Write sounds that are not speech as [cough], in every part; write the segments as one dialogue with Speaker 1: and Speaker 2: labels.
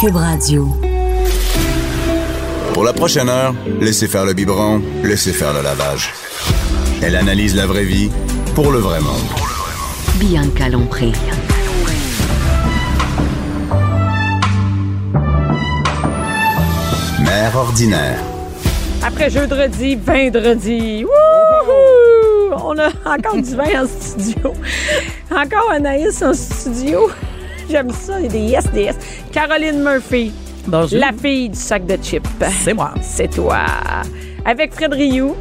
Speaker 1: Cube Radio.
Speaker 2: Pour la prochaine heure, laissez faire le biberon, laissez faire le lavage. Elle analyse la vraie vie pour le vrai monde.
Speaker 1: Bianca Lompré.
Speaker 2: Mère ordinaire.
Speaker 3: Après jeudi, vendredi. Wouhou! On a encore du vin en studio. Encore Anaïs en studio. J'aime ça, il y a des yes, des yes. Caroline Murphy,
Speaker 4: Bonjour.
Speaker 3: la fille du sac de chips.
Speaker 4: C'est moi.
Speaker 3: C'est toi. Avec Fred Rioux,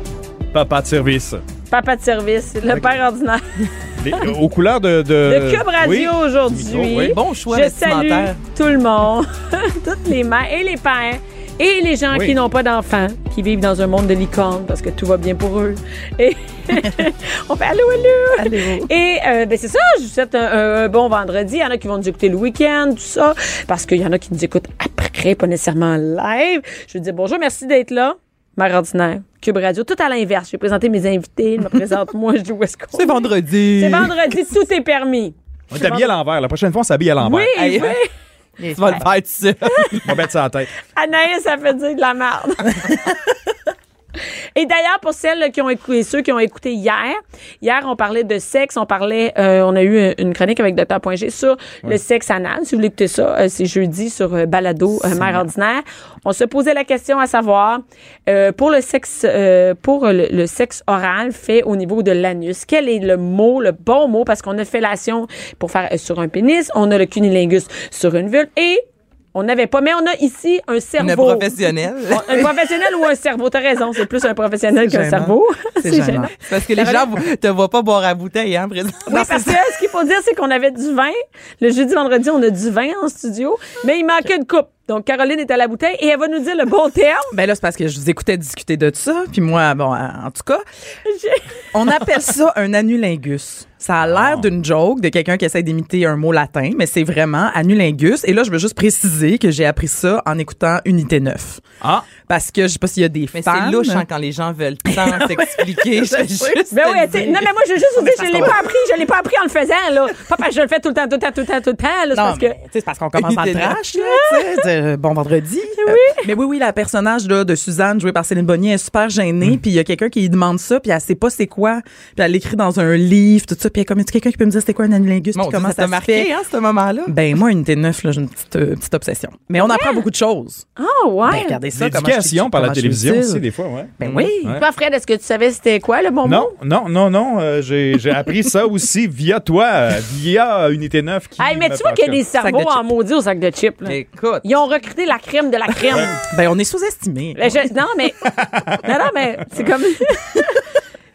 Speaker 5: Papa de service.
Speaker 3: papa de service, le père ordinaire.
Speaker 5: Les- euh, aux couleurs de.
Speaker 4: Euh,
Speaker 3: Le Cube
Speaker 5: Oui.
Speaker 3: Radio aujourd'hui.
Speaker 5: micro, oui.
Speaker 4: Bon choix
Speaker 3: Je salue
Speaker 4: vestimentaire.
Speaker 3: tout le monde, [laughs] toutes les mères et les pères. Et les gens
Speaker 5: Oui.
Speaker 3: qui n'ont pas d'enfants, qui vivent dans un monde de licorne parce que tout va bien pour eux.
Speaker 4: [laughs]
Speaker 3: Et on fait allô, allô.
Speaker 4: Allô.
Speaker 3: Et euh, ben, c'est ça, je vous souhaite un, un- un bon vendredi. Il y en a qui vont nous écouter le week-end, tout ça, parce qu'il y en a qui nous écoutent après, pas nécessairement en live. Je veux dire bonjour, merci d'être là. Mère ordinaire, Cube Radio, tout à l'inverse. Je vais présenter mes invités, ils me
Speaker 4: [laughs]
Speaker 3: présentent moi, je dis où est-ce qu'on
Speaker 4: C'est
Speaker 3: est.
Speaker 4: vendredi.
Speaker 3: C'est vendredi, tout est permis.
Speaker 5: On est habillé à l'envers. La prochaine fois, on s'habille à l'envers.
Speaker 3: Oui,
Speaker 4: Hey,
Speaker 3: oui.
Speaker 4: [laughs] Tu vas le faire, tu sais.
Speaker 5: On va mettre ça en tête.
Speaker 3: Anaïs, ça fait dire de la merde. Et d'ailleurs, pour celles là, qui ont écouté, ceux qui ont écouté hier, hier, on parlait de sexe, on parlait, euh, on a eu une chronique avec Dr. G sur le sexe anal. Si vous voulez écouter ça, euh, c'est jeudi sur euh, Balado, euh, Mère ordinaire. On se posait la question à savoir, euh, pour le sexe, euh, pour le, le sexe oral fait au niveau de l'anus, quel est le mot, le bon mot, parce qu'on a fellation pour faire euh, sur un pénis, on a le cunilingus sur une vulve et on n'avait pas, mais on a ici un cerveau.
Speaker 4: Une professionnelle.
Speaker 3: Un professionnel ou un cerveau, t'as raison, c'est plus un professionnel
Speaker 4: C'est
Speaker 3: qu'un
Speaker 4: gênant.
Speaker 3: cerveau. [laughs]
Speaker 4: C'est gênant. C'est Parce que les gens vous- te voient pas boire à bouteille, hein, présent.
Speaker 3: Oui, parce que ce qu'il faut dire, c'est qu'on avait du vin. Le jeudi, vendredi, on a du vin en studio, mais il manquait une coupe. Donc, Caroline est à la bouteille et elle va nous dire le bon terme.
Speaker 4: Ben là, c'est parce que je vous écoutais discuter de ça, puis moi, bon, euh, en tout cas, on appelle ça un annulingus. Ça a l'air d'une joke de quelqu'un qui essaie d'imiter un mot latin, mais c'est vraiment annulingus. Et là, je veux juste préciser que j'ai appris ça en écoutant Unité 9.
Speaker 5: Ah,
Speaker 4: Parce que je sais pas s'il y a des
Speaker 6: Mais
Speaker 4: fans.
Speaker 6: c'est louche hein, quand les gens veulent
Speaker 4: [laughs]
Speaker 6: tant s'expliquer. Je juste
Speaker 3: Ben
Speaker 6: te
Speaker 3: oui,
Speaker 6: le
Speaker 3: tu sais,
Speaker 6: dire.
Speaker 3: non, mais moi, je veux juste vous dire, je
Speaker 6: parce
Speaker 3: l'ai
Speaker 6: qu'on-
Speaker 3: pas appris, je l'ai pas appris en le faisant, là. Pas parce que je le fais tout le temps, tout le temps, tout le temps, tout le temps, là. c'est
Speaker 4: Non,
Speaker 3: parce que.
Speaker 4: mais, tu sais, c'est parce qu'on commence à
Speaker 6: Unité
Speaker 4: trash, là, tu sais, de-
Speaker 6: [laughs]
Speaker 4: bon vendredi. Euh, mais oui, oui, la personnage là, de Suzanne, jouée par Céline Bonnier, est super gênée,
Speaker 6: Mm.
Speaker 4: puis il y a quelqu'un qui lui demande ça, puis elle sait pas c'est quoi, puis elle l'écrit dans un livre, tout ça, puis elle est comme, Est-ce quelqu'un qui peut me dire c'est quoi un annulingus,
Speaker 6: Mon
Speaker 4: puis
Speaker 6: Dieu,
Speaker 4: comment
Speaker 6: ça
Speaker 4: ça
Speaker 6: t'a
Speaker 4: se
Speaker 6: marqué,
Speaker 4: fait?
Speaker 6: hein, ce moment-là?
Speaker 4: Ben moi, Unité 9, là, j'ai une petite, euh, petite obsession. Mais on apprend beaucoup de choses.
Speaker 3: Ah, ouais.
Speaker 4: Ben, regardez [laughs] ça, comment je suis-
Speaker 5: l'éducation par la
Speaker 4: comment je suis
Speaker 5: télévision
Speaker 4: utile.
Speaker 5: aussi, des fois, hein. ouais.
Speaker 4: Ben oui.
Speaker 5: Ouais.
Speaker 3: Toi, Fred, est-ce que tu savais c'était quoi le bon
Speaker 5: Non,
Speaker 3: mot?
Speaker 5: non, non, non. euh, J'ai j'ai appris ça aussi via toi, euh, via Unité 9. Qui
Speaker 3: Hey, mais
Speaker 5: me
Speaker 3: tu vois qu'il y a des
Speaker 5: passionne.
Speaker 3: cerveaux
Speaker 4: Sac de
Speaker 3: en maudit au sac de chips, là.
Speaker 6: Écoute,
Speaker 3: Ils ont recruté la crème de la crème.
Speaker 4: Ben on est sous-estimé.
Speaker 3: Mais je- non, mais. non, non, mais c'est comme.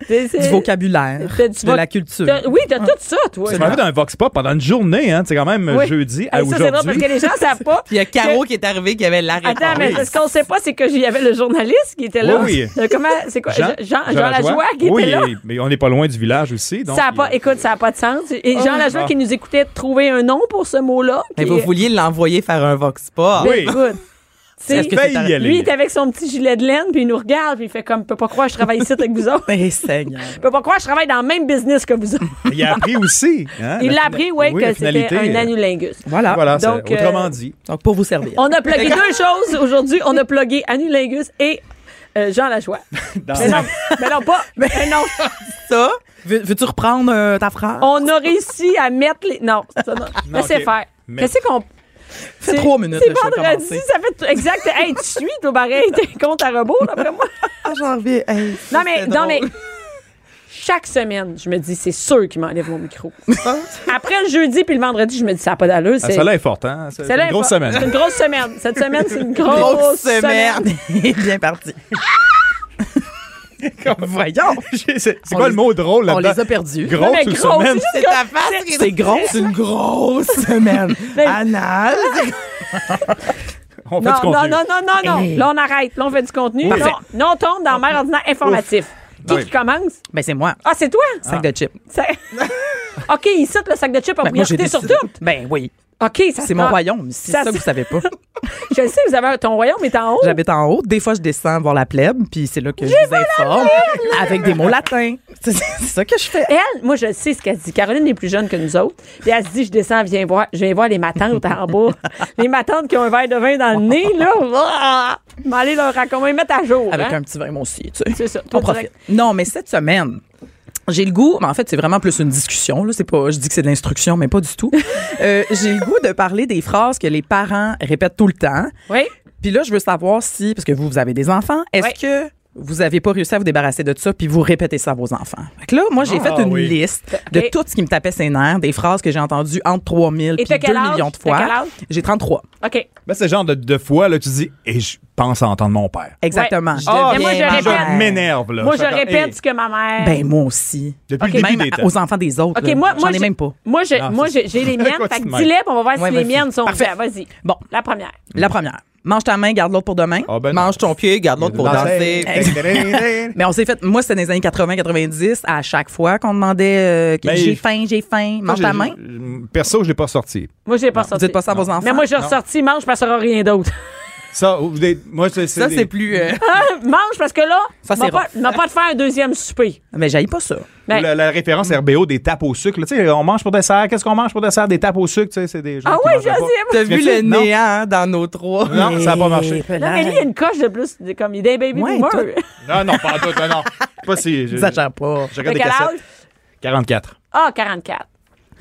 Speaker 3: C'est- c'est-
Speaker 4: Du vocabulaire,
Speaker 3: T'as du
Speaker 4: de
Speaker 3: voc-
Speaker 4: la culture.
Speaker 3: t'as- Oui, t'as tout ça, toi.
Speaker 5: Tu m'as fait d'un Vox Pop pendant une journée, hein. C'est quand même
Speaker 3: Oui.
Speaker 5: jeudi à
Speaker 3: Hey, ça, c'est drôle parce
Speaker 5: aujourd'hui. Ah,
Speaker 3: que les gens savent pas.
Speaker 6: il y a Caro qui est arrivé qui avait la réponse.
Speaker 3: Attends, mais ce qu'on sait pas, c'est que j'y avait le journaliste qui était là.
Speaker 5: Oui, oui.
Speaker 3: Le- Comment, c'est quoi? Jean, Jean,
Speaker 5: Jean
Speaker 3: Lajoie qui
Speaker 5: oui,
Speaker 3: était là.
Speaker 5: et- mais on n'est pas loin du village aussi. Donc
Speaker 3: ça a
Speaker 5: il-
Speaker 3: pas, écoute, ça n'a pas de sens. Et Jean Lajoie
Speaker 5: Ah.
Speaker 3: qui nous écoutait trouver un nom pour ce mot-là.
Speaker 6: Mais
Speaker 3: qui-
Speaker 6: vous vouliez l'envoyer faire un vox pop.
Speaker 4: [laughs]
Speaker 5: Oui.
Speaker 3: Écoute.
Speaker 5: J'ai
Speaker 3: C'est-
Speaker 5: failli y aller.
Speaker 3: Lui, il est avec son petit gilet de laine, puis il nous regarde, puis il fait comme, peut pas croire que je travaille ici avec vous autres.
Speaker 4: Ben, Seigneur.
Speaker 3: peut pas croire que je travaille dans le même business que vous autres.
Speaker 5: Il a appris aussi. hein,
Speaker 3: Il l'a
Speaker 5: la fina-
Speaker 3: appris, ouais, que
Speaker 5: la
Speaker 3: c'était
Speaker 5: finalité,
Speaker 3: un
Speaker 5: euh,
Speaker 3: annulingus.
Speaker 4: Voilà.
Speaker 5: Voilà, c'est-
Speaker 3: Donc, euh,
Speaker 5: autrement dit.
Speaker 4: Donc pour vous servir.
Speaker 3: On a plugué deux choses aujourd'hui. On a plugué annulingus et euh, Jean Lajoie.
Speaker 5: dans-
Speaker 3: Mais non, mais non, pas. Mais non.
Speaker 4: Ça, veux- veux-tu reprendre euh, ta phrase?
Speaker 3: On a réussi à mettre les. Non, ça, non. laissez
Speaker 5: ok.
Speaker 3: faire.
Speaker 5: Mais-
Speaker 3: Qu'est-ce qu'on.
Speaker 4: fait
Speaker 3: c'est-
Speaker 4: trois minutes,
Speaker 3: C'est
Speaker 4: là, je vais
Speaker 3: vendredi,
Speaker 4: commencer.
Speaker 3: ça fait t- exact. Hey, tu suis, toi, pareil, t'es compte à rebours, d'après moi.
Speaker 4: Ah, j'en reviens. Hey,
Speaker 3: Non,
Speaker 4: ça,
Speaker 3: mais,
Speaker 4: c'était
Speaker 3: non, mais.
Speaker 4: drôle.
Speaker 3: Chaque semaine, je me dis, c'est sûr qu'il m'enlève mon micro. Après le jeudi puis le vendredi, je me dis, ça n'a pas d'allure.
Speaker 5: Ah,
Speaker 3: C'est
Speaker 5: Celle-là est forte, hein? C'est c'est
Speaker 3: celle-là
Speaker 5: une
Speaker 3: est
Speaker 5: grosse
Speaker 3: pas- C'est [laughs]
Speaker 5: semaine.
Speaker 3: une grosse semaine. Cette semaine, c'est une grosse,
Speaker 4: Grosse
Speaker 3: semaine.
Speaker 4: semaine. [laughs] Bien parti. Voyons.
Speaker 5: [laughs] C'est c'est
Speaker 4: On
Speaker 5: quoi le
Speaker 4: les-
Speaker 5: mot drôle
Speaker 4: On
Speaker 5: là-dedans?
Speaker 4: les a perdus.
Speaker 3: Non, mais
Speaker 5: Grosse
Speaker 3: grosse,
Speaker 5: semaine.
Speaker 3: juste
Speaker 4: C'est
Speaker 3: comme-
Speaker 4: ta face.
Speaker 3: c'est-
Speaker 4: C'est gros. C'est une grosse [laughs] Ben- semaine.
Speaker 3: Mais-
Speaker 4: Anal.
Speaker 3: Non,
Speaker 5: On fait du
Speaker 3: non,
Speaker 5: contenu.
Speaker 3: non, non, non, non. Là, on arrête. Là, on fait du contenu.
Speaker 4: Parfait.
Speaker 3: Non, non, on tombe dans Mère ordinaire informatif. Qui
Speaker 5: Oui.
Speaker 3: qui commence?
Speaker 4: Ben, c'est moi.
Speaker 3: Ah, c'est toi? [laughs]
Speaker 4: Sac de chips.
Speaker 3: Ça- OK, il saute le sac de chips. On
Speaker 4: Ben,
Speaker 3: pourrait
Speaker 4: j'ai
Speaker 3: jeter sur
Speaker 4: décidé-
Speaker 3: tout.
Speaker 4: Ben oui.
Speaker 3: OK, ça
Speaker 4: C'est
Speaker 3: se
Speaker 4: mon
Speaker 3: prend-
Speaker 4: royaume. C'est
Speaker 3: Ça
Speaker 4: ça,
Speaker 3: se-
Speaker 4: que vous savez pas.
Speaker 3: [laughs] Je le sais, vous avez un- ton royaume est en haut.
Speaker 4: J'habite en haut. Des fois, je descends voir la plèbe, puis c'est là que je vous informe avec des mots latins. [laughs] C'est c'est ça que je fais.
Speaker 3: Elle, moi, je sais ce qu'elle dit. Caroline est plus jeune que nous autres. Puis elle se dit, je descends, viens voir, je viens voir les matantes en
Speaker 4: [laughs]
Speaker 3: bas. les matantes qui ont un verre de vin dans le nez, là. Ah! Mais allez leur raconter, mettre à jour.
Speaker 4: Avec
Speaker 3: hein.
Speaker 4: un petit vin, moi aussi, tu sais.
Speaker 3: C'est ça. Toi,
Speaker 4: On profite.
Speaker 3: direct.
Speaker 4: Non, mais cette semaine, j'ai le goût, mais en fait, c'est vraiment plus une discussion. Là. C'est pas, je dis que c'est de l'instruction, mais pas
Speaker 3: [laughs]
Speaker 4: du tout. Euh, j'ai le goût de parler des phrases que les parents répètent tout le temps.
Speaker 3: Oui.
Speaker 4: Puis là, je veux savoir si, parce que vous, vous avez des enfants, est-ce que vous avez pas réussi à vous débarrasser de ça, puis vous répétez ça à vos enfants. Fait que là, moi, j'ai
Speaker 5: Ah
Speaker 4: fait une
Speaker 5: oui.
Speaker 4: liste de
Speaker 3: Ok.
Speaker 4: tout ce qui me tapait ses nerfs, des phrases que j'ai entendues entre 3000
Speaker 3: Et
Speaker 4: et
Speaker 3: t'as
Speaker 4: 2
Speaker 3: quel âge?
Speaker 4: millions de
Speaker 3: T'as
Speaker 4: fois.
Speaker 3: quel âge?
Speaker 4: J'ai 33.
Speaker 3: OK.
Speaker 5: Ben, c'est le genre de, de fois, là, tu dis, et je pense entendre mon père.
Speaker 4: Exactement.
Speaker 3: Je Ah, mais moi, je
Speaker 4: deviens
Speaker 5: Je
Speaker 3: répète.
Speaker 4: maman.
Speaker 5: m'énerve, là.
Speaker 3: moi, je
Speaker 5: Fait que,
Speaker 3: répète
Speaker 5: hey,
Speaker 3: ce que ma mère.
Speaker 4: Ben, moi aussi.
Speaker 5: Depuis le
Speaker 4: Ok,
Speaker 5: début
Speaker 4: même
Speaker 5: des temps. Mm.
Speaker 4: aux enfants des autres.
Speaker 3: OK,
Speaker 4: là.
Speaker 3: moi, moi.
Speaker 4: J'en ai
Speaker 3: j'ai-
Speaker 4: même pas.
Speaker 3: Moi, je-
Speaker 5: Non,
Speaker 3: moi, j'ai
Speaker 5: c'est-
Speaker 3: j'ai
Speaker 5: [laughs]
Speaker 3: les miennes.
Speaker 5: Quoi
Speaker 3: fait
Speaker 5: tu
Speaker 3: que
Speaker 5: te
Speaker 3: dis-les, puis on va voir
Speaker 4: Ouais,
Speaker 3: si les
Speaker 4: vas-y.
Speaker 3: miennes sont
Speaker 4: Parfait.
Speaker 3: vraies. Vas-y.
Speaker 4: Bon.
Speaker 3: La première.
Speaker 4: La première. Mange ta main, garde l'autre pour demain.
Speaker 5: Ah, ben non.
Speaker 7: Mange ton pied, garde l'autre pour danser.
Speaker 4: Mais on s'est fait, moi, c'était dans les années 80-90, à chaque fois qu'on demandait euh, que
Speaker 5: Ben,
Speaker 4: j'ai
Speaker 5: je-
Speaker 4: faim, j'ai faim, mange
Speaker 5: j'ai-
Speaker 4: ta main.
Speaker 5: Perso, je l'ai pas sorti.
Speaker 3: Moi, je l'ai pas
Speaker 4: Vous
Speaker 3: sorti.
Speaker 4: dites pas ça à vos enfants.
Speaker 3: Mais moi, j'ai ressorti, mange parce qu'il n'y aura rien
Speaker 4: [laughs]
Speaker 3: d'autre.
Speaker 5: Ça, ou des- moi, c'est.
Speaker 7: Ça, c'est
Speaker 5: des-
Speaker 7: plus. euh,
Speaker 3: mange parce que là,
Speaker 4: Ça,
Speaker 3: m'a
Speaker 4: c'est
Speaker 3: pas, m'a pas de faire un deuxième souper.
Speaker 4: Mais j'aille pas ça.
Speaker 3: Ben,
Speaker 5: La, la référence RBO des tapes au sucre. là. Tu sais, on mange pour dessert. Qu'est-ce qu'on mange pour dessert? Des tapes au sucre. tu sais, C'est des gens
Speaker 3: ah
Speaker 5: qui
Speaker 3: oui,
Speaker 5: mangeraient pas.
Speaker 3: je
Speaker 7: T'as vu le
Speaker 5: Non.
Speaker 7: néant dans nos trois?
Speaker 5: Non, ça n'a pas marché.
Speaker 3: Non, mais lui, il y a une coche de plus. de- Comme il est baby
Speaker 4: Ouais,
Speaker 3: boomer.
Speaker 4: toi.
Speaker 5: Non, non, pas en tout. Non, non. Pas si. je-
Speaker 4: Ça gère pas.
Speaker 5: je
Speaker 3: T'as
Speaker 5: regardais
Speaker 3: [laughs] quel
Speaker 5: des
Speaker 3: âge?
Speaker 5: cassettes. 44.
Speaker 3: Ah, 44.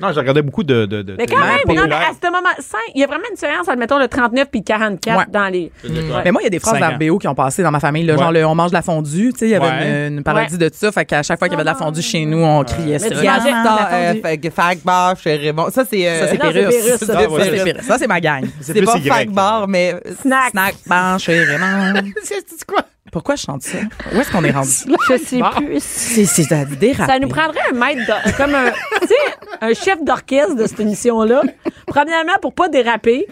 Speaker 5: Non, je regardais beaucoup de. de, de
Speaker 3: Mais quand
Speaker 5: de-
Speaker 3: même, non, mais
Speaker 5: populaires.
Speaker 3: à ce moment, cinq, il y a vraiment une différence entre, mettons, le 39 puis le 44
Speaker 4: Ouais.
Speaker 3: dans les. Ouais.
Speaker 4: Mais moi, il y a des phrases
Speaker 5: Cinq ans.
Speaker 4: d'RBO qui ont passé dans ma famille, là, genre
Speaker 5: Ouais.
Speaker 4: le on mange de la fondue, tu sais, il y avait
Speaker 5: Ouais.
Speaker 4: une, une parodie de ça, fait qu'à chaque fois qu'il y avait de la fondue chez nous, on criait ça.
Speaker 3: tu
Speaker 4: Maman,
Speaker 3: mangeais-
Speaker 4: de la
Speaker 7: Star, euh,
Speaker 4: fondue.
Speaker 7: fait- Fag bar chez Raymond. Ça, c'est. euh,
Speaker 4: Ça, c'est
Speaker 3: Non, c'est
Speaker 4: Pérus.
Speaker 3: Pérus, ça.
Speaker 4: Ça, c'est
Speaker 5: Ah, ouais.
Speaker 4: Pérus. Ça, c'est ma gang.
Speaker 5: C'est
Speaker 7: c'est
Speaker 5: plus
Speaker 7: pas
Speaker 5: Y.
Speaker 7: Fag bar, mais.
Speaker 3: Snack.
Speaker 4: Snack, mange chez Raymond.
Speaker 7: [laughs] C'est quoi?
Speaker 4: Pourquoi je chante ça? Où est-ce qu'on est rendu?
Speaker 3: Je sais plus.
Speaker 4: C'est, c'est à déraper.
Speaker 3: Ça nous prendrait un maître, d'or- comme un, tu sais, un chef d'orchestre de cette émission-là. Premièrement, pour pas déraper.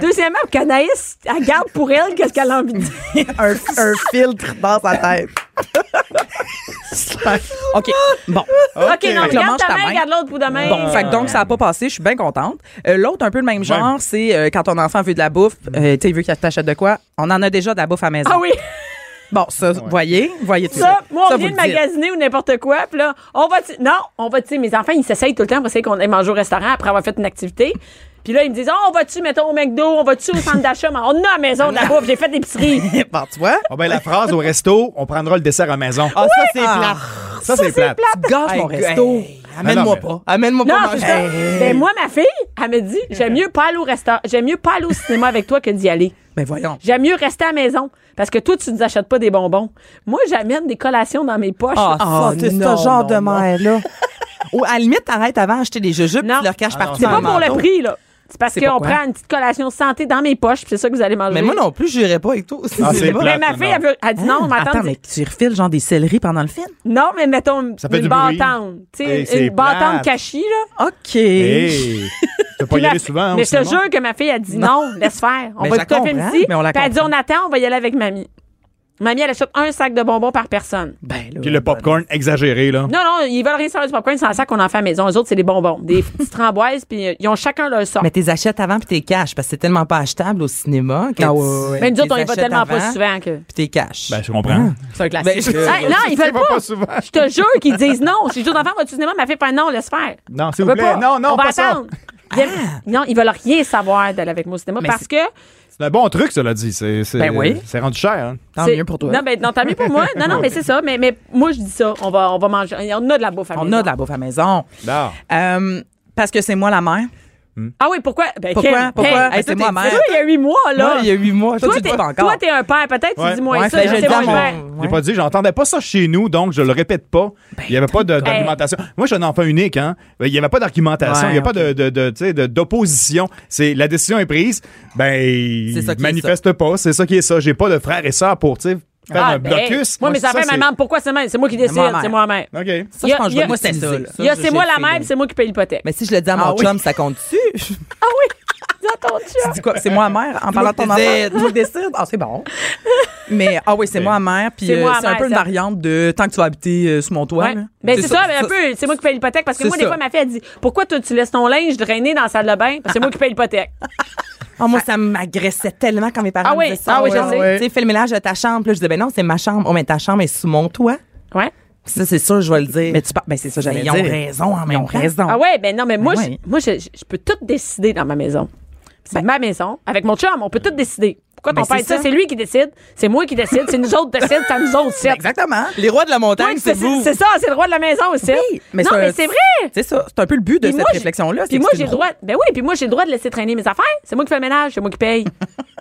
Speaker 3: Deuxièmement, pour qu'Anaïs, elle garde pour elle qu'est-ce qu'elle a envie de dire.
Speaker 4: un, un filtre dans sa tête. OK. Bon.
Speaker 3: OK, non,
Speaker 4: Fait que là,
Speaker 3: regarde
Speaker 4: mange
Speaker 3: ta
Speaker 4: ta
Speaker 3: main,
Speaker 4: main.
Speaker 3: garde l'autre pour demain.
Speaker 4: Bon, fait que donc, ça n'a pas passé. Je suis bien contente. Euh, L'autre, un peu le même genre, c'est euh, quand ton enfant veut de la bouffe, euh, tu sais, il veut qu'il t'achète de quoi. On en a déjà de la bouffe à la maison.
Speaker 3: Mm. Ah oui!
Speaker 4: Bon, ça, voyez, voyez tout
Speaker 3: Ça,
Speaker 4: ça.
Speaker 3: moi, on
Speaker 4: Ça,
Speaker 3: vient
Speaker 4: vous
Speaker 3: de
Speaker 4: le dites.
Speaker 3: magasiner ou n'importe quoi, puis là, on va... tu- Non, on va, tu sais, mes enfants, ils s'essayent tout le temps pour essayer qu'on aille manger au restaurant après avoir fait une activité. Puis là, ils me disent, oh, on va-tu, mettons, au McDo, on va-tu au centre d'achat, Mais on a à la maison de la bouffe, j'ai fait l'épicerie.
Speaker 4: Bon, tu vois?
Speaker 5: Ah ben, la phrase au resto, on prendra le dessert à la maison.
Speaker 7: Ah, ça, c'est
Speaker 4: Ah.
Speaker 7: plat.
Speaker 5: ça, c'est plate.
Speaker 4: Gâche mon resto. Ah,
Speaker 7: Amène-moi
Speaker 5: Non, non,
Speaker 7: pas. Amène-moi
Speaker 3: Non,
Speaker 7: pas.
Speaker 3: c'est
Speaker 7: manger.
Speaker 3: ça. Ben, moi, ma fille, elle me dit, j'aime mieux pas aller au restaurant, j'aime mieux pas aller au cinéma avec toi que d'y aller.
Speaker 4: Ben voyons.
Speaker 3: J'aime mieux rester à la maison parce que toi, tu nous achètes pas des bonbons. Moi, j'amène des collations dans mes poches.
Speaker 4: Ah,
Speaker 7: c'est
Speaker 4: non,
Speaker 7: ce genre
Speaker 4: non,
Speaker 7: de
Speaker 4: non. [laughs]
Speaker 7: mère-là. Ou à la limite, t'arrêtes avant d'acheter des jujubes,
Speaker 3: Non.
Speaker 7: tu leur caches partout
Speaker 3: C'est
Speaker 7: dans
Speaker 3: pas pour le
Speaker 7: manteau.
Speaker 3: prix, là. C'est parce
Speaker 4: C'est
Speaker 3: qu'on
Speaker 4: pourquoi?
Speaker 3: prend une petite collation santé dans mes poches, puis c'est ça que vous allez manger.
Speaker 7: Mais moi non plus, j'irais pas avec toi.
Speaker 5: Ah,
Speaker 7: C'est
Speaker 4: [laughs]
Speaker 5: c'est
Speaker 7: pas-
Speaker 5: plat.
Speaker 3: Mais ma fille,
Speaker 5: non.
Speaker 3: elle, veut- elle dit
Speaker 7: Hein?
Speaker 3: non, on m'attend.
Speaker 4: Attends, mais tu refiles genre des céleris pendant le film?
Speaker 3: Non, mais mettons
Speaker 5: Ça fait
Speaker 3: une
Speaker 5: du bruit.
Speaker 3: bâtonne. Tu
Speaker 5: Et
Speaker 3: sais,
Speaker 5: c'est
Speaker 3: une bâtonne
Speaker 5: plate.
Speaker 3: cachée, là.
Speaker 4: OK.
Speaker 5: Hey,
Speaker 3: [laughs]
Speaker 5: tu peux pas
Speaker 3: Puis
Speaker 5: y
Speaker 3: la-
Speaker 5: aller souvent. hein,
Speaker 3: mais
Speaker 5: au
Speaker 3: je te
Speaker 5: cinéma?
Speaker 3: jure que ma fille, elle dit non, laisse faire. On
Speaker 4: Mais
Speaker 3: va
Speaker 4: je
Speaker 3: écouter un
Speaker 4: la
Speaker 3: film
Speaker 4: comprends,
Speaker 3: ici.
Speaker 4: mais on la
Speaker 3: Puis elle dit on
Speaker 4: comprend.
Speaker 3: attend, on va y aller avec mamie. Mamie, elle achète un sac de bonbons par personne.
Speaker 4: Ben là.
Speaker 5: Puis le popcorn exagéré, là.
Speaker 3: Non, non, ils veulent rien savoir du popcorn, c'est un sac qu'on en fait à la maison. Eux autres, c'est des bonbons,
Speaker 4: [laughs]
Speaker 3: des petites framboises, puis euh, ils ont chacun leur sort.
Speaker 7: Mais t'es achètes avant puis t'es caches parce que c'est tellement pas achetable au cinéma. que
Speaker 4: Ah
Speaker 7: tu-
Speaker 4: ouais, ouais, ouais.
Speaker 3: Mais nous autres,
Speaker 7: t'es
Speaker 3: on y va
Speaker 7: achètes
Speaker 3: tellement pas
Speaker 7: avant,
Speaker 3: souvent que.
Speaker 7: Puis t'es caches.
Speaker 5: Ben, je comprends.
Speaker 4: C'est un classique.
Speaker 7: Ben, je-
Speaker 3: Hein? Hey, non, ils veulent
Speaker 5: Tu vas
Speaker 3: pas.
Speaker 5: pas souvent.
Speaker 3: Je te jure qu'ils disent non. Si je dis aux enfants, vas-tu au cinéma? Ma fille fait non, laisse faire.
Speaker 5: Non, s'il
Speaker 3: On
Speaker 5: vous
Speaker 3: veut
Speaker 5: plaît.
Speaker 3: pas.
Speaker 5: Non, non,
Speaker 3: on va
Speaker 5: pas ça.
Speaker 3: attendre. Ils
Speaker 4: Ah.
Speaker 3: aiment- Non, ils veulent rien savoir d'aller avec moi au cinéma parce que.
Speaker 5: C'est un bon truc, cela dit. C'est, c'est,
Speaker 4: Ben oui.
Speaker 5: C'est rendu cher. hein.
Speaker 4: Tant
Speaker 3: c'est-
Speaker 4: mieux pour toi.
Speaker 3: Non, mais non, tant mieux pour
Speaker 4: [laughs]
Speaker 3: moi. Non, non, mais c'est ça. Mais, mais moi, je dis ça. On va, on va manger. On a de la bouffe à la
Speaker 4: On
Speaker 3: maison.
Speaker 4: a de la bouffe à la maison.
Speaker 5: Non.
Speaker 4: Euh, parce que c'est moi la mère.
Speaker 3: Ah oui, pourquoi? Ben,
Speaker 4: Pourquoi?
Speaker 3: Ken,
Speaker 4: Pourquoi?
Speaker 3: Ken,
Speaker 4: Hey, c'est moi,
Speaker 3: toi,
Speaker 4: mère.
Speaker 3: toi, il y a huit mois, là.
Speaker 7: Moi, il y a huit mois.
Speaker 4: Toi,
Speaker 3: toi,
Speaker 4: tu
Speaker 3: t'es,
Speaker 4: dis pas encore.
Speaker 3: toi, t'es un père. Peut-être
Speaker 5: Ouais.
Speaker 3: tu dis moins
Speaker 4: Ouais,
Speaker 3: ça.
Speaker 4: ben,
Speaker 3: je
Speaker 4: je
Speaker 3: sais
Speaker 4: le
Speaker 3: pas,
Speaker 4: dis à
Speaker 3: mon
Speaker 4: mon-
Speaker 3: père.
Speaker 5: J'ai pas dit, j'entendais pas ça chez nous, donc je le répète pas.
Speaker 3: Ben,
Speaker 5: Il y avait pas de- d'argumentation. Moi, je suis un enfant unique, hein. Ben, Il y avait pas d'argumentation.
Speaker 4: Ouais,
Speaker 5: il y a pas de, de, de, tu sais, de- d'opposition. C'est, la décision est prise. Ben,
Speaker 7: C'est ça qui est
Speaker 5: manifeste pas. C'est ça qui est ça. J'ai pas de frères et sœurs pour, tu sais, faire
Speaker 3: Ah,
Speaker 5: un
Speaker 3: ben,
Speaker 5: blocus.
Speaker 3: Moi, mes
Speaker 5: c'est
Speaker 3: enfants,
Speaker 5: ça,
Speaker 3: maman, pourquoi c'est moi? C'est moi qui décide.
Speaker 4: moi, mère.
Speaker 3: C'est moi-même.
Speaker 5: c'est- OK.
Speaker 7: Ça, je pense que je vais
Speaker 3: Moi,
Speaker 4: c'est
Speaker 7: l'utiliser.
Speaker 4: ça,
Speaker 3: Il y a
Speaker 7: je-
Speaker 3: c'est
Speaker 7: j'ai
Speaker 3: moi
Speaker 7: le
Speaker 3: la
Speaker 7: feeling.
Speaker 3: mère, puis c'est moi qui paye l'hypothèque.
Speaker 7: Mais si je le dis à mon
Speaker 4: Ah oui.
Speaker 7: chum, ça
Speaker 4: [laughs]
Speaker 7: compte-tu?
Speaker 3: Ah oui! [laughs] Dans ton chat.
Speaker 4: Dis quoi? C'est moi la mère en parlant de ton enfant.
Speaker 7: décide.
Speaker 4: Tu décides. Ah, c'est bon.
Speaker 8: Mais ah oui, c'est moi mère. Puis
Speaker 3: C'est
Speaker 8: euh,
Speaker 3: moi
Speaker 8: c'est un
Speaker 3: amère,
Speaker 8: peu une
Speaker 3: ça.
Speaker 8: variante de tant que tu vas habiter euh, sous mon toit.
Speaker 3: Ouais.
Speaker 8: là.
Speaker 3: Ben, c'est ça, ben, un
Speaker 8: ça.
Speaker 3: peu, c'est moi qui paye l'hypothèque parce que
Speaker 8: C'est
Speaker 3: moi, des
Speaker 8: ça.
Speaker 3: fois, ma fille, elle dit Pourquoi toi, tu laisses ton linge drainer dans la salle de bain Parce que c'est moi qui paye l'hypothèque.
Speaker 4: Ah, moi, ça m'agressait tellement quand mes parents
Speaker 3: Ah oui,
Speaker 4: me disaient ça.
Speaker 3: ah oui, je sais.
Speaker 4: Tu sais, fais le ménage de ta chambre. Puis là, je disais, ben non, c'est ma chambre. Oh, mais ta chambre est sous mon toit.
Speaker 3: Ouais.
Speaker 4: Ça, c'est sûr, je vais le dire.
Speaker 8: Mais tu parles, ben c'est ça, j'allais
Speaker 4: ils
Speaker 8: dire.
Speaker 4: ont raison en
Speaker 8: Ils
Speaker 4: même
Speaker 8: ont
Speaker 4: temps.
Speaker 8: raison.
Speaker 3: Ah ouais, ben non, mais moi,
Speaker 8: ouais. Ben
Speaker 3: je- moi je, je peux tout décider dans ma maison. C'est ma maison. Avec mon chum, on peut tout décider. Pourquoi
Speaker 4: Ben,
Speaker 3: ton père
Speaker 4: c'est
Speaker 3: dit ça?
Speaker 4: ça.
Speaker 3: C'est lui qui décide, c'est moi qui décide, c'est nous autres qui décident, c'est à nous
Speaker 8: Ben
Speaker 3: autres, c'est.
Speaker 8: Exactement.
Speaker 4: Les rois de la
Speaker 3: Toi,
Speaker 4: montagne,
Speaker 3: c'est
Speaker 4: c'est vous.
Speaker 3: c'est ça, c'est le droit de la maison aussi.
Speaker 8: Oui, mais
Speaker 3: non,
Speaker 8: c'est un-
Speaker 3: mais c'est vrai.
Speaker 8: C'est ça. C'est un peu le but de
Speaker 3: Puis
Speaker 8: cette
Speaker 3: moi, j'ai-
Speaker 8: réflexion-là. c'est
Speaker 3: Puis
Speaker 8: que
Speaker 3: moi,
Speaker 8: c'est
Speaker 3: j'ai le
Speaker 8: une-
Speaker 3: droit. Ben oui, puis moi, j'ai le droit de laisser traîner mes affaires. C'est moi qui fais le ménage, c'est moi qui
Speaker 8: [laughs]
Speaker 3: paye.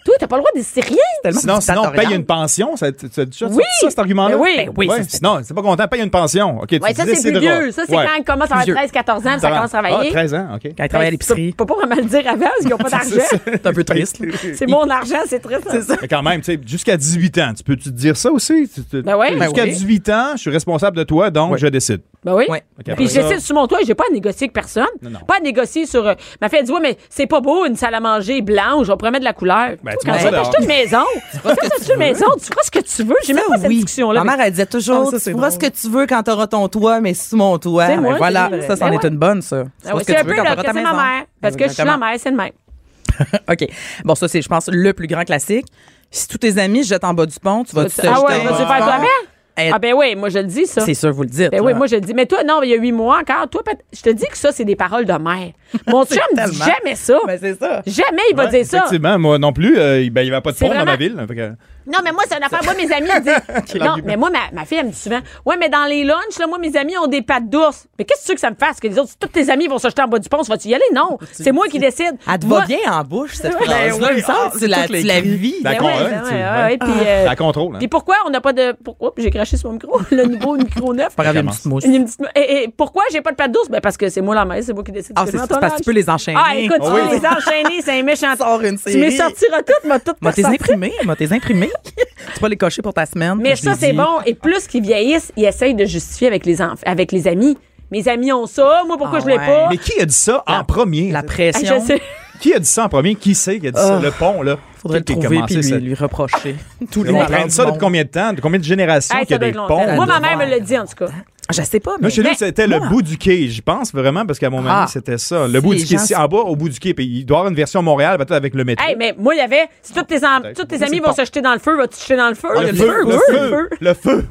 Speaker 3: Toi, t'as pas le droit de décider rien.
Speaker 8: tellement
Speaker 5: Sinon, sinon
Speaker 8: dictatorial.
Speaker 5: paye une pension. Ça, tu, tu as déjà
Speaker 3: Oui.
Speaker 5: sorti ça, cet argument-là?
Speaker 3: Ben oui. Ben oui,
Speaker 5: Ouais.
Speaker 3: ça,
Speaker 5: Sinon, c'est pas content, paye une pension. OK, tu
Speaker 3: Ouais, ça, c'est plus
Speaker 5: décideras.
Speaker 3: vieux. Ça, c'est
Speaker 5: Ouais.
Speaker 3: quand elle commence à
Speaker 8: Plus vieux.
Speaker 3: avoir 13, 14 ans, puis ça commence à travailler.
Speaker 5: Ah, 13 ans, OK.
Speaker 8: Quand elle travaille à l'épicerie.
Speaker 3: Tu peux pas vraiment le dire avant, parce qu'ils n'ont pas d'argent.
Speaker 8: [laughs] C'est un peu triste. là.
Speaker 3: C'est
Speaker 8: [laughs]
Speaker 3: mon argent, c'est triste. C'est ça.
Speaker 5: Mais quand même, tu sais, jusqu'à 18 ans, tu peux-tu te dire ça aussi? Tu- tu-
Speaker 3: Ben ouais.
Speaker 5: tu-
Speaker 3: Ben
Speaker 5: Jusqu'à
Speaker 8: oui.
Speaker 5: 18 ans, je suis responsable de toi, donc je décide.
Speaker 3: Ben oui.
Speaker 4: Ouais.
Speaker 5: Ok, après
Speaker 3: Puis
Speaker 5: ça-
Speaker 3: je décide sur mon toit, j'ai pas à négocier avec personne.
Speaker 5: non.
Speaker 3: Pas à négocier sur. euh, ma fille elle dit Ouais, mais c'est pas beau, une salle à manger blanche, on pourrait mettre de la couleur.
Speaker 5: Ben,
Speaker 3: Toi,
Speaker 5: tu
Speaker 3: quand
Speaker 5: manges
Speaker 3: tu
Speaker 5: ça
Speaker 3: vas
Speaker 5: dehors.
Speaker 3: t'acheter une
Speaker 5: [laughs]
Speaker 3: maison, quand tu vas t'acheter une maison, tu feras ce que tu veux. J'ai même
Speaker 4: Ça,
Speaker 3: pas cette
Speaker 4: oui.
Speaker 3: discussion-là.
Speaker 4: Ma mère, elle disait toujours,
Speaker 8: Ah, ça,
Speaker 4: tu
Speaker 8: c'est
Speaker 4: feras ce
Speaker 8: drôle.
Speaker 4: que tu veux quand t'auras ton toit, mais sous mon toit.
Speaker 3: C'est moi.
Speaker 4: Ouais.
Speaker 3: Ouais,
Speaker 8: Voilà,
Speaker 3: c'est vrai.
Speaker 8: ça, c'en
Speaker 3: Ben
Speaker 8: est
Speaker 3: ouais.
Speaker 8: une bonne,
Speaker 3: Ah
Speaker 8: ça. Tu feras
Speaker 3: ouais,
Speaker 8: ce
Speaker 3: c'est
Speaker 8: que
Speaker 3: un
Speaker 8: tu veux
Speaker 3: peu
Speaker 8: quand
Speaker 3: là,
Speaker 8: t'auras
Speaker 3: que
Speaker 8: ta
Speaker 3: c'est ma
Speaker 8: maison.
Speaker 5: Ben
Speaker 3: mère. Parce que je suis la
Speaker 8: Exactement.
Speaker 3: mère, c'est le même.
Speaker 8: OK. Bon, ça, c'est, je pense, le plus grand classique. Si tous tes amis se jettent en bas du pont, tu vas te
Speaker 3: Ah ouais,
Speaker 8: jeter en
Speaker 3: vas-tu
Speaker 8: bas
Speaker 3: faire
Speaker 8: du
Speaker 3: toi
Speaker 8: pont? Eh,
Speaker 3: Ah ben oui, moi je le dis ça.
Speaker 8: C'est sûr, vous le dites.
Speaker 3: Ben oui,
Speaker 8: là.
Speaker 3: moi je le dis. Mais toi, non, il y a huit mois encore, toi, peut- je te dis que ça, c'est des paroles de mère.
Speaker 8: [laughs]
Speaker 3: Mon chum dit
Speaker 8: tellement-
Speaker 3: jamais
Speaker 8: [laughs]
Speaker 3: ça.
Speaker 8: Ben, c'est ça.
Speaker 3: Jamais il va
Speaker 5: Ouais,
Speaker 3: dire ça.
Speaker 5: Effectivement, moi non plus, euh, ben, il n'y avait pas de
Speaker 3: C'est
Speaker 5: pont dans ma
Speaker 3: vraiment-
Speaker 5: ville. fait que-
Speaker 3: Non, mais moi, c'est une affaire. Moi, mes amis, ils disent. non, mais moi, ma, ma fille, elle me dit souvent Ouais, mais dans les lunchs, là, moi, mes amis ont des pâtes d'ours. Mais qu'est-ce que tu veux que ça me fasse? Que les autres, si tous tes amis vont se jeter en bas du pont, vas-tu y aller? Non. C'est moi qui décide.
Speaker 4: Elle te
Speaker 3: Moi-
Speaker 4: va bien en bouche,
Speaker 3: Ben
Speaker 4: cette phrase-là.
Speaker 8: oui,
Speaker 4: il me semble
Speaker 8: ah,
Speaker 4: que tu la,
Speaker 8: toutes les
Speaker 4: tu la
Speaker 8: cris.
Speaker 4: vis.
Speaker 5: Ben,
Speaker 3: Ben
Speaker 5: con-
Speaker 3: ouais,
Speaker 5: hein,
Speaker 3: ben
Speaker 5: tu-
Speaker 3: ouais,
Speaker 5: ouais.
Speaker 3: ouais, puis, euh,
Speaker 5: La contrôle. hein.
Speaker 3: puis pourquoi on n'a pas de. Pourquoi? J'ai craché sur mon micro, [laughs] le nouveau micro neuf.
Speaker 8: Pas grave, il y a une petite mousse.
Speaker 3: Une petite- et, et pourquoi j'ai pas de pâtes d'ours? Ben parce que c'est moi la mère, c'est moi qui décide.
Speaker 8: Ah,
Speaker 3: que
Speaker 8: c'est
Speaker 3: je mets
Speaker 8: c'est
Speaker 3: en
Speaker 8: parce que tu peux
Speaker 3: âge.
Speaker 8: les enchaîner.
Speaker 3: Ah, écoute, tu
Speaker 5: oui.
Speaker 3: peux les enchaîner, c'est un
Speaker 8: [laughs]
Speaker 3: méchant.
Speaker 8: Sors une
Speaker 3: Tu me
Speaker 8: série.
Speaker 3: sortiras toutes, m'a toutes
Speaker 8: Moi, tes
Speaker 3: ressorti.
Speaker 8: imprimés. Moi, tes imprimés. tu vas les cocher pour ta semaine.
Speaker 3: Mais
Speaker 8: je l'ai
Speaker 3: ça, c'est
Speaker 8: dit.
Speaker 3: bon. Et plus qu'ils vieillissent, ils essayent de justifier avec les, enf- avec les amis. Mes amis ont ça. Moi, pourquoi
Speaker 8: Ah
Speaker 3: je l'ai
Speaker 8: ouais.
Speaker 3: pas?
Speaker 5: Mais qui a dit ça en premier?
Speaker 8: La
Speaker 3: Ah,
Speaker 8: pression.
Speaker 3: je sais.
Speaker 5: Qui a dit ça en premier? Qui c'est qui a dit ça? Le pont, là.
Speaker 8: Faudrait le
Speaker 5: Qui a
Speaker 8: trouver
Speaker 5: commencé
Speaker 8: puis lui,
Speaker 5: cette-
Speaker 8: lui reprocher. [laughs] Tous
Speaker 5: On
Speaker 8: malheurs
Speaker 5: traîne ça
Speaker 8: du
Speaker 5: depuis
Speaker 8: monde.
Speaker 5: combien de temps? De combien de générations
Speaker 3: Hey,
Speaker 5: qu'il y a
Speaker 3: ça doit
Speaker 5: des
Speaker 3: être longtemps.
Speaker 5: ponts?
Speaker 3: Moi, ma
Speaker 8: doit
Speaker 3: mère me
Speaker 8: faire.
Speaker 3: l'a dit, en tout cas.
Speaker 8: Je sais pas, mais.
Speaker 5: Moi, chez nous,
Speaker 3: Mais-
Speaker 5: c'était le bout du quai, j'y pense vraiment, parce qu'à mon
Speaker 8: Ah.
Speaker 5: avis, c'était ça. Le
Speaker 4: Si
Speaker 5: bout du
Speaker 4: les
Speaker 5: quai,
Speaker 4: gens
Speaker 5: ici,
Speaker 4: sont-
Speaker 5: en bas, au bout du quai. Puis il doit y avoir une version Montréal, peut-être avec le métro.
Speaker 3: Hey, mais moi, il y avait. Si tous tes, am-
Speaker 5: Peut-être.
Speaker 3: tous tes
Speaker 5: Moi,
Speaker 3: amis
Speaker 5: c'est
Speaker 3: vont
Speaker 5: pas-
Speaker 3: se jeter dans le feu, vas-tu te jeter dans le feu?
Speaker 5: Ah, le,
Speaker 3: oui,
Speaker 5: feu, le feu, [laughs]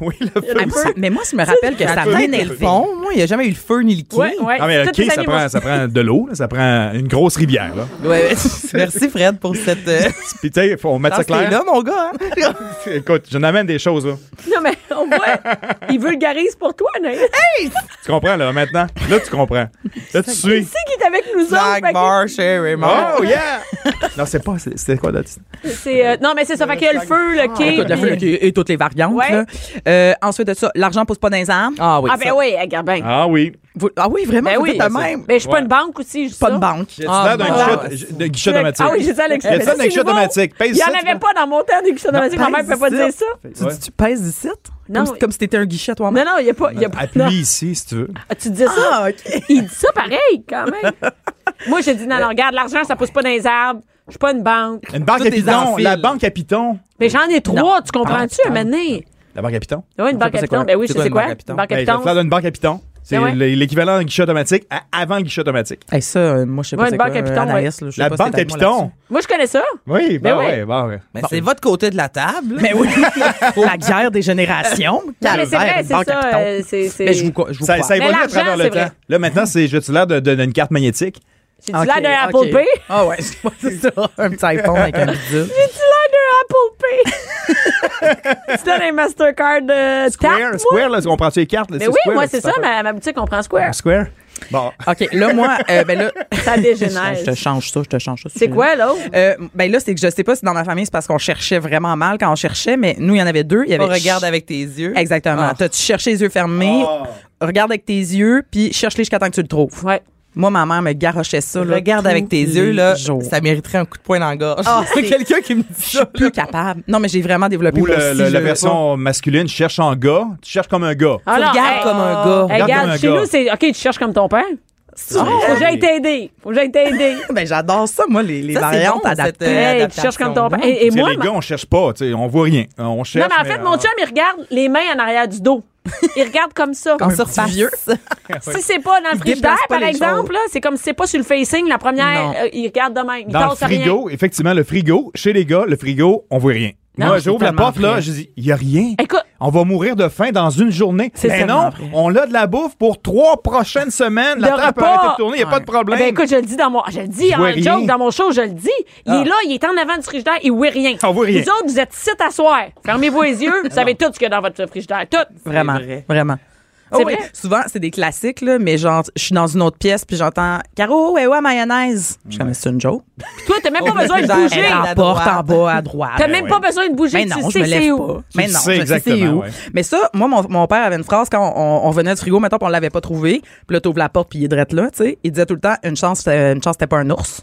Speaker 5: oui, le feu.
Speaker 8: Ah, mais ça- Mais moi, je me rappelle que ça
Speaker 4: Ça mène
Speaker 8: m'énerve.
Speaker 4: le fond. Moi, il n'y a jamais eu le feu ni le quai.
Speaker 3: Ouais, ouais.
Speaker 5: Ah, mais le
Speaker 3: Tous tes
Speaker 5: quai, ça
Speaker 3: amis vont-
Speaker 5: prend, ça prend de l'eau, là, ça prend une grosse rivière. Là.
Speaker 8: [laughs]
Speaker 4: Ouais. Merci, Fred, pour cette. Euh,
Speaker 5: Puis, tu sais, faut- on met ça
Speaker 4: parce que t'es
Speaker 5: clair.
Speaker 4: là, mon gars. hein.
Speaker 5: [laughs] Écoute, j'en amène des choses, là.
Speaker 3: [laughs] Non, mais on voit.
Speaker 5: [laughs]
Speaker 3: Il vulgarise pour toi, Naïs.
Speaker 5: Hein? Tu comprends, là, maintenant? Là, tu comprends. Là,
Speaker 3: Il
Speaker 5: tu suis.
Speaker 3: sait qu'il est avec nous autres. fait
Speaker 4: Jack
Speaker 3: que-
Speaker 4: Bar, Sherry Moore.
Speaker 5: Oh, yeah! [laughs] non, c'est pas. c'est- C'était quoi, là?
Speaker 3: c'est, euh, non, mais c'est ça. Fait qu'il y a le feu, le quai.
Speaker 5: Ah,
Speaker 8: Écoute, le
Speaker 3: puis-
Speaker 8: feu, le- et toutes les variantes.
Speaker 3: Ouais.
Speaker 8: là. Euh, ensuite de ça, l'argent pousse pas dans les arbres.
Speaker 4: Ah oui.
Speaker 3: Ah, ben
Speaker 4: ça.
Speaker 3: oui, regarde bien.
Speaker 5: Ah, oui.
Speaker 8: Vous- Ah oui, vraiment,
Speaker 3: Ben
Speaker 8: vous
Speaker 3: oui.
Speaker 8: faites de même.
Speaker 3: Ben, je suis pas
Speaker 5: Ouais.
Speaker 3: une banque aussi. je dis
Speaker 8: Pas
Speaker 3: ça.
Speaker 8: de banque.
Speaker 5: J'ai-tu
Speaker 4: Ah,
Speaker 5: l'air d'un
Speaker 4: bon.
Speaker 5: guichet- de guichet automatique?
Speaker 3: Ah oui, j'ai ça à
Speaker 5: Y a-t-il
Speaker 3: l'extérieur.
Speaker 5: un guichet automatique? Pèse
Speaker 3: Il n'y
Speaker 5: ça,
Speaker 3: en
Speaker 5: tu
Speaker 3: avait pas dans mon temps des guichets automatiques. Ma mère ne peut pas
Speaker 8: pèse
Speaker 3: dire ça.
Speaker 8: Tu,
Speaker 5: Ouais.
Speaker 8: tu pèses ici?
Speaker 3: Non,
Speaker 8: Comme,
Speaker 3: oui.
Speaker 8: si- comme si t'étais un guichet toi-même.
Speaker 3: Non, non, il n'y a pas. il Y a pas
Speaker 5: Euh, Appuie
Speaker 3: non.
Speaker 5: ici, si tu veux.
Speaker 3: Ah, tu dis ça?
Speaker 8: Ah, OK.
Speaker 3: Il dit ça pareil, quand même. Moi, j'ai dit, non, non, regarde, l'argent, ça pousse pas dans les arbres. Je suis pas une banque.
Speaker 5: Une banque à
Speaker 4: Tout est en
Speaker 5: piton.
Speaker 4: fil.
Speaker 5: La banque à piton.
Speaker 3: Mais j'en ai trois, tu comprends-tu, à un moment donné?
Speaker 5: La banque à piton?
Speaker 3: Oui, une banque
Speaker 4: pas c'est
Speaker 3: capitale.
Speaker 4: quoi.
Speaker 3: Ben oui, je sais
Speaker 4: C'est quoi
Speaker 3: c'est
Speaker 4: une
Speaker 3: quoi.
Speaker 4: banque à
Speaker 3: Une
Speaker 4: piton?
Speaker 3: banque
Speaker 5: Ben,
Speaker 3: capitale.
Speaker 5: je vais faire une banque à piton. C'est
Speaker 3: Ah ouais?
Speaker 5: l- l'équivalent d'un guichet automatique à- avant le guichet automatique.
Speaker 8: Hey, ça, euh, moi, je sais pas
Speaker 3: Ouais,
Speaker 8: c'est
Speaker 3: une banque
Speaker 8: quoi,
Speaker 3: à piton,
Speaker 8: euh, Anaïs,
Speaker 3: ouais.
Speaker 8: là, je sais
Speaker 5: La
Speaker 8: pas si
Speaker 5: banque
Speaker 8: t'es
Speaker 5: à
Speaker 8: avec moi là-dessus.
Speaker 5: piton.
Speaker 3: Moi, je connais ça.
Speaker 5: Oui, ben
Speaker 3: Ben
Speaker 5: ouais,
Speaker 3: ouais.
Speaker 5: ben ouais.
Speaker 4: Mais
Speaker 5: Bon.
Speaker 4: c'est votre côté de la table.
Speaker 8: Mais oui, [laughs] la guerre des générations.
Speaker 3: Non, mais c'est
Speaker 8: Calvaire,
Speaker 3: vrai,
Speaker 8: une
Speaker 3: c'est
Speaker 8: banque à
Speaker 3: ça.
Speaker 8: piton.
Speaker 3: euh, c'est- c'est-
Speaker 4: Ben,
Speaker 8: Mais je vous, co- je vous
Speaker 5: Ça,
Speaker 8: crois.
Speaker 5: ça évolue à
Speaker 3: l'argent,
Speaker 5: travers le
Speaker 3: c'est
Speaker 5: temps.
Speaker 3: vrai.
Speaker 5: Là, maintenant, c'est j'ai-tu l'air de- de- d'une carte magnétique?
Speaker 3: J'ai du l'air d'un Apple Pay. [laughs]
Speaker 8: Ah ouais, [laughs] c'est ça. Un petit iPhone avec un bidule.
Speaker 3: J'ai du l'air d'un Apple Pay. [laughs] Tu donnes un Mastercard euh, tap,
Speaker 5: Square,
Speaker 3: moi?
Speaker 5: Square, là, on prend-tu les cartes? là,
Speaker 3: Mais oui,
Speaker 5: Square,
Speaker 3: moi,
Speaker 5: là,
Speaker 3: c'est
Speaker 5: cette
Speaker 3: ça.
Speaker 5: affaire?
Speaker 3: Ma ma boutique, on prend Square.
Speaker 5: Square? Bon.
Speaker 8: OK, là, moi, euh, ben [laughs] là.
Speaker 3: Ça dégénère.
Speaker 8: je te change ça, je te change ça.
Speaker 9: Hein?
Speaker 3: C'est quoi, là?
Speaker 8: Euh, ben là, c'est que je sais pas si dans ma famille, c'est parce qu'on cherchait vraiment mal quand on cherchait, mais nous, il y en avait deux. Il y avait
Speaker 4: On regarde avec tes yeux.
Speaker 8: Exactement.
Speaker 4: Ah.
Speaker 8: T'as-tu cherché les yeux fermés, regarde avec tes yeux, puis cherche-les jusqu'à temps que tu le trouves.
Speaker 3: Ouais.
Speaker 8: Moi, ma mère me garochait ça. Là,
Speaker 4: Regarde
Speaker 8: tous
Speaker 4: avec tes yeux,
Speaker 8: les
Speaker 4: là.
Speaker 8: jours.
Speaker 4: Ça mériterait un coup de poing dans la gorge.
Speaker 8: Ah,
Speaker 4: [laughs] c'est
Speaker 8: c'est-
Speaker 4: quelqu'un qui me dit
Speaker 8: Je suis
Speaker 4: ça.
Speaker 8: plus capable. Non, mais j'ai vraiment développé
Speaker 5: Ou
Speaker 8: moi
Speaker 5: le-
Speaker 8: aussi,
Speaker 5: le-
Speaker 8: je-
Speaker 5: la version masculine, je cherche en gars. Tu cherches comme un gars.
Speaker 3: Ah non,
Speaker 4: regardes
Speaker 3: hey,
Speaker 4: comme un gars.
Speaker 3: hey,
Speaker 5: Regarde comme
Speaker 3: regarde,
Speaker 5: un
Speaker 3: chez
Speaker 5: gars.
Speaker 3: nous, c'est OK, tu cherches comme ton père. Faut que j'aille t'aider. Faut que j'aille t'aider.
Speaker 4: Ben, j'adore ça, moi, les, les
Speaker 9: Ça, [laughs] c'est
Speaker 4: variantes
Speaker 9: bon, cette,
Speaker 4: adaptées.
Speaker 9: euh,
Speaker 3: Hey, tu
Speaker 9: adaptation,
Speaker 3: cherches comme ton
Speaker 9: là.
Speaker 3: père. Et, et
Speaker 5: Tu sais,
Speaker 3: moi,
Speaker 5: les
Speaker 3: ma-
Speaker 5: gars, on cherche pas, tu sais, on voit rien. On cherche.
Speaker 3: non, mais en fait, mon chum, il regarde les mains en arrière du dos. Il regarde comme ça.
Speaker 9: En surface.
Speaker 4: vieux.
Speaker 3: Si [laughs] c'est pas dans le frigidaire,
Speaker 9: déplace pas
Speaker 3: par
Speaker 9: les
Speaker 3: exemple,
Speaker 9: choses.
Speaker 3: là, c'est comme si c'est pas sur le facing, la
Speaker 9: Non.
Speaker 3: première, euh, il regarde de même. Il
Speaker 5: Dans le
Speaker 3: pense à rien.
Speaker 5: frigo, effectivement, le frigo, chez les gars, le frigo, on voit rien.
Speaker 3: Non,
Speaker 5: Moi,
Speaker 3: c'est
Speaker 5: j'ouvre la
Speaker 9: tellement
Speaker 5: porte, là,
Speaker 9: vrai.
Speaker 5: je dis, il n'y a rien.
Speaker 3: Écoute,
Speaker 5: On va mourir de faim dans une journée.
Speaker 3: C'est
Speaker 5: Mais
Speaker 3: tellement
Speaker 5: non,
Speaker 3: vrai.
Speaker 5: on a de la bouffe pour trois prochaines semaines. La
Speaker 3: De
Speaker 5: table peut
Speaker 3: repas.
Speaker 5: arrêter de tourner, il n'y a pas de problème.
Speaker 3: ben écoute, je le dis dans mon, je le dis
Speaker 5: Je
Speaker 3: en
Speaker 5: vois rien.
Speaker 3: joke dans mon show, je le dis. Il
Speaker 4: Ah.
Speaker 3: est là, il est en avant du frigidaire, il voit rien.
Speaker 5: On voit rien.
Speaker 3: Vous autres, vous êtes ici à soir. Fermez-vous les yeux,
Speaker 4: [laughs]
Speaker 3: vous savez tout ce qu'il y a dans votre frigidaire, tout.
Speaker 4: Vraiment,
Speaker 9: vrai.
Speaker 4: vraiment.
Speaker 3: C'est
Speaker 4: Oh oui,
Speaker 3: vrai?
Speaker 4: Souvent, c'est des classiques, là, mais genre, je suis dans une autre pièce, puis j'entends Caro, ouais, ouais, mayonnaise. Je suis comme, c'est une joke.
Speaker 3: Puis toi, t'as même pas
Speaker 9: Au
Speaker 3: besoin de
Speaker 9: frigidaire,
Speaker 4: Elle
Speaker 3: bouger.
Speaker 4: est en
Speaker 9: à
Speaker 4: porte en
Speaker 9: droite.
Speaker 4: bas à droite.
Speaker 3: T'as même pas besoin de bouger.
Speaker 4: Mais
Speaker 3: tu
Speaker 4: non,
Speaker 3: sais
Speaker 4: je me
Speaker 3: c'est
Speaker 4: lève
Speaker 3: où.
Speaker 4: pas. Mais
Speaker 5: le
Speaker 4: non,
Speaker 5: sais
Speaker 4: je sais c'est
Speaker 5: exactement,
Speaker 4: où.
Speaker 5: ouais.
Speaker 4: Mais ça, moi, mon, mon père avait une phrase quand on, on venait du frigo, mettons, puis on l'avait pas trouvé. Puis là, t'ouvres la porte, puis il est drette là, tu sais. Il disait tout le temps, une chance, euh, une chance, c'était pas un ours.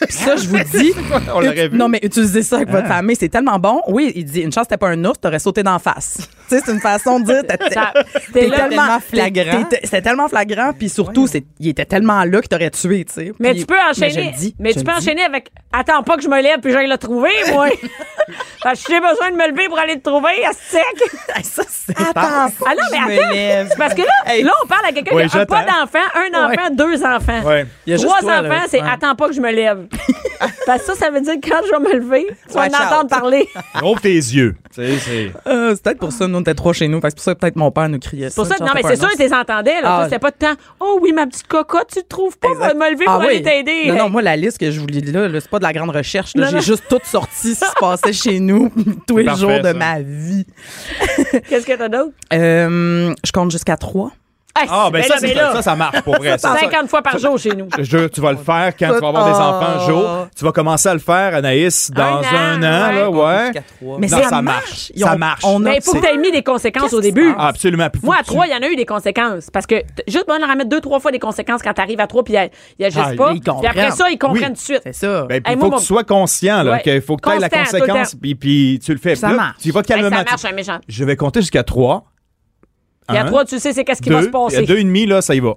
Speaker 4: Puis ça, je vous dis.
Speaker 5: [laughs] on l'aurait
Speaker 4: ut-
Speaker 5: vu. Ah.
Speaker 4: Non, mais utilisez ça avec votre famille, c'est tellement bon. Oui, il dit, une chance, t'es pas un ours, t'aurais sauté d'en face. [laughs] tu sais, c'est une façon de dire, t'es- t'es-
Speaker 3: Ça-
Speaker 4: t'es
Speaker 3: t'es là-
Speaker 4: tellement
Speaker 9: tellement flagrant.
Speaker 4: t'es- t'es- C'était tellement flagrant, puis surtout, c'est- il était tellement là qu'il t'aurait tué, tu sais.
Speaker 3: Mais
Speaker 4: Puis-
Speaker 3: tu peux enchaîner.
Speaker 4: Mais je le dis,
Speaker 3: mais
Speaker 4: je
Speaker 3: tu
Speaker 4: le
Speaker 3: peux
Speaker 4: dis.
Speaker 3: enchaîner avec Attends pas que je me lève puis j'aille le trouver, moi. Parce que j'ai besoin de me lever pour aller le trouver à sec.
Speaker 4: [laughs] Hey, ça, c'est-
Speaker 9: Attends,
Speaker 3: Ah non, mais
Speaker 9: je me
Speaker 3: attends.
Speaker 9: lève.
Speaker 3: C'est parce que là,
Speaker 9: Hey.
Speaker 3: là, on parle à quelqu'un
Speaker 5: Ouais,
Speaker 3: qui a pas
Speaker 5: j'attends.
Speaker 3: d'enfant, un enfant, deux enfants.
Speaker 5: Ouais.
Speaker 4: Il y a juste
Speaker 3: Trois
Speaker 4: toi, là.
Speaker 3: enfants, c'est
Speaker 4: Ouais.
Speaker 3: attends pas que je me lève. Parce que ça, ça veut dire que quand je vais me lever, tu vas
Speaker 9: Watch
Speaker 3: en entendre
Speaker 9: out.
Speaker 3: parler.
Speaker 5: Ouvre tes yeux. Tu sais, c'est-
Speaker 4: Euh, c'est peut-être pour ça, nous, on était trois chez nous. Fait que C'est pour ça que peut-être mon père nous criait
Speaker 3: Pour ça,
Speaker 4: genre,
Speaker 3: non, mais
Speaker 4: t'as
Speaker 3: c'est
Speaker 4: pas un
Speaker 3: sûr,
Speaker 4: os.
Speaker 3: tu les entendais. Là,
Speaker 4: Ah,
Speaker 3: Toi, c'était pas de temps. Oh oui, ma petite coca, tu te trouves pas, va me lever
Speaker 4: Ah
Speaker 3: pour aller
Speaker 4: oui.
Speaker 3: t'aider.
Speaker 4: Non, non,
Speaker 3: Hey.
Speaker 4: moi, la liste que je vous lis là, là, c'est pas de la grande recherche. là.
Speaker 3: Non, non.
Speaker 4: J'ai juste tout sorti
Speaker 3: [laughs]
Speaker 4: ce qui se passait chez nous [laughs] tous
Speaker 5: C'est
Speaker 4: les
Speaker 5: parfait,
Speaker 4: jours de
Speaker 5: ça.
Speaker 4: ma vie.
Speaker 3: [laughs] Qu'est-ce que t'as d'autre?
Speaker 4: Euh, je compte jusqu'à trois.
Speaker 5: Ah, ben,
Speaker 3: ben
Speaker 5: ça,
Speaker 3: là,
Speaker 5: c'est-
Speaker 3: ben là.
Speaker 5: ça, ça marche pour vrai. Ça, ça-
Speaker 3: 50 fois par jour chez nous.
Speaker 5: Je te jure, tu vas le faire quand tu vas avoir des
Speaker 9: Ah.
Speaker 5: enfants, Jo. Tu vas commencer à le faire, Anaïs, dans
Speaker 3: Un
Speaker 5: un,
Speaker 3: an,
Speaker 5: an, là, ouais.
Speaker 9: Jusqu'à trois.
Speaker 4: Mais
Speaker 5: Non,
Speaker 4: ça,
Speaker 5: ça
Speaker 4: marche.
Speaker 5: marche.
Speaker 4: Ils ont-
Speaker 5: Ça marche.
Speaker 4: On a,
Speaker 3: Mais il faut que
Speaker 4: c'est-
Speaker 3: tu aies mis des conséquences au début.
Speaker 5: Ah, absolument. Puis faut
Speaker 3: Moi, à
Speaker 5: que tu-
Speaker 3: trois, il y en a eu des conséquences. Parce que t- juste bon, on en mettre deux, trois fois des conséquences quand t'arrives à trois, puis ils ils agissent
Speaker 5: Ah,
Speaker 3: pas.
Speaker 4: ils
Speaker 3: Puis après
Speaker 4: comprennent.
Speaker 3: ça, ils comprennent
Speaker 5: Oui.
Speaker 3: tout de suite.
Speaker 4: C'est ça.
Speaker 5: Ben, [laughs] puis
Speaker 3: Hey,
Speaker 5: il
Speaker 3: moi,
Speaker 5: faut
Speaker 3: mon-
Speaker 5: que tu sois conscient, là,
Speaker 3: Ouais.
Speaker 5: qu'il faut que tu aies la
Speaker 3: Constant, tout le
Speaker 5: conséquence,
Speaker 3: temps.
Speaker 5: puis, puis tu le fais.
Speaker 4: Ça
Speaker 5: Puis là,
Speaker 4: marche.
Speaker 5: Tu vas
Speaker 3: Hey,
Speaker 5: calmement.
Speaker 3: ça
Speaker 5: Tu-
Speaker 3: marche, un méchant.
Speaker 5: Je vais compter jusqu'à 3.
Speaker 3: Puis à trois, tu sais, c'est qu'est-ce qui va se passer.
Speaker 5: deux et demi, là, ça y va.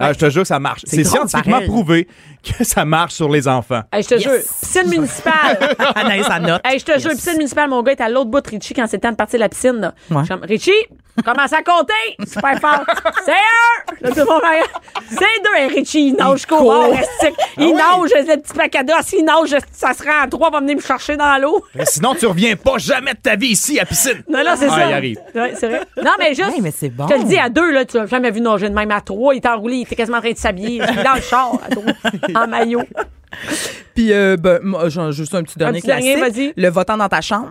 Speaker 5: Ah, je te jure que ça marche. C'est
Speaker 4: drôle,
Speaker 5: scientifiquement
Speaker 4: pareil.
Speaker 5: prouvé que ça marche sur les enfants.
Speaker 3: Hey, je te
Speaker 4: Yes.
Speaker 3: jure, piscine municipale.
Speaker 4: Anaïs, ça note.
Speaker 3: hey, je te jure, piscine municipale, mon gars est à l'autre bout de Richie quand c'est le temps de partir de la piscine. Là.
Speaker 4: Ouais.
Speaker 3: Je suis comme, Richie, commence à compter. Super fort. C'est un. Là, tout le monde regarde. C'est deux. Hey, Richie, il nage qu'au
Speaker 4: court.
Speaker 3: bord, restique. Il nage, le petit pack à dos. S'il nage, ça se rend à trois, va venir me chercher dans l'eau.
Speaker 5: Mais Sinon, tu reviens pas jamais de ta vie ici à piscine.
Speaker 3: Non, non, c'est
Speaker 5: Ah,
Speaker 3: ça.
Speaker 5: il arrive.
Speaker 3: Ouais, c'est vrai. Non, mais juste.
Speaker 9: Hey, mais c'est bon.
Speaker 3: Je te le dis, à deux, là, tu l'as jamais vu nager de même. À trois, il était enroulé, il était quasiment en train de s'habiller. Il est dans le char, à trois, en maillot.
Speaker 4: Puis, euh, ben, moi, j'en- juste un petit dernier
Speaker 3: petit dernier,
Speaker 4: classique.
Speaker 3: vas-y.
Speaker 4: Le votant dans ta chambre.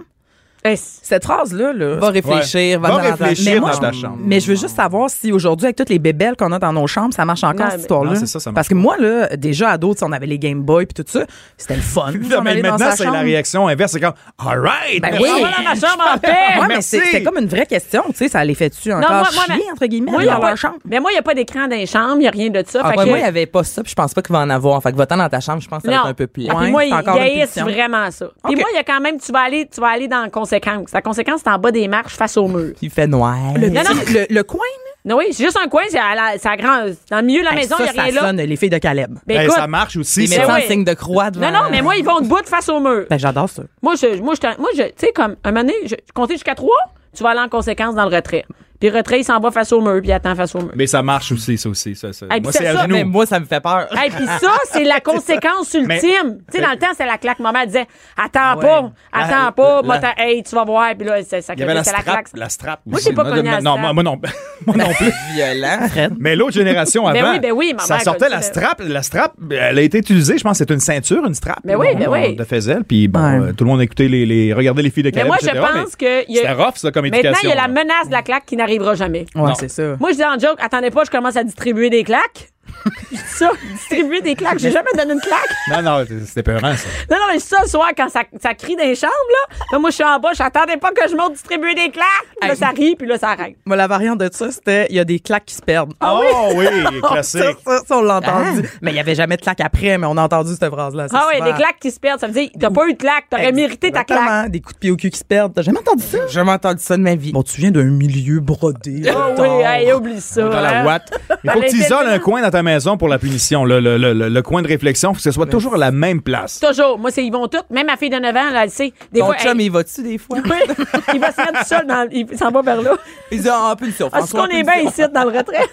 Speaker 3: Eh, c'est-
Speaker 4: Cette phrase-là, là,
Speaker 9: Va réfléchir,
Speaker 5: Ouais.
Speaker 9: va,
Speaker 5: Va
Speaker 9: dans-
Speaker 5: réfléchir.
Speaker 4: mais
Speaker 5: Chier
Speaker 4: moi,
Speaker 5: dans
Speaker 4: je-
Speaker 5: ta chambre.
Speaker 4: Mais je veux juste savoir si aujourd'hui, avec toutes les bébelles qu'on a dans nos chambres, ça marche encore
Speaker 3: Non,
Speaker 4: cette
Speaker 3: mais-
Speaker 4: histoire-là.
Speaker 5: Non, Ah, c'est ça, ça marche
Speaker 4: Parce que moi, là, déjà ado, tu sais, on avait les Game Boy puis tout ça, c'était
Speaker 5: [laughs]
Speaker 4: le fun.
Speaker 5: Non,
Speaker 4: On
Speaker 5: mais
Speaker 4: allait dans
Speaker 5: maintenant,
Speaker 4: sa
Speaker 5: c'est la
Speaker 4: chambre.
Speaker 5: réaction inverse. C'est comme, all right.
Speaker 4: Ben
Speaker 5: merci.
Speaker 4: oui.
Speaker 3: On va dans ma chambre en paix.
Speaker 4: Ah, Ouais,
Speaker 9: Eh,
Speaker 4: mais
Speaker 5: Merci.
Speaker 4: c'est- c'était comme une vraie question, tu sais, ça les fait-tu encore chier,
Speaker 3: mais-
Speaker 4: entre guillemets,
Speaker 3: moi, il y a
Speaker 4: dans
Speaker 3: pas-
Speaker 4: leur chambre?
Speaker 3: Mais moi, il n'y a pas d'écran dans les chambres, il n'y a rien de ça.
Speaker 9: Ah,
Speaker 3: fait
Speaker 9: ouais,
Speaker 3: que-
Speaker 9: Moi, il n'y avait pas ça, puis je pense pas qu'il va en avoir. Fait que va-t'en dans ta chambre, je pense que ça va
Speaker 3: non.
Speaker 9: être un peu
Speaker 3: Ah,
Speaker 9: plat.
Speaker 3: puis
Speaker 4: Ouais,
Speaker 3: moi,
Speaker 4: c'est
Speaker 3: il
Speaker 4: encore une
Speaker 3: il haïssent
Speaker 4: punition.
Speaker 3: vraiment ça. Puis
Speaker 4: Ok.
Speaker 3: moi, il y a quand même, tu vas aller, tu vas aller dans la conséquence. La conséquence, c'est en bas des marches face au mur.
Speaker 9: Il fait noir.
Speaker 4: Le,
Speaker 3: Non, non.
Speaker 4: petit- le- le coin, là,
Speaker 3: Non, oui, c'est juste un coin, c'est à la- c'est à grand, dans le milieu de la
Speaker 4: hey,
Speaker 3: maison, il n'y
Speaker 4: ça,
Speaker 3: a rien
Speaker 4: ça
Speaker 3: là.
Speaker 4: sonne les filles de Caleb.
Speaker 3: Ben,
Speaker 5: Hey,
Speaker 3: écoute,
Speaker 5: ça marche aussi.
Speaker 9: Les
Speaker 5: ça.
Speaker 3: mais
Speaker 9: médecins en
Speaker 3: oui.
Speaker 9: signe de croix devant.
Speaker 3: non, non, mais moi, ils vont debout de face au mur.
Speaker 4: euh, Ben, j'adore ça.
Speaker 3: Moi, je, moi, je, t'en- moi, je, tu sais, comme, un moment donné, je, je comptais jusqu'à trois, tu vas aller en conséquence dans le retrait. Puis le retrait, il s'en va face au mur, puis il attend face au mur.
Speaker 5: Mais ça marche aussi, ça aussi. Ça, ça.
Speaker 3: Hey,
Speaker 5: Moi,
Speaker 3: puis
Speaker 5: c'est
Speaker 3: c'est
Speaker 5: à
Speaker 3: ça,
Speaker 5: genoux.
Speaker 9: Mais moi, ça me fait peur.
Speaker 3: Et puis ça, c'est la
Speaker 5: [laughs]
Speaker 3: conséquence ultime. Tu sais, dans le temps, c'est la claque. Maman elle disait, attends
Speaker 9: Ouais.
Speaker 3: pas, attends
Speaker 5: La-
Speaker 3: pas,
Speaker 5: la-
Speaker 3: moi, t'as- hey, tu vas voir. Puis là, c'est ça
Speaker 5: Il y avait la
Speaker 3: c'est la
Speaker 5: strap.
Speaker 3: claque.
Speaker 5: La strap.
Speaker 3: Moi,
Speaker 5: aussi.
Speaker 3: j'ai pas connu la
Speaker 5: Non,
Speaker 3: strap.
Speaker 5: moi moi non. Moi non plus. [laughs]
Speaker 9: Violent.
Speaker 5: Mais l'autre génération avant,
Speaker 3: [laughs] Ben oui, ben oui, ma
Speaker 5: ça
Speaker 3: mère
Speaker 5: sortait
Speaker 3: connaissait
Speaker 5: la
Speaker 3: ça.
Speaker 5: strap. La strap, elle a été utilisée, je pense, c'est une ceinture, une strap.
Speaker 3: Ben oui,
Speaker 5: on-
Speaker 3: ben
Speaker 5: on-
Speaker 3: oui.
Speaker 5: De Faisel, puis bon,
Speaker 4: Ouais.
Speaker 5: euh, tout le monde écoutait les, les, regardait les filles de
Speaker 3: Mais
Speaker 5: Caleb,
Speaker 3: moi, je
Speaker 5: etc.,
Speaker 3: pense
Speaker 5: mais
Speaker 3: que. il y a-
Speaker 5: C'était rough, ça, comme
Speaker 3: Maintenant, il y a la
Speaker 5: éducation, là.
Speaker 3: menace de la claque qui n'arrivera jamais.
Speaker 4: Ouais,
Speaker 5: Non.
Speaker 4: c'est ça.
Speaker 3: Moi, je dis en joke, attendez pas, je commence à distribuer des claques. Je dis ça, [laughs] distribuer des claques. J'ai jamais donné une claque.
Speaker 5: Non, non, c'était peurant, ça.
Speaker 3: Non, non, mais ça, le soir, quand ça, ça crie dans les chambres, là, là, moi, je suis en bas, j'attendais pas que je monte distribuer des claques. Là, ça rit, puis là, ça arrête.
Speaker 4: Moi, la variante de ça, c'était il y a des claques qui se perdent.
Speaker 3: Ah,
Speaker 9: Ah,
Speaker 5: oh
Speaker 3: [laughs]
Speaker 5: oui,
Speaker 4: Ça,
Speaker 5: classique.
Speaker 4: ça, ça, on l'a entendu. Mais il n'y avait jamais de claque après, mais on a entendu cette phrase-là. assez
Speaker 3: Ah ouais,
Speaker 4: souvent.
Speaker 3: des claques qui se perdent. Ça veut dire, t'as pas eu de claque, t'aurais mérité ta claque.
Speaker 4: Exactement, Des coups de pied au cul qui se perdent. T'as jamais entendu ça?
Speaker 9: J'ai jamais entendu ça de ma vie.
Speaker 4: Bon, tu viens d'un milieu brodé.
Speaker 3: Ah
Speaker 4: bâtard.
Speaker 3: oui, hey, oublie ça.
Speaker 5: Dans la
Speaker 8: oh,
Speaker 3: hein.
Speaker 5: ouate. Il faut
Speaker 3: Elle
Speaker 5: que tu
Speaker 3: était
Speaker 5: isoles un
Speaker 3: tellement-
Speaker 5: coin dans ta maison pour la punition. Le, le- le- le- le coin de réflexion, faut que ce soit toujours à la même place.
Speaker 3: Toujours. Moi, c'est ils vont toutes. Même ma fille de 9 ans, là, elle sait. Des
Speaker 4: Ton
Speaker 3: fois,
Speaker 4: chum,
Speaker 3: hey,
Speaker 4: il va-tu des fois?
Speaker 3: oui, [laughs] il va se mettre tout seul dans, il s'en va vers là.
Speaker 4: [laughs] Il dit, ah, punition,
Speaker 3: Est-ce
Speaker 4: François,
Speaker 3: qu'on est
Speaker 4: punition.
Speaker 3: bien ici dans le retrait?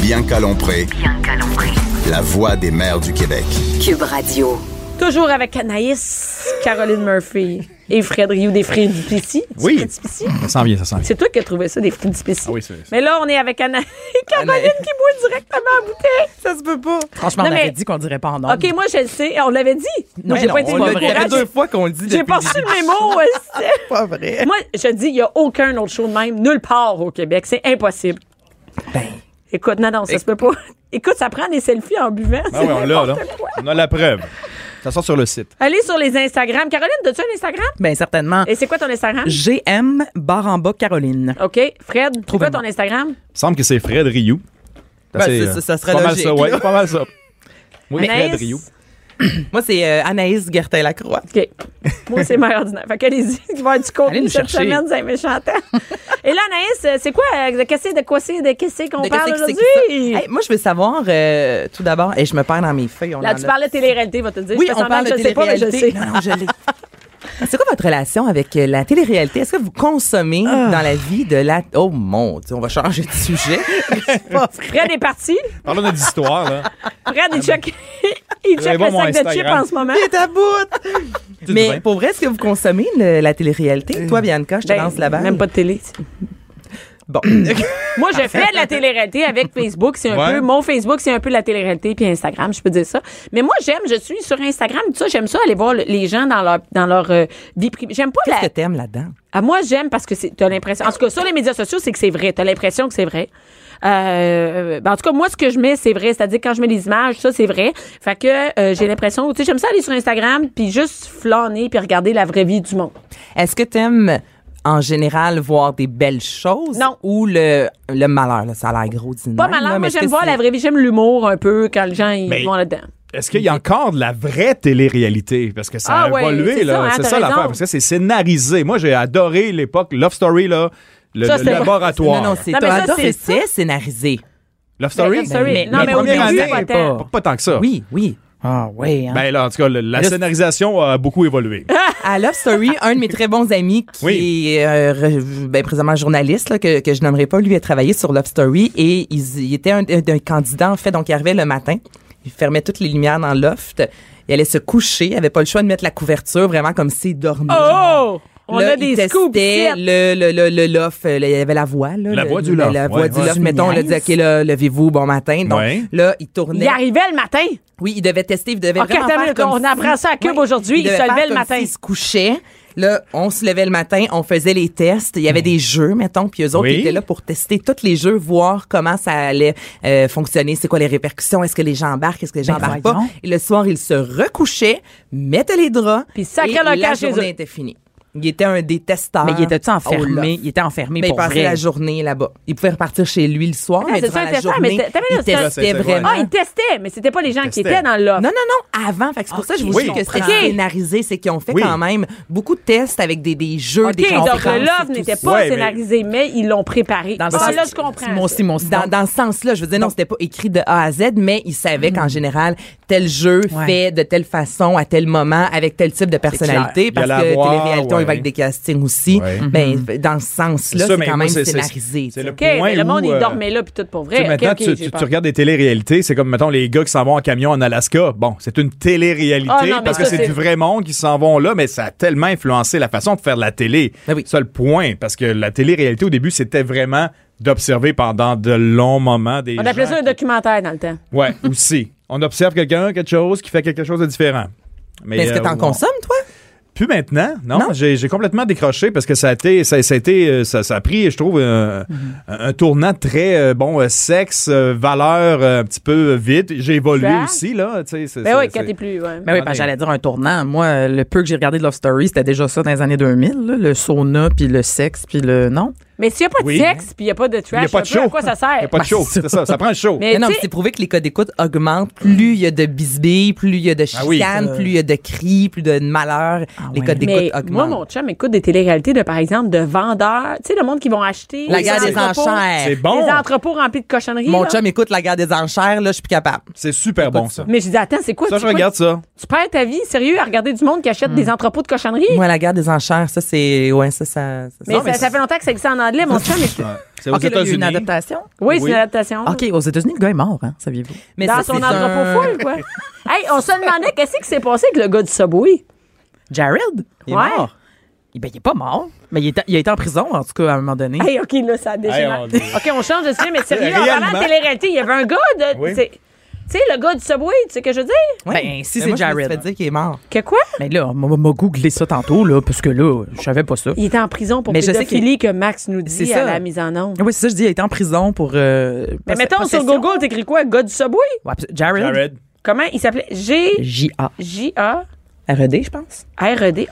Speaker 2: Bianca Lompré,
Speaker 1: Bianca Lompré.
Speaker 2: la voix des mères du Québec.
Speaker 1: Cube Radio.
Speaker 3: Toujours avec Anaïs, Caroline Murphy et Fred Rioux des Fred Duplessis. Du
Speaker 5: Oui.
Speaker 3: Fred Duplessis.
Speaker 5: Ça sent bien, ça sent bien.
Speaker 3: C'est toi qui as trouvé ça, des Fred Duplessis.
Speaker 5: Ah oui, c'est- c'est-
Speaker 3: Mais là, on est avec Anaïs et [laughs] Caroline
Speaker 4: Anaïs.
Speaker 3: qui boit directement à bouteille.
Speaker 8: Ça se peut pas. Franchement,
Speaker 3: Non,
Speaker 8: on
Speaker 3: mais-
Speaker 8: avait dit qu'on dirait pas en
Speaker 4: Ah.
Speaker 8: ordre.
Speaker 3: OK, moi, je le sais. On l'avait dit. Moi,
Speaker 8: Mais
Speaker 3: j'ai
Speaker 8: non,
Speaker 3: pas été
Speaker 8: on
Speaker 3: bonne
Speaker 4: Ça
Speaker 8: l'a
Speaker 4: fait
Speaker 3: courage.
Speaker 4: deux fois qu'on le dit
Speaker 3: J'ai
Speaker 4: depuis
Speaker 3: pas
Speaker 4: le
Speaker 3: reçu
Speaker 4: début.
Speaker 3: le mémo. [laughs] aussi.
Speaker 8: pas vrai.
Speaker 3: moi, je dis, il n'y a aucun autre show de même, nulle part au Québec. C'est impossible.
Speaker 4: Ben.
Speaker 3: Écoute, non, non, ça se peut pas. [laughs] Écoute, ça prend des selfies en buvant.
Speaker 5: Ah
Speaker 3: c'est
Speaker 5: oui, on l'a, là.
Speaker 3: n'importe quoi.
Speaker 5: On a la preuve. Ça sort sur le site.
Speaker 3: Allez sur les Instagram. Caroline, as-tu un Instagram?
Speaker 8: Bien, Ben, certainement.
Speaker 3: Et c'est quoi ton Instagram?
Speaker 8: GM barre en bas Caroline.
Speaker 3: OK. Fred, c'est quoi ton Instagram?
Speaker 5: Il me semble que c'est Fred Rioux.
Speaker 4: Ben,
Speaker 5: C'est,
Speaker 4: ça-
Speaker 5: euh,
Speaker 4: ça serait
Speaker 5: pas
Speaker 4: logique,
Speaker 5: Mal ça,
Speaker 4: là.
Speaker 5: ouais, pas mal ça. Oui,
Speaker 3: Anaïs?
Speaker 5: Fred Rioux.
Speaker 4: Moi, c'est euh, Anaïs Gertin-Lacroix.
Speaker 3: OK. Moi, c'est mère ordinaire. Fait qu'allez-y, [laughs] tu vas avoir du
Speaker 8: Allez
Speaker 3: contenu
Speaker 8: nous
Speaker 3: cette
Speaker 8: chercher.
Speaker 3: semaine, c'est un méchant
Speaker 4: [laughs]
Speaker 3: temps. Et là, Anaïs, euh, c'est quoi? euh, De qu'est-ce de quoi c'est de qu'est-ce qu'on
Speaker 4: De
Speaker 3: parle
Speaker 4: qu'est-ce que c'est
Speaker 3: aujourd'hui?
Speaker 4: que ça? Hey, moi, je veux savoir, euh, tout d'abord, et je me perds dans mes feuilles. on
Speaker 3: Là,
Speaker 4: en
Speaker 3: tu
Speaker 4: a-
Speaker 3: parlais de télé-réalité, va te dire.
Speaker 4: Oui,
Speaker 3: Je fais
Speaker 4: on
Speaker 3: semblant
Speaker 4: parle
Speaker 3: que
Speaker 4: de
Speaker 3: je sais pas, mais je le sais.
Speaker 4: télé-réalité. Non, non, je l'ai. [laughs] C'est quoi votre relation avec euh, la télé-réalité? Est-ce que vous consommez
Speaker 3: Ah.
Speaker 4: dans la vie de la... Oh mon Dieu, on va changer
Speaker 3: [laughs]
Speaker 4: de sujet.
Speaker 3: Fred est parti.
Speaker 5: Parlons d'histoire, là.
Speaker 3: Fred, il check, [laughs] il check
Speaker 5: allez voir
Speaker 3: le
Speaker 5: mon
Speaker 3: sac de chips
Speaker 5: Instagram.
Speaker 3: en ce moment.
Speaker 4: Il est à [laughs] bout!
Speaker 5: Du
Speaker 4: Mais
Speaker 5: vin.
Speaker 4: pour vrai, est-ce que vous consommez le- la télé-réalité? Toi, Bianca, je te
Speaker 3: Ben,
Speaker 4: lance la balle.
Speaker 3: Même pas de télé. [coughs]
Speaker 4: Bon.
Speaker 3: Moi, je fais de la télé-réalité avec Facebook. C'est un
Speaker 5: Ouais.
Speaker 3: peu mon Facebook, c'est un peu la télé-réalité puis Instagram, je peux dire ça. Mais moi, j'aime, je suis sur Instagram, tout ça, j'aime ça aller voir le- les gens dans leur dans leur euh, vie privée. J'aime pas
Speaker 4: Qu'est-ce
Speaker 3: la
Speaker 4: que t'aimes là-dedans?
Speaker 3: Ah, moi, j'aime parce que c'est- t'as l'impression. En tout cas, sur les médias sociaux, c'est que c'est vrai. T'as l'impression que c'est vrai. Euh, ben, en tout cas, moi, ce que je mets, c'est vrai. C'est-à-dire, quand je mets des images, ça, c'est vrai. Fait que euh, j'ai l'impression. Tu sais, j'aime ça aller sur Instagram puis juste flâner puis regarder la vraie vie du monde.
Speaker 4: Est-ce que t'aimes, en général, voir des belles choses?
Speaker 3: Non.
Speaker 4: Ou le, le malheur, là, ça a l'air gros d'une
Speaker 3: Pas malin. Moi, j'aime voir la vraie vie. J'aime l'humour un peu quand les gens ils
Speaker 5: Mais-
Speaker 3: vont là-dedans.
Speaker 5: Est-ce qu'il y a encore de la vraie télé-réalité? Parce que ça a
Speaker 3: Ah ouais,
Speaker 5: évolué,
Speaker 3: c'est
Speaker 5: là.
Speaker 3: ça, hein,
Speaker 5: c'est
Speaker 3: t'as
Speaker 5: ça l'affaire.
Speaker 3: raison.
Speaker 5: Parce que c'est scénarisé. Moi, j'ai adoré l'époque Love Story, là. Le,
Speaker 3: Ça,
Speaker 5: le
Speaker 3: c'était-
Speaker 5: laboratoire.
Speaker 4: Non, non, c'est
Speaker 3: Non, mais
Speaker 4: t'as
Speaker 3: ça,
Speaker 4: adoré,
Speaker 3: c'est
Speaker 4: c'est scénarisé.
Speaker 5: Love Story?
Speaker 3: Ben, Love Story.
Speaker 5: Mais-
Speaker 3: Non,
Speaker 5: mais
Speaker 3: mais au
Speaker 5: première
Speaker 3: début,
Speaker 5: année,
Speaker 3: attends.
Speaker 5: pas, pas tant que ça.
Speaker 4: Oui, oui. Ah, oui. hein.
Speaker 5: Ben là, en tout cas, le- la
Speaker 4: Le-
Speaker 5: scénarisation a beaucoup évolué.
Speaker 4: [laughs] À Love Story, un de mes très bons amis qui
Speaker 5: Oui.
Speaker 4: est euh, re- ben, présentement journaliste, là, que, que je nommerai pas, lui a travaillé sur Love Story et il, il était un, un candidat, en fait, donc il arrivait le matin, il fermait toutes les lumières dans le loft, il allait se coucher, il avait pas le choix de mettre la couverture vraiment comme s'il dormait.
Speaker 3: Oh! On
Speaker 4: Là,
Speaker 3: a
Speaker 4: il
Speaker 3: des
Speaker 4: testait
Speaker 3: scoops. ici.
Speaker 4: le, le, le, le loft, euh, là, il y avait la voix. Là,
Speaker 5: La
Speaker 4: le-
Speaker 5: voix du
Speaker 4: le-
Speaker 5: loft,
Speaker 4: La voix
Speaker 5: ouais,
Speaker 4: du
Speaker 5: ouais.
Speaker 4: loft,
Speaker 5: Tu
Speaker 4: mettons, le
Speaker 8: niaises?
Speaker 4: dit, OK, là, levez-vous, bon matin. Donc,
Speaker 5: Ouais.
Speaker 4: là, il tournait.
Speaker 3: Il arrivait le matin.
Speaker 4: Oui, il devait tester, il devait
Speaker 3: Ok,
Speaker 4: vraiment
Speaker 3: attends une
Speaker 4: faire
Speaker 3: minute,
Speaker 4: comme
Speaker 3: on
Speaker 4: si-
Speaker 3: apprend ça à Cube aujourd'hui, il
Speaker 4: devait
Speaker 3: se levait
Speaker 4: faire
Speaker 3: le
Speaker 4: comme
Speaker 3: matin.
Speaker 4: s'il se couchait. Là, on se levait le matin, on faisait les tests. Il y avait des jeux, mettons, puis eux autres
Speaker 5: Oui.
Speaker 4: ils étaient là pour tester tous les jeux, voir comment ça allait euh, fonctionner, c'est quoi les répercussions, est-ce que les gens embarquent, est-ce que les gens
Speaker 8: Ben,
Speaker 4: embarquent pas.
Speaker 8: voyons.
Speaker 4: Et le soir, ils se recouchaient, mettaient les draps,
Speaker 3: Puis sacraient
Speaker 4: et
Speaker 3: leur
Speaker 4: la
Speaker 3: camp chez eux.
Speaker 4: journée était finie. Il était un des testeurs.
Speaker 3: Hein?
Speaker 8: Mais il
Speaker 3: Oh
Speaker 8: était-tu
Speaker 4: au
Speaker 8: enfermé?
Speaker 4: loft.
Speaker 8: Il était enfermé
Speaker 4: Mais il
Speaker 8: pour
Speaker 4: passait
Speaker 8: vrai.
Speaker 4: la journée là-bas. Il pouvait repartir chez lui le soir,
Speaker 3: Attends,
Speaker 4: mais
Speaker 3: Ah, c'est
Speaker 4: durant
Speaker 3: ça,
Speaker 4: la
Speaker 3: intéressant,
Speaker 4: journée,
Speaker 3: mais t'as- t'as
Speaker 4: il
Speaker 3: vu, c'est-
Speaker 4: testait
Speaker 5: Ah, c'est-
Speaker 4: vraiment.
Speaker 3: Ah, il testait, mais c'était pas les gens qui
Speaker 5: testait.
Speaker 3: étaient dans l'offre.
Speaker 4: Non, non, non, avant. Fait que c'est pour ça que je vous
Speaker 5: Oui,
Speaker 4: dis que c'est
Speaker 3: comprends.
Speaker 4: scénarisé. C'est qu'ils ont fait
Speaker 5: Oui.
Speaker 4: quand même beaucoup de tests avec des, des jeux,
Speaker 3: OK,
Speaker 4: des
Speaker 3: donc
Speaker 4: conférences
Speaker 3: le
Speaker 4: et
Speaker 3: love
Speaker 4: tout
Speaker 3: n'était
Speaker 4: ça.
Speaker 3: pas
Speaker 5: Ouais, mais-
Speaker 3: scénarisé, mais, ils l'ont préparé.
Speaker 8: Dans le
Speaker 3: ah,
Speaker 8: sens-
Speaker 3: là, je comprends.
Speaker 8: Moi aussi, moi aussi.
Speaker 4: Dans, dans ce sens-là, je veux dire, non, c'était pas écrit de A à Z, mais ils savaient
Speaker 5: Mm.
Speaker 4: qu'en général, tel jeu
Speaker 8: Ouais.
Speaker 4: fait de telle façon, à tel moment, avec tel type de personnalité,
Speaker 5: clair.
Speaker 4: parce
Speaker 5: Il y a
Speaker 4: que
Speaker 5: la voix,
Speaker 4: télé-réalité, on
Speaker 5: ouais.
Speaker 4: y va avec des castings aussi.
Speaker 5: Ouais.
Speaker 4: Ben, dans ce sens-là,
Speaker 5: ça,
Speaker 4: c'est
Speaker 5: mais
Speaker 4: quand
Speaker 5: moi,
Speaker 4: même
Speaker 5: c'est- c'est-
Speaker 4: scénarisé.
Speaker 5: c'est
Speaker 4: tu
Speaker 5: le
Speaker 4: sais.
Speaker 3: OK, mais le
Speaker 5: Point
Speaker 3: monde,
Speaker 5: où,
Speaker 3: il
Speaker 5: euh,
Speaker 3: dormait là, puis tout pour
Speaker 5: Tu sais,
Speaker 3: vrai. OK,
Speaker 5: maintenant,
Speaker 3: OK,
Speaker 5: tu-
Speaker 3: j'ai
Speaker 5: tu,
Speaker 3: peur.
Speaker 5: tu regardes des téléréalités, c'est comme, mettons, les gars qui s'en vont en camion en Alaska. Bon, c'est une téléréalité
Speaker 3: Ah, non, mais
Speaker 5: parce
Speaker 3: ça,
Speaker 5: que c'est
Speaker 3: c'est-
Speaker 5: du vrai monde qui s'en vont là, mais ça a tellement influencé la façon de faire de la télé.
Speaker 4: Ben oui.
Speaker 5: Seul point, parce que la téléréalité, au début, c'était vraiment d'observer pendant de longs moments des
Speaker 3: On appelait
Speaker 5: gens
Speaker 3: ça un documentaire dans le temps.
Speaker 5: qui- Ouais, aussi. On observe quelqu'un, quelque chose, qui fait quelque chose de différent. Mais,
Speaker 4: Mais Est-ce que
Speaker 5: euh,
Speaker 4: t'en
Speaker 5: on-
Speaker 4: consommes, toi?
Speaker 5: Plus maintenant, non. J'ai j'ai complètement décroché parce que ça a été, ça, ça a été, euh, ça, ça a pris, je trouve, euh,
Speaker 3: Mm-hmm.
Speaker 5: un, un tournant très euh, bon euh, sexe, euh, valeur, euh, un petit peu euh, vite. J'ai évolué
Speaker 3: Ça?
Speaker 5: aussi là. tu sais, c'est-
Speaker 3: Hein? Ben
Speaker 5: c'est-
Speaker 3: oui, quand
Speaker 5: c'est-
Speaker 3: t'es plus. ouais.
Speaker 8: Mais oui, parce que j'allais dire un tournant. Moi, le peu que j'ai regardé de Love Story, c'était déjà ça dans les années 2000, là, le sauna, puis le sexe, puis le... Non?
Speaker 3: Mais s'il n'y a pas de
Speaker 5: Oui.
Speaker 3: sexe, puis il n'y a pas de
Speaker 5: Il n'y
Speaker 3: trash,
Speaker 5: a pas de
Speaker 3: un peu,
Speaker 5: show.
Speaker 3: à quoi ça sert?
Speaker 5: [laughs] Il n'y a pas de show. C'est ça, ça prend le show.
Speaker 3: Mais
Speaker 4: Mais non,
Speaker 3: tu
Speaker 4: mais
Speaker 3: sais-
Speaker 4: c'est prouvé que les codes d'écoute augmentent. Plus il y a de bisbilles, plus il y a de
Speaker 5: Ah
Speaker 4: chicanes,
Speaker 5: oui.
Speaker 4: plus il y a de cris, plus de malheurs. les
Speaker 8: ouais.
Speaker 4: codes
Speaker 3: Ah Mais
Speaker 4: d'écoute augmentent.
Speaker 3: moi, mon chum écoute des téléréalités, de, par exemple, de vendeurs. Tu sais, le monde qui vont acheter.
Speaker 4: la
Speaker 3: les
Speaker 4: guerre des
Speaker 3: entrepôts-
Speaker 5: C'est
Speaker 4: enchères.
Speaker 5: bon.
Speaker 3: Les entrepôts remplis de cochonneries.
Speaker 4: Mon
Speaker 3: là.
Speaker 4: chum écoute la guerre des enchères, là, je suis plus capable.
Speaker 5: C'est super bon, ça.
Speaker 3: Mais je dis, attends, c'est quoi?
Speaker 5: Ça,
Speaker 3: tu-
Speaker 5: je regarde ça.
Speaker 3: Tu perds ta vie, sérieux, à regarder du monde qui
Speaker 4: Hmm.
Speaker 3: achète des entrepôts de cochonneries?
Speaker 4: Moi, la guerre des enchères, ça, c'est. Ouais, ça, ça. ça-
Speaker 3: mais
Speaker 5: Non, mais
Speaker 3: ça, ça fait longtemps que ça existe en anglais, mon chum. mais-
Speaker 5: Ouais. C'est aux
Speaker 8: OK, là, il y a eu une
Speaker 5: États-Unis.
Speaker 8: adaptation.
Speaker 3: Oui, c'est
Speaker 5: Oui.
Speaker 3: une adaptation.
Speaker 8: OK, aux États-Unis, le gars est mort, hein, saviez-vous?
Speaker 4: mais
Speaker 3: Dans
Speaker 4: ça,
Speaker 3: son
Speaker 4: c'est
Speaker 3: entrepôt
Speaker 4: un-
Speaker 3: full,
Speaker 4: [laughs]
Speaker 3: quoi. hey, on se demandait qu'est-ce qui s'est passé avec le gars du Subway.
Speaker 8: Jared? Il est
Speaker 3: Ouais.
Speaker 8: mort. Eh ben, il est pas mort, mais il, est- il a été en prison, en tout cas, à un moment donné.
Speaker 3: Hey, OK, là, ça dégénère.
Speaker 5: Hey, on est-
Speaker 3: OK, on change de sujet, mais sérieux, en parlant
Speaker 5: Réellement.
Speaker 3: de télé-réalité, il y avait un gars de.
Speaker 5: Oui.
Speaker 3: c'est- Tu sais, le gars du Subway, tu sais ce que je veux dire?
Speaker 8: Ben, si
Speaker 4: Mais
Speaker 8: c'est
Speaker 4: moi, Je me
Speaker 8: Jared.
Speaker 4: suis fait dire qu'il est mort.
Speaker 3: Que quoi?
Speaker 8: Mais là, on m'a- m'a googlé ça tantôt, là, parce que là, je savais pas ça.
Speaker 3: Il était en prison pour
Speaker 8: Mais je sais
Speaker 3: pédophilie que Max nous dit
Speaker 8: C'est
Speaker 3: à
Speaker 8: ça.
Speaker 3: la mise en onde.
Speaker 8: Oui, c'est ça, je dis, il a été en prison pour. euh,
Speaker 3: Mais
Speaker 8: poss-
Speaker 3: mettons, sur
Speaker 8: possession.
Speaker 3: Google, t'écris quoi? Gars du Subway?
Speaker 8: Ouais, pis- Jared.
Speaker 5: Jared.
Speaker 3: Comment il s'appelait? G.
Speaker 8: J-A.
Speaker 3: J-A-R-E-D.
Speaker 8: R.E.D., E je pense.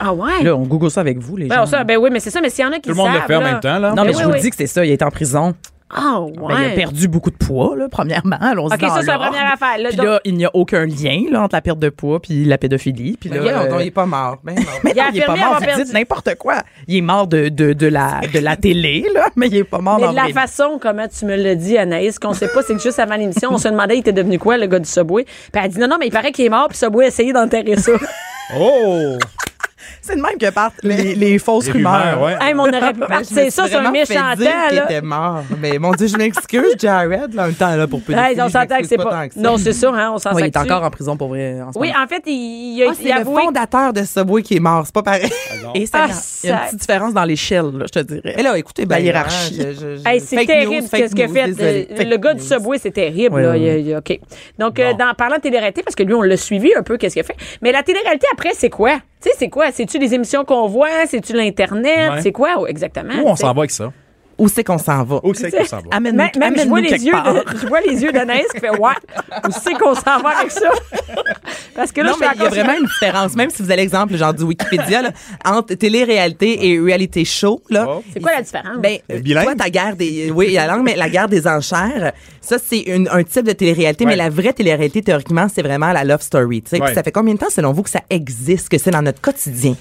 Speaker 3: Ah ouais?
Speaker 8: Là, on google ça avec vous, les
Speaker 3: Ben,
Speaker 8: gens.
Speaker 3: on sait- ben oui, mais c'est ça, mais s'il y en a qui
Speaker 5: Tout le monde le
Speaker 3: savent,
Speaker 5: fait en
Speaker 3: là.
Speaker 5: même temps, là. Oh.
Speaker 8: Non, mais
Speaker 3: Ben
Speaker 8: je
Speaker 3: oui,
Speaker 8: vous
Speaker 3: oui.
Speaker 8: dis que c'est ça, il a été en prison.
Speaker 3: Ah
Speaker 8: Ben,
Speaker 3: ouais.
Speaker 8: il a perdu beaucoup de poids, là, premièrement. Allons-y
Speaker 3: OK, ça,
Speaker 8: dans
Speaker 3: c'est la
Speaker 8: l'ordre.
Speaker 3: première affaire. Là,
Speaker 8: Puis
Speaker 3: donc-
Speaker 8: là, il n'y a aucun lien là, entre la perte de poids puis la pédophilie. Puis là,
Speaker 4: Mais voyons
Speaker 8: euh,
Speaker 4: donc, il est pas mort. Ben non. [laughs]
Speaker 8: mais
Speaker 3: Il a
Speaker 8: non, il est pas
Speaker 3: affirmé
Speaker 8: mort.
Speaker 3: avoir
Speaker 8: Vous
Speaker 3: perdu-
Speaker 8: dites n'importe quoi. Il est mort de, de, de la, de la télé, là, mais il est pas mort
Speaker 3: Mais
Speaker 8: en
Speaker 3: de la
Speaker 8: vrai.
Speaker 3: façon comment tu me l'as dit, Anaïs, qu'on sait pas, c'est que juste avant l'émission, on se demandait il était devenu quoi, le gars du Subway. Puis elle a dit non, non, mais il paraît qu'il est mort, puis Subway a essayé d'enterrer
Speaker 8: [laughs]
Speaker 3: ça.
Speaker 5: Oh!
Speaker 8: C'est de même que partent les, les fausses
Speaker 5: Les
Speaker 8: rumeurs.
Speaker 5: rumeurs, ouais.
Speaker 3: hey, mais on aurait
Speaker 8: Ben,
Speaker 3: pu
Speaker 4: Mais Ben, je me
Speaker 3: partir
Speaker 4: suis
Speaker 3: ça sur un
Speaker 4: vraiment fait
Speaker 3: méchant
Speaker 4: dire
Speaker 3: temps,
Speaker 4: qu'il
Speaker 3: là.
Speaker 4: était mort. Mais mon Dieu, je m'excuse, Jared, là, en même temps, là, pour pédophilie,
Speaker 3: Hey, on
Speaker 4: je
Speaker 3: s'entend que
Speaker 4: m'excuse
Speaker 3: c'est pas.
Speaker 4: tant que ça.
Speaker 3: Non, c'est sûr, hein, on s'en
Speaker 8: Ouais, il est
Speaker 3: sacre-tu.
Speaker 8: encore en prison pour vrai. En ce
Speaker 3: Oui,
Speaker 8: moment.
Speaker 3: en fait, il, il a,
Speaker 4: Ah,
Speaker 3: il a
Speaker 4: c'est le
Speaker 3: avoué.
Speaker 4: fondateur de Subway qui est mort, c'est pas pareil.
Speaker 8: Et ça,
Speaker 3: Ah,
Speaker 8: il y a une
Speaker 3: sac.
Speaker 8: petite différence dans l'échelle, là, je te dirais.
Speaker 4: Mais là, écoutez, ben,
Speaker 8: La hiérarchie.
Speaker 4: hein, je- je- je-
Speaker 3: Hey, c'est
Speaker 4: fake
Speaker 3: terrible
Speaker 4: news,
Speaker 3: ce que-
Speaker 4: fake
Speaker 3: ce qu'a
Speaker 4: news,
Speaker 3: fait
Speaker 4: désolé.
Speaker 3: euh,
Speaker 4: Fake
Speaker 3: le gars du
Speaker 4: news.
Speaker 3: Subway, c'est terrible.
Speaker 8: Ouais,
Speaker 3: là.
Speaker 8: ouais,
Speaker 3: Il y a- il y a- OK. Donc, euh, dans, parlant de télé-réalité, parce que lui, on l'a suivi un peu, qu'est-ce qu'il a fait. Mais la télé-réalité, après, c'est quoi? Tu sais, c'est quoi? C'est-tu les émissions qu'on voit? C'est-tu l'Internet?
Speaker 5: Ouais.
Speaker 3: C'est quoi? Ouais, exactement.
Speaker 5: Où on
Speaker 3: tu sais.
Speaker 5: s'en va avec ça?
Speaker 4: Où c'est qu'on s'en va?
Speaker 5: Où c'est qu'on s'en va?
Speaker 8: Amène-nous
Speaker 3: Même, même je, vois
Speaker 8: amène-nous
Speaker 3: les
Speaker 8: quelque
Speaker 3: yeux
Speaker 8: part.
Speaker 3: de- je vois les yeux d'Anaïs qui fait What? Où c'est qu'on s'en va avec ça? Parce que là,
Speaker 4: Non,
Speaker 3: je
Speaker 4: mais
Speaker 3: suis
Speaker 4: il y a
Speaker 3: encore sur-
Speaker 4: vraiment une différence. Même si vous avez l'exemple, genre du Wikipédia, là, entre télé-réalité et reality show, là.
Speaker 5: Oh.
Speaker 3: C'est quoi la différence?
Speaker 4: Ben,
Speaker 5: Euh,
Speaker 4: euh,
Speaker 5: bilingue?
Speaker 4: toi, ta guerre des, oui, la langue, mais la guerre des enchères, ça, c'est une- un type de télé-réalité,
Speaker 5: Ouais.
Speaker 4: mais la vraie télé-réalité, théoriquement, c'est vraiment la love story, tu sais.
Speaker 5: Ouais.
Speaker 4: Puis Ça fait combien de temps, selon vous, que ça existe, que c'est dans notre
Speaker 3: [laughs]
Speaker 4: quotidien?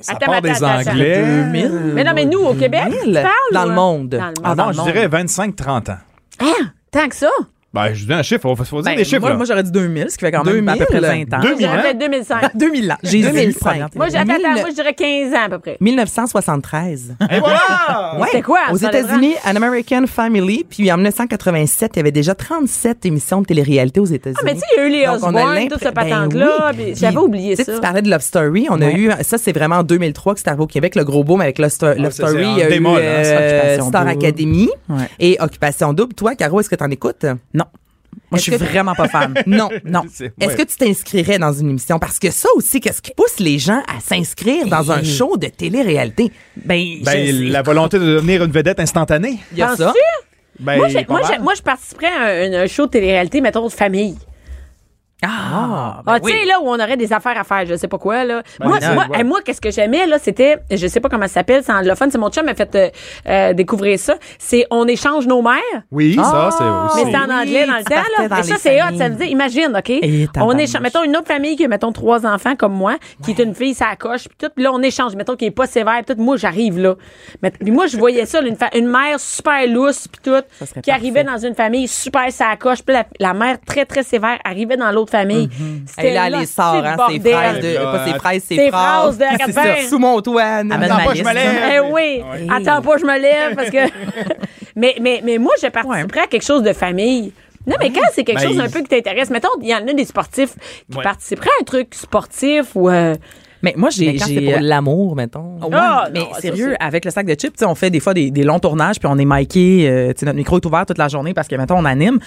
Speaker 5: Ça
Speaker 3: Attends,
Speaker 5: part
Speaker 3: attends,
Speaker 5: des
Speaker 3: attends,
Speaker 5: Anglais.
Speaker 3: mais non, mais nous, au Québec, tu parles,
Speaker 4: Dans le
Speaker 3: ou-
Speaker 4: monde.
Speaker 3: Dans le
Speaker 4: Ah,
Speaker 5: Ah
Speaker 3: monde.
Speaker 5: non, je dirais 25-30 ans.
Speaker 3: Hein? Tant que ça?
Speaker 5: Ben, je dis un chiffre. Il faut dire
Speaker 8: Ben,
Speaker 5: des chiffres,
Speaker 8: moi,
Speaker 5: là.
Speaker 8: moi, j'aurais dit 2000, ce qui fait quand même
Speaker 4: 2000,
Speaker 8: à peu près
Speaker 4: là.
Speaker 8: 20 ans.
Speaker 5: 2000
Speaker 3: J'aurais fait
Speaker 5: ans?
Speaker 3: 2005.
Speaker 8: 2000 ans. J'ai
Speaker 4: 2005.
Speaker 3: Moi, j'ai- attends, attends, moi, je dirais 15 ans à peu près.
Speaker 4: 1973.
Speaker 5: Et Eh, voilà!
Speaker 4: Ouais.
Speaker 3: C'était quoi,
Speaker 4: Aux
Speaker 3: ça, les
Speaker 4: États-Unis, An American Family. Puis en 1987, il y avait déjà 37 émissions de télé-réalité aux États-Unis.
Speaker 3: Ah, mais tu sais, il y a eu les
Speaker 4: Donc, on a
Speaker 3: Osbourne,
Speaker 4: l'impr-
Speaker 3: toute cette
Speaker 4: ben
Speaker 3: patente-là.
Speaker 4: oui.
Speaker 3: puis
Speaker 4: Puis,
Speaker 3: J'avais oublié
Speaker 4: tu sais,
Speaker 3: ça.
Speaker 4: Tu parlais de Love Story. On a eu, ça, c'est vraiment en 2003 que c'est arrivé au Québec, le gros boom avec Love, Sto- Love
Speaker 5: Ah, ça, c'est
Speaker 4: Story.
Speaker 5: en
Speaker 4: Il y a eu
Speaker 5: démol, hein,
Speaker 4: euh,
Speaker 5: c'est
Speaker 8: Occupation
Speaker 4: Star
Speaker 8: Double.
Speaker 4: Academy
Speaker 8: Ouais.
Speaker 4: et Occupation Double. Toi, Caro, est-ce que t'en écoutes?
Speaker 8: Non. Moi, je suis
Speaker 4: Est-ce que-
Speaker 8: vraiment pas fan. Ben,
Speaker 4: Non.
Speaker 8: Non.
Speaker 5: [laughs] C'est-
Speaker 4: Est-ce que
Speaker 5: ouais.
Speaker 4: tu t'inscrirais dans une émission? Parce que ça aussi, qu'est-ce qui pousse les gens à s'inscrire dans un show de télé-réalité?
Speaker 8: Ben, je-
Speaker 5: Ben, la volonté de devenir une vedette instantanée.
Speaker 4: Il y a ça.
Speaker 3: Penses-tu?
Speaker 5: Ben,
Speaker 3: Moi, j'ai-
Speaker 5: pas
Speaker 3: moi,
Speaker 5: mal.
Speaker 3: j'ai- moi, je participerais à un, un show de télé-réalité, mettons, de famille.
Speaker 8: Ah, ben
Speaker 3: Ah,
Speaker 8: oui.
Speaker 3: tu sais, là, où on aurait des affaires à faire, je sais pas quoi, là. moi,
Speaker 5: Ben, non,
Speaker 3: moi,
Speaker 5: ouais.
Speaker 3: hey, moi, qu'est-ce que j'aimais, là, c'était, je sais pas comment ça s'appelle, c'est anglophone, c'est mon chum m'a fait euh, euh, découvrir ça. C'est On échange nos mères.
Speaker 5: Oui, ça, c'est
Speaker 3: Mais
Speaker 5: aussi.
Speaker 3: c'est en
Speaker 4: Oui,
Speaker 3: anglais dans le
Speaker 4: tu
Speaker 3: temps, là.
Speaker 4: partais dans
Speaker 3: Et ça,
Speaker 4: les
Speaker 3: c'est hot.
Speaker 4: familles.
Speaker 3: Ça veut dire, imagine, OK? on
Speaker 8: tabarnouche.
Speaker 3: échange. Mettons une autre famille qui a, mettons, trois enfants comme moi, qui est une fille, ça coche, puis tout. Puis là, on échange. Mettons qu'il est pas sévère, puis tout. Moi, j'arrive, là. Mais, puis moi, je voyais ça, là, une, fa- une mère super lousse, puis tout, qui
Speaker 8: serait
Speaker 3: arrivait dans une famille super, ça coche, puis la, la mère très, très sévère arrivait dans l'autre famille. C'était
Speaker 4: Mm-hmm. Et là,
Speaker 3: là,
Speaker 4: les sorts, hein,
Speaker 3: c'est le
Speaker 4: ces
Speaker 3: bordel.
Speaker 4: fraises de,
Speaker 5: Là,
Speaker 4: pas ces fraises,
Speaker 3: Ces
Speaker 4: ces
Speaker 3: phrases
Speaker 5: [laughs]
Speaker 4: phrases. Ah, ben,
Speaker 3: de regarde
Speaker 4: C'est ça,
Speaker 3: bien.
Speaker 4: sous mon toit. non.
Speaker 8: Amène
Speaker 5: Attends
Speaker 8: ma
Speaker 5: pas, je me
Speaker 8: liste.
Speaker 5: lève.
Speaker 3: Eh oui. Attends pas, je me lève parce que. mais, mais, mais moi, je participerais à quelque chose de famille. Non, mais quand c'est quelque
Speaker 5: Ben,
Speaker 3: chose un
Speaker 5: il-
Speaker 3: peu qui t'intéresse, mettons, il y en a des sportifs qui
Speaker 5: Ouais.
Speaker 3: participeraient à un truc sportif ou. euh,
Speaker 8: Mais moi,
Speaker 4: Mais
Speaker 8: j'ai.
Speaker 4: quand
Speaker 8: j'ai-
Speaker 4: c'est pour l'amour, mettons.
Speaker 8: Ouais,
Speaker 3: Ah,
Speaker 8: mais
Speaker 3: non, ça,
Speaker 8: sérieux, avec le sac de chips, tu sais, on fait des fois des, des longs tournages, puis on est miké, euh, tu sais, notre micro est ouvert toute la journée parce que maintenant on anime.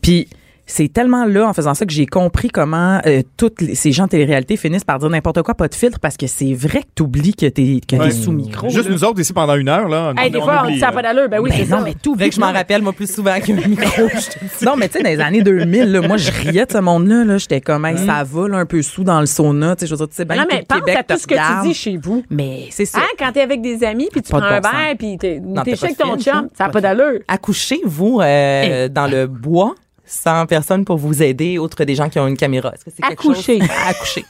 Speaker 8: Puis C'est tellement là, en faisant ça, que j'ai compris comment euh, toutes les- ces gens de télé-réalité finissent par dire n'importe quoi, pas de filtre, parce que c'est vrai que t'oublies que t'es que
Speaker 5: Ouais.
Speaker 8: t'es sous micro.
Speaker 5: Juste
Speaker 8: là.
Speaker 5: nous autres ici pendant une heure, là.
Speaker 3: Hey, des fois, on
Speaker 5: Ah, oublie,
Speaker 3: dit ça n'a
Speaker 5: là.
Speaker 3: pas d'allure. Ben oui, c'est
Speaker 8: Ben non,
Speaker 3: ça.
Speaker 8: mais tout
Speaker 4: Faudrait que je m'en rappelle, moi, plus souvent qu'un
Speaker 8: [laughs]
Speaker 4: micro.
Speaker 8: Non, mais tu sais, dans les années 2000, là, moi, je riais de ce monde-là. Là, J'étais comme,
Speaker 4: Mm.
Speaker 8: hey, ça va, là, un peu sous dans le sauna. Tu sais, je veux dire, tu sais, ben,
Speaker 3: non,
Speaker 8: que
Speaker 3: mais
Speaker 8: le
Speaker 3: pense
Speaker 8: Québec
Speaker 3: à
Speaker 8: te
Speaker 3: tout ce que
Speaker 8: regarde.
Speaker 3: tu dis chez vous.
Speaker 8: Mais c'est ça.
Speaker 3: Hein, quand t'es avec des amis, puis tu
Speaker 8: Pas
Speaker 3: prends
Speaker 8: de
Speaker 3: un
Speaker 8: bon sens.
Speaker 3: verre, puis t'es
Speaker 4: Non,
Speaker 3: t'es
Speaker 4: t'as pas
Speaker 3: chez
Speaker 4: de
Speaker 3: ton
Speaker 4: film,
Speaker 3: chum,
Speaker 4: ça.
Speaker 3: ça n'a pas d'allure.
Speaker 4: Accouchez-vous euh,
Speaker 8: Eh.
Speaker 4: dans le bois sans personne pour vous aider, autre des gens qui ont une caméra. Est-ce que c'est quelque
Speaker 3: Accoucher.
Speaker 4: chose- Accoucher.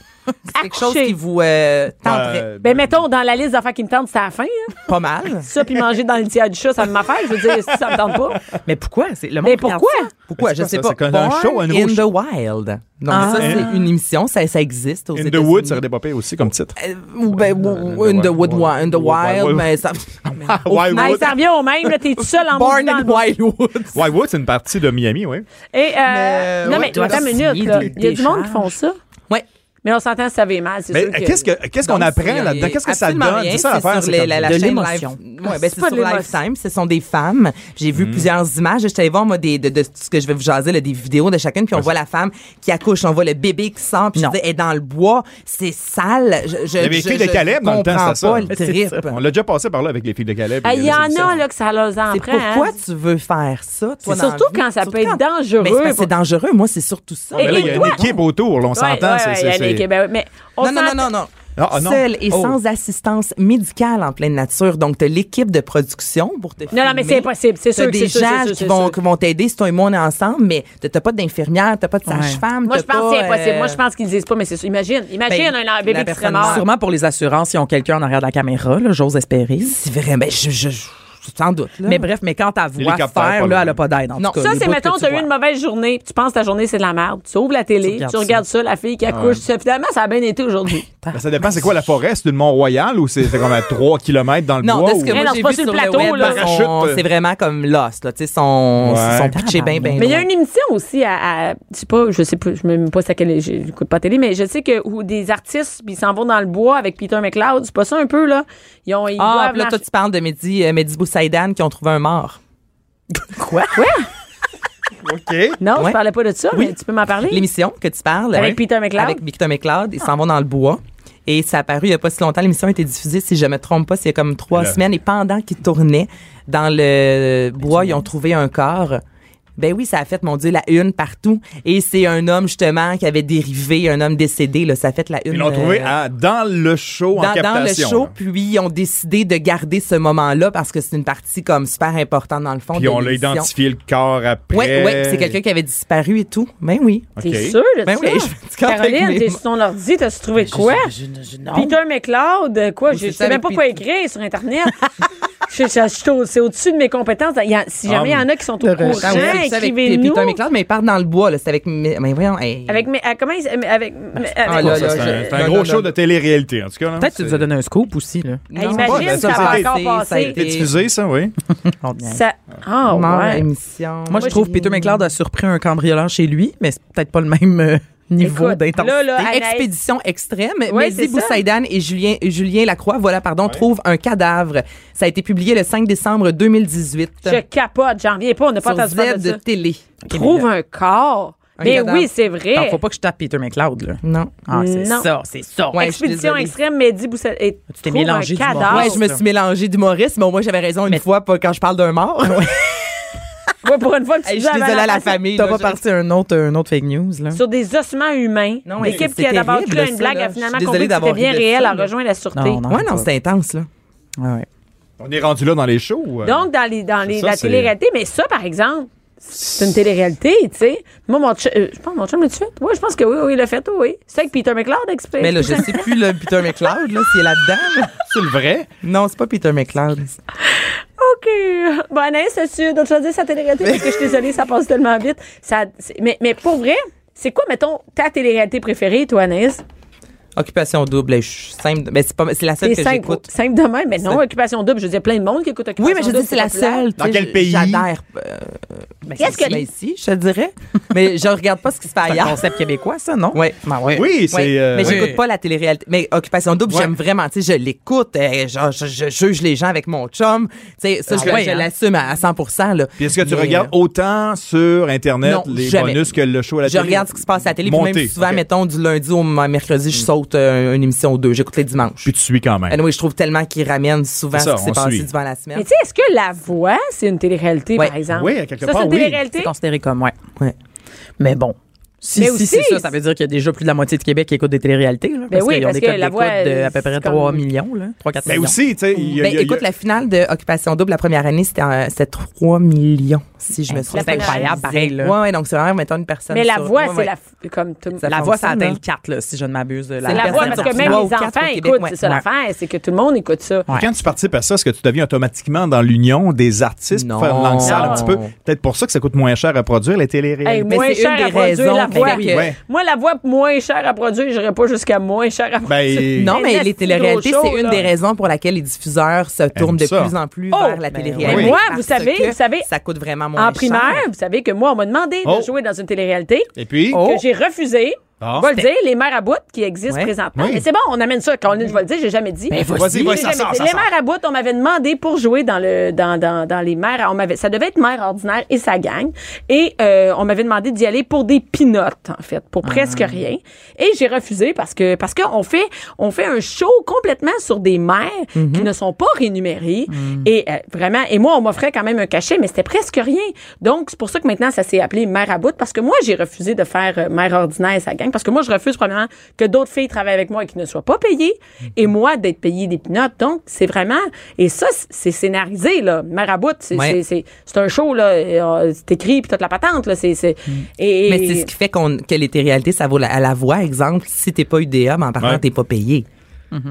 Speaker 4: C'est quelque chose
Speaker 3: Accoucher.
Speaker 4: qui vous euh, tenterait
Speaker 5: Euh,
Speaker 3: Ben, mettons, dans la liste d'affaires qui me tentent, c'est à la fin. hein.
Speaker 4: pas mal.
Speaker 3: Ça, puis manger dans le tiers du chat, ça me m'affaire. Je veux dire, si ça me tente pas.
Speaker 8: Mais pourquoi? C'est, le
Speaker 3: Mais
Speaker 8: monde regarde
Speaker 3: pourquoi?
Speaker 8: ça.
Speaker 4: Pourquoi? Je
Speaker 5: quoi,
Speaker 4: sais
Speaker 5: ça?
Speaker 4: pas.
Speaker 5: C'est comme un
Speaker 4: Born
Speaker 5: show, un nouveau
Speaker 4: in the
Speaker 5: show.
Speaker 4: Wild. Donc,
Speaker 8: Ah.
Speaker 4: ça, c'est une émission. Ça, ça existe aux
Speaker 5: In the
Speaker 4: États-Unis.
Speaker 5: Wood, ça aurait pas pire aussi comme titre.
Speaker 4: Euh, ou ben, ou-
Speaker 5: In
Speaker 4: in
Speaker 5: the
Speaker 4: the wood,
Speaker 5: Wild.
Speaker 4: in the
Speaker 5: Wild,
Speaker 4: wild,
Speaker 5: Wild.
Speaker 4: mais ça.
Speaker 5: Wild
Speaker 3: Mais
Speaker 5: Wood.
Speaker 3: ça revient au même, là, t'es tout seul en
Speaker 4: Born
Speaker 3: dans
Speaker 4: in
Speaker 3: le-
Speaker 4: Wildwood.
Speaker 5: Wild Wood, c'est une partie de Miami, oui.
Speaker 3: Et, euh, non,
Speaker 4: ouais,
Speaker 3: mais
Speaker 4: toi,
Speaker 3: attends
Speaker 4: tu
Speaker 3: une minute,
Speaker 4: signes
Speaker 3: là.
Speaker 4: des-
Speaker 3: Il y a
Speaker 4: des
Speaker 3: du monde qui font ça.
Speaker 4: Ouais.
Speaker 3: Mais on s'entend, ça va mal, c'est
Speaker 5: Mais
Speaker 3: sûr. que-
Speaker 5: qu'est-ce que qu'est-ce qu'on
Speaker 4: Donc,
Speaker 5: apprend
Speaker 4: c'est-
Speaker 5: là-dedans Qu'est-ce que ça
Speaker 4: absolument
Speaker 5: donne
Speaker 4: rien.
Speaker 5: C'est ça l'affaire,
Speaker 4: sur
Speaker 5: c'est
Speaker 4: les-
Speaker 5: comme-
Speaker 4: la, la
Speaker 8: de
Speaker 4: chaîne
Speaker 8: l'émotion.
Speaker 4: Live- Ouais, ben,
Speaker 3: C'est
Speaker 4: c'est
Speaker 3: pas
Speaker 4: sur
Speaker 3: de l'émotion.
Speaker 4: Lifetime. Ce sont des femmes. J'ai
Speaker 5: Mm.
Speaker 4: vu plusieurs images. Je suis allée voir, moi, des, de, de ce que je vais vous jaser, là, des vidéos de chacune. Puis on voit la femme qui accouche, on voit le bébé qui sort. Puis je
Speaker 8: Non.
Speaker 4: dis, elle est dans le bois. C'est sale. Je, je,
Speaker 5: Il y avait les
Speaker 4: je-
Speaker 5: filles de
Speaker 4: je
Speaker 5: Caleb dans le temps,
Speaker 4: comprends
Speaker 5: c'était ça. Ben,
Speaker 4: pas le
Speaker 5: C'est
Speaker 4: trip.
Speaker 5: On l'a déjà passé par là avec les filles de Caleb.
Speaker 3: Ah,
Speaker 5: puis
Speaker 3: Il y en
Speaker 5: Alexis.
Speaker 3: a, là, que ça leur en
Speaker 4: C'est
Speaker 3: prend. hein.
Speaker 4: pourquoi tu veux faire ça, toi,
Speaker 3: C'est
Speaker 4: dans la
Speaker 3: surtout
Speaker 4: vie?
Speaker 3: quand ça peut
Speaker 4: Surtout
Speaker 3: être dangereux.
Speaker 4: Mais c'est parce que c'est dangereux. Moi, c'est surtout ça.
Speaker 5: Mais là, il y a
Speaker 3: Et
Speaker 5: une
Speaker 3: toi?
Speaker 5: équipe autour, là, on
Speaker 3: Ouais,
Speaker 5: s'entend.
Speaker 3: ouais,
Speaker 5: c'est-
Speaker 3: ouais,
Speaker 5: c'est-
Speaker 3: il y a
Speaker 5: c'est-
Speaker 3: des Québécois. Mais on
Speaker 4: non, non,
Speaker 3: s'entend-
Speaker 4: non, non, non.
Speaker 5: Ah, ah, non.
Speaker 4: Seul et
Speaker 5: Oh.
Speaker 4: sans assistance médicale en pleine nature. Donc, t'as l'équipe de production pour te
Speaker 3: Non, non, mais c'est
Speaker 4: filmer.
Speaker 3: impossible. C'est
Speaker 4: T'as
Speaker 3: sûr que
Speaker 4: des
Speaker 3: c'est sûr,
Speaker 4: gens
Speaker 3: c'est sûr,
Speaker 4: qui
Speaker 3: c'est
Speaker 4: vont,
Speaker 3: sûr.
Speaker 4: qui vont t'aider si toi et moi on est ensemble, mais t'as t'as pas d'infirmière, t'as pas de sage-femme.
Speaker 3: Moi, je
Speaker 4: t'as
Speaker 3: pense que c'est
Speaker 4: pas,
Speaker 3: impossible.
Speaker 4: euh,
Speaker 3: Moi, je pense qu'ils disent pas, mais c'est sûr. Imagine, imagine
Speaker 4: Ben,
Speaker 3: un bébé
Speaker 4: la
Speaker 3: qui serait
Speaker 4: personne
Speaker 3: mort.
Speaker 8: Sûrement pour les assurances, ils ont quelqu'un en arrière de la caméra, là, j'ose espérer.
Speaker 4: C'est vrai, ben, je, je, je, sans doute. Là.
Speaker 8: Mais bref, mais quand ta voix
Speaker 5: L'hélicoptère, pas
Speaker 8: faire,
Speaker 5: loin.
Speaker 8: là, elle a pas d'aide. en
Speaker 4: Non.
Speaker 8: tout cas,
Speaker 3: Ça,
Speaker 8: les
Speaker 3: c'est,
Speaker 8: bouts
Speaker 3: mettons,
Speaker 8: que
Speaker 3: t'as
Speaker 8: tu
Speaker 3: eu une
Speaker 8: vois.
Speaker 3: mauvaise journée, puis tu penses que ta journée, c'est de la merde. Tu ouvres la télé, tu
Speaker 8: regardes
Speaker 3: regardes, ça. la fille qui
Speaker 4: Ah
Speaker 3: accouche. Tu sais, Finalement, ça a bien été
Speaker 4: [laughs]
Speaker 3: aujourd'hui.
Speaker 5: Ben, ça dépend, c'est quoi la forêt? C'est une Mont-Royal ou c'est c'est comme à 3 km dans le
Speaker 4: Non,
Speaker 5: bois?
Speaker 4: de ce que
Speaker 3: Mais
Speaker 5: ou-
Speaker 4: moi
Speaker 3: non,
Speaker 4: j'ai
Speaker 3: c'est pas
Speaker 4: vu
Speaker 3: sur le euh,
Speaker 4: sur
Speaker 3: plateau,
Speaker 4: le
Speaker 3: là.
Speaker 4: web, on-
Speaker 5: Parachute.
Speaker 4: c'est vraiment comme Lost, là, tu sais, son,
Speaker 5: Ouais.
Speaker 4: son pitché bien, bien.
Speaker 8: Mais
Speaker 3: Mais il y a une émission aussi à, à- je sais pas, je sais pas, je me même pas ça quelle, je n'écoute pas la télé, mais je sais que où des artistes puis ils s'en vont dans le bois avec Peter McLeod, c'est pas ça un peu là Ils ont ils doivent
Speaker 4: Ah, puis là, toi,
Speaker 3: marcher-
Speaker 4: tu parles de Mehdi, euh, Mehdi Boussaïdan qui ont trouvé un mort.
Speaker 8: Quoi?
Speaker 5: OK.
Speaker 3: Non,
Speaker 4: Ouais.
Speaker 3: je parlais pas de ça,
Speaker 4: Oui.
Speaker 3: mais tu peux m'en parler
Speaker 4: L'émission que tu parles.
Speaker 3: avec
Speaker 4: Ouais.
Speaker 3: Peter McLeod. Ah.
Speaker 4: Avec Victor McLeod. Ils s'en vont dans le bois. Et ça a apparu il n'y a pas si longtemps. L'émission a été diffusée, si je me trompe pas, c'est comme trois
Speaker 5: Là.
Speaker 4: semaines. Et pendant qu'ils tournaient dans le bois, ils ont trouvé un corps. Ben oui, ça a fait, mon Dieu, la une partout. Et c'est un homme, justement, qui avait dérivé, un homme décédé. Là, ça a fait la une.
Speaker 5: Ils l'ont trouvé
Speaker 4: euh,
Speaker 5: à- dans le show en
Speaker 4: dans, dans le
Speaker 5: captation.
Speaker 4: show,
Speaker 5: là.
Speaker 4: puis ils ont décidé de garder ce moment-là parce que c'est une partie comme super importante dans le fond.
Speaker 5: Puis
Speaker 4: de
Speaker 5: on l'a
Speaker 4: l'émission.
Speaker 5: identifié le corps après.
Speaker 4: Oui, oui, c'est quelqu'un qui avait disparu et tout. Ben oui.
Speaker 3: T'es
Speaker 5: OK.
Speaker 3: sûr de
Speaker 4: Ben
Speaker 3: ça
Speaker 4: oui, je fais du camp avec
Speaker 3: Caroline,
Speaker 4: mes
Speaker 3: t'es
Speaker 4: mains.
Speaker 3: sur ton ordi, t'as trouvé quoi Peter McLeod, quoi
Speaker 4: Oui,
Speaker 3: Je
Speaker 4: c'est
Speaker 3: je
Speaker 4: ça,
Speaker 3: sais même
Speaker 4: avec
Speaker 3: pas quoi
Speaker 4: Peter.
Speaker 3: écrire sur [laughs] internet. Je- je- je- je- C'est au-dessus de mes compétences. Il y a- si jamais il y en a qui sont au courant,
Speaker 4: Ah oui, c'est ça avec
Speaker 3: écrivez-nous.
Speaker 4: Peter McLeod, mais il part dans le bois, là. C'est avec. Mais mais voyons. hey.
Speaker 3: Avec mes, ah, comment il s- euh, avec, avec-
Speaker 4: Ah, là,
Speaker 5: Ça,
Speaker 4: là,
Speaker 5: C'est un,
Speaker 4: je-
Speaker 5: c'est un
Speaker 4: non,
Speaker 5: gros
Speaker 4: non,
Speaker 5: show
Speaker 4: non.
Speaker 5: de télé-réalité, en tout cas. là.
Speaker 8: Peut-être que tu nous as
Speaker 5: C'est-
Speaker 8: donné un scoop aussi, là.
Speaker 4: Non,
Speaker 3: Hey, imagine,
Speaker 4: pas,
Speaker 5: ça va
Speaker 4: a été-
Speaker 3: encore
Speaker 4: ça a
Speaker 3: passer.
Speaker 5: C'est
Speaker 4: été-
Speaker 5: diffusé, ça, oui.
Speaker 8: On niaise.
Speaker 3: ça, ah
Speaker 4: Mort à
Speaker 3: ouais.
Speaker 4: émission.
Speaker 8: Moi, je trouve Peter McLeod a surpris un cambrioleur chez lui, mais c'est peut-être pas le même euh, [laughs] niveau
Speaker 3: Écoute,
Speaker 8: d'intensité.
Speaker 3: là, là, Anaïs-
Speaker 4: Expédition extrême.
Speaker 3: Ouais,
Speaker 4: Mehdi
Speaker 3: c'est ça.
Speaker 4: Boussaïdan et Julien, et Julien Lacroix, voilà, pardon, trouvent un cadavre. Ça a été publié le 5 décembre 2018
Speaker 3: Je capote, j'en reviens pas, on n'a pas
Speaker 4: sur
Speaker 3: entendu parler
Speaker 4: Z
Speaker 3: de
Speaker 4: de
Speaker 3: ça.
Speaker 4: télé.
Speaker 3: Trouve un corps.
Speaker 4: Un
Speaker 3: Mais
Speaker 4: cadavre.
Speaker 3: oui, c'est
Speaker 8: Attends,
Speaker 3: vrai.
Speaker 8: faut pas que je tape Peter McLeod, là.
Speaker 4: Non.
Speaker 8: Ah, c'est
Speaker 3: Non.
Speaker 8: ça, c'est ça.
Speaker 4: Ouais, je suis
Speaker 3: Expédition
Speaker 4: désolée.
Speaker 3: extrême, Mehdi Boussel. Et
Speaker 8: Tu t'es
Speaker 3: trouve
Speaker 8: mélangé
Speaker 3: un
Speaker 8: du monde.
Speaker 3: cadavre.
Speaker 4: Ouais, je me
Speaker 8: ça.
Speaker 4: suis mélangée d'humoriste, mais au moins j'avais raison une fois pas quand je parle d'un mort.
Speaker 3: Ouais, pour une fois, le petit
Speaker 4: [laughs] Hey, je
Speaker 3: jeu
Speaker 4: suis
Speaker 3: avant
Speaker 4: désolée à la
Speaker 3: face.
Speaker 4: famille.
Speaker 8: T'as
Speaker 4: là,
Speaker 8: pas
Speaker 4: je-
Speaker 8: parti un autre, un autre fake news, là.
Speaker 3: Sur des ossements humains.
Speaker 4: Non, ouais,
Speaker 3: L'équipe
Speaker 4: c'est
Speaker 3: qui a d'abord
Speaker 4: terrible,
Speaker 3: cru à
Speaker 4: ça,
Speaker 3: une blague
Speaker 4: là.
Speaker 3: a
Speaker 4: Je suis
Speaker 3: finalement
Speaker 4: désolée
Speaker 3: compris que
Speaker 4: d'avoir
Speaker 3: c'était bien
Speaker 4: ri de
Speaker 3: réel,
Speaker 4: ça,
Speaker 3: a
Speaker 4: là.
Speaker 3: rejoint la sûreté.
Speaker 8: Non, non.
Speaker 4: Ouais, non, c'est intense, là.
Speaker 8: Ouais, ouais.
Speaker 5: On est rendu là dans les shows. euh.
Speaker 3: Donc, dans, les, dans les,
Speaker 5: ça,
Speaker 3: la
Speaker 5: c'est-
Speaker 3: télé-réalité, mais ça, par exemple, c'est une télé-réalité, tu sais. Moi, mon chum, euh, je pense, mon chum l'a-tu fait? Oui, je pense que oui, oui, il l'a fait, oui. C'est avec Peter McLeod, expert.
Speaker 4: Mais Ben là, je sais plus, là, Peter McLeod, là, s'il est là-dedans. là.
Speaker 5: C'est le vrai.
Speaker 4: Non, c'est pas Peter McLeod.
Speaker 3: OK. [laughs] Bon, Anaïs, as-tu d'autres choses à dire sur la télé-réalité? Parce que je suis désolée, ça passe tellement vite. Ça, c'est- mais, mais pour vrai, c'est quoi, mettons, ta télé-réalité préférée, toi, Anaïs?
Speaker 4: Occupation double, là, je suis simple. Mais c'est pas- c'est la seule
Speaker 3: C'est
Speaker 4: que
Speaker 3: simple,
Speaker 4: j'écoute.
Speaker 3: simple demain, mais non, occupation double. Je veux dire, plein de monde qui écoute occupation
Speaker 4: Oui, mais je
Speaker 3: Double,
Speaker 4: dis c'est la
Speaker 3: populaire.
Speaker 4: seule. tu
Speaker 5: Dans
Speaker 4: sais,
Speaker 5: quel
Speaker 4: j-
Speaker 5: pays?
Speaker 4: J'adhère. euh, ben,
Speaker 3: Qu'est-ce
Speaker 4: c'est-
Speaker 3: que-
Speaker 4: ben, ici, je te dirais. mais je regarde pas ce qui se fait
Speaker 8: C'est un
Speaker 4: ailleurs.
Speaker 8: concept québécois, ça, non?
Speaker 4: Ouais. Ben ouais.
Speaker 5: Oui, c'est,
Speaker 4: Ouais.
Speaker 5: euh,
Speaker 4: mais
Speaker 5: oui.
Speaker 4: j'écoute pas la télé-réalité. Mais Occupation Double,
Speaker 5: Ouais.
Speaker 4: j'aime vraiment. Tu sais, je l'écoute. euh, genre, je, je juge les gens avec mon chum. Tu sais, ça,
Speaker 8: Ah
Speaker 4: je,
Speaker 8: ouais,
Speaker 4: je
Speaker 8: hein?
Speaker 4: l'assume à à 100 là.
Speaker 5: Puis est-ce que tu
Speaker 4: Mais,
Speaker 5: regardes
Speaker 4: euh,
Speaker 5: autant sur Internet
Speaker 4: Non,
Speaker 5: les
Speaker 4: jamais.
Speaker 5: bonus que le show à la
Speaker 4: je
Speaker 5: télé?
Speaker 4: regarde ce qui se passe à la télé, puis
Speaker 5: Monté,
Speaker 4: même souvent,
Speaker 5: ok. Hmm.
Speaker 4: mettons, du lundi au m- mercredi, je saute euh, une émission ou deux. J'écoute les dimanches.
Speaker 5: Puis tu suis quand même.
Speaker 4: Ah oui, je trouve tellement qu'ils ramènent souvent
Speaker 5: C'est ça,
Speaker 4: ce qui s'est
Speaker 5: on
Speaker 4: passé
Speaker 5: suit.
Speaker 4: durant la semaine.
Speaker 3: Mais tu sais, est-ce que La Voix, c'est une télé-réalité,
Speaker 4: Ouais.
Speaker 3: par exemple?
Speaker 5: Oui, à quelque
Speaker 3: Ça,
Speaker 5: part,
Speaker 3: c'est une
Speaker 5: oui.
Speaker 8: C'est
Speaker 3: télé-réalité?
Speaker 8: considéré comme, ouais.
Speaker 4: Ouais.
Speaker 8: Mais bon. Si,
Speaker 3: Mais
Speaker 8: si
Speaker 3: aussi,
Speaker 8: c'est ça, ça veut dire qu'il y a déjà plus de la moitié du Québec qui écoute des téléréalités. Là,
Speaker 3: Ben oui,
Speaker 8: qu'ils ont
Speaker 3: parce
Speaker 8: des
Speaker 3: que
Speaker 8: codes
Speaker 3: la
Speaker 8: d'écoute
Speaker 3: voix, euh,
Speaker 8: de à peu
Speaker 3: c'est
Speaker 8: près
Speaker 3: comme-
Speaker 8: 3 millions, là. 3-4
Speaker 5: Mais
Speaker 8: millions.
Speaker 5: aussi, tu sais, il y a-
Speaker 4: Ben,
Speaker 5: il y a-
Speaker 4: écoute,
Speaker 5: il y a-
Speaker 4: la finale de Occupation Double, la première année, c'était, euh, c'était 3 millions, si je me
Speaker 8: Hey,
Speaker 4: souviens.
Speaker 3: c'est incroyable,
Speaker 8: pareil, là.
Speaker 4: Ouais, ouais, donc c'est vraiment, mettons, une personne.
Speaker 3: Mais La
Speaker 4: sur-
Speaker 3: Voix,
Speaker 4: ouais,
Speaker 3: c'est
Speaker 4: ouais.
Speaker 3: la... f- Comme tout...
Speaker 4: Ça
Speaker 8: La voix, ça
Speaker 4: fonctionne,
Speaker 8: atteint
Speaker 4: hein.
Speaker 8: le 4, là, si je ne m'abuse. de
Speaker 4: C'est
Speaker 3: La
Speaker 4: personne
Speaker 3: Voix,
Speaker 4: sur
Speaker 3: parce que
Speaker 4: trois
Speaker 3: même
Speaker 4: ou
Speaker 3: les
Speaker 4: quatre au
Speaker 3: enfants
Speaker 4: Québec,
Speaker 3: écoutent,
Speaker 4: ouais.
Speaker 3: c'est ça
Speaker 4: Ouais.
Speaker 3: l'affaire, c'est que tout le monde écoute ça.
Speaker 8: Ouais.
Speaker 5: Quand tu participes à ça, est-ce que tu deviens automatiquement dans l'union des artistes pour faire une langue sale un
Speaker 4: Non.
Speaker 5: petit peu? Peut-être pour ça que ça coûte moins cher à produire les
Speaker 3: Hey,
Speaker 5: téléréalités.
Speaker 4: Mais
Speaker 3: moins
Speaker 4: c'est
Speaker 3: cher
Speaker 4: une
Speaker 3: à
Speaker 4: des
Speaker 3: produire la
Speaker 4: raisons,
Speaker 3: voix.
Speaker 4: mais que-
Speaker 5: Ouais.
Speaker 3: Moi, la voix moins chère à produire, j'irais pas jusqu'à moins cher à produire.
Speaker 5: Ben,
Speaker 4: [laughs] Non, mais
Speaker 3: Mais
Speaker 4: les
Speaker 3: c'est gros
Speaker 4: téléréalités,
Speaker 3: show,
Speaker 4: c'est une
Speaker 3: là.
Speaker 4: des raisons pour laquelle les diffuseurs se tournent de
Speaker 5: ça.
Speaker 4: plus en plus
Speaker 3: Oh,
Speaker 4: vers la
Speaker 8: ben
Speaker 4: télé-réalité.
Speaker 5: oui.
Speaker 3: Moi, vous
Speaker 4: parce
Speaker 3: savez,
Speaker 4: que
Speaker 3: vous savez,
Speaker 4: Ça coûte vraiment moins
Speaker 3: En primaire,
Speaker 4: cher.
Speaker 3: vous savez que moi, on m'a demandé
Speaker 5: Oh.
Speaker 3: de jouer dans une télé-réalité
Speaker 5: Et puis,
Speaker 4: Oh.
Speaker 3: que j'ai refusé.
Speaker 5: Ah.
Speaker 3: Je vais le dire, les mères à bout qui existent
Speaker 4: Ouais. Ben,
Speaker 3: présentement.
Speaker 5: Oui.
Speaker 3: Mais c'est bon, on amène ça. Caroline, je vais le dire, j'ai jamais dit.
Speaker 5: vas-y, vas-y,
Speaker 3: J'ai
Speaker 5: ça
Speaker 3: jamais
Speaker 5: sort,
Speaker 3: dit.
Speaker 5: ça
Speaker 3: les
Speaker 5: sort.
Speaker 3: mères à bout, on m'avait demandé pour jouer dans le dans, dans, dans les mères. On m'avait, ça devait être mère ordinaire et sa gang. Et euh, on m'avait demandé d'y aller pour des pinottes, en fait, pour
Speaker 4: Ah.
Speaker 3: presque rien. Et j'ai refusé parce que parce qu'on fait on fait un show complètement sur des mères
Speaker 4: Mm-hmm.
Speaker 3: qui ne sont pas rémunérées.
Speaker 4: Mm.
Speaker 3: Et euh, vraiment, et moi, on m'offrait quand même un cachet, mais c'était presque rien. Donc, c'est pour ça que maintenant, ça s'est appelé mère à bout parce que moi, j'ai refusé de faire euh, mère ordinaire et sa gang parce que moi, je refuse probablement que d'autres filles travaillent avec moi et qu'ils ne soient pas payées et
Speaker 4: Mhm.
Speaker 3: moi d'être payée des pinottes. Donc, c'est vraiment, et ça, c'est- c'est scénarisé, là. Mère à bout, c'est
Speaker 4: Ouais.
Speaker 3: c'est- c'est- c'est un show, là. et, euh, C'est écrit puis toute la patente, là. C'est, c'est, et,
Speaker 4: Mhm. Mais c'est ce qui fait qu'on, que les téléréalités, ça vaut la, à la voix, exemple. Si t'es pas UDA, mais en partant,
Speaker 5: Ouais.
Speaker 4: t'es pas payé.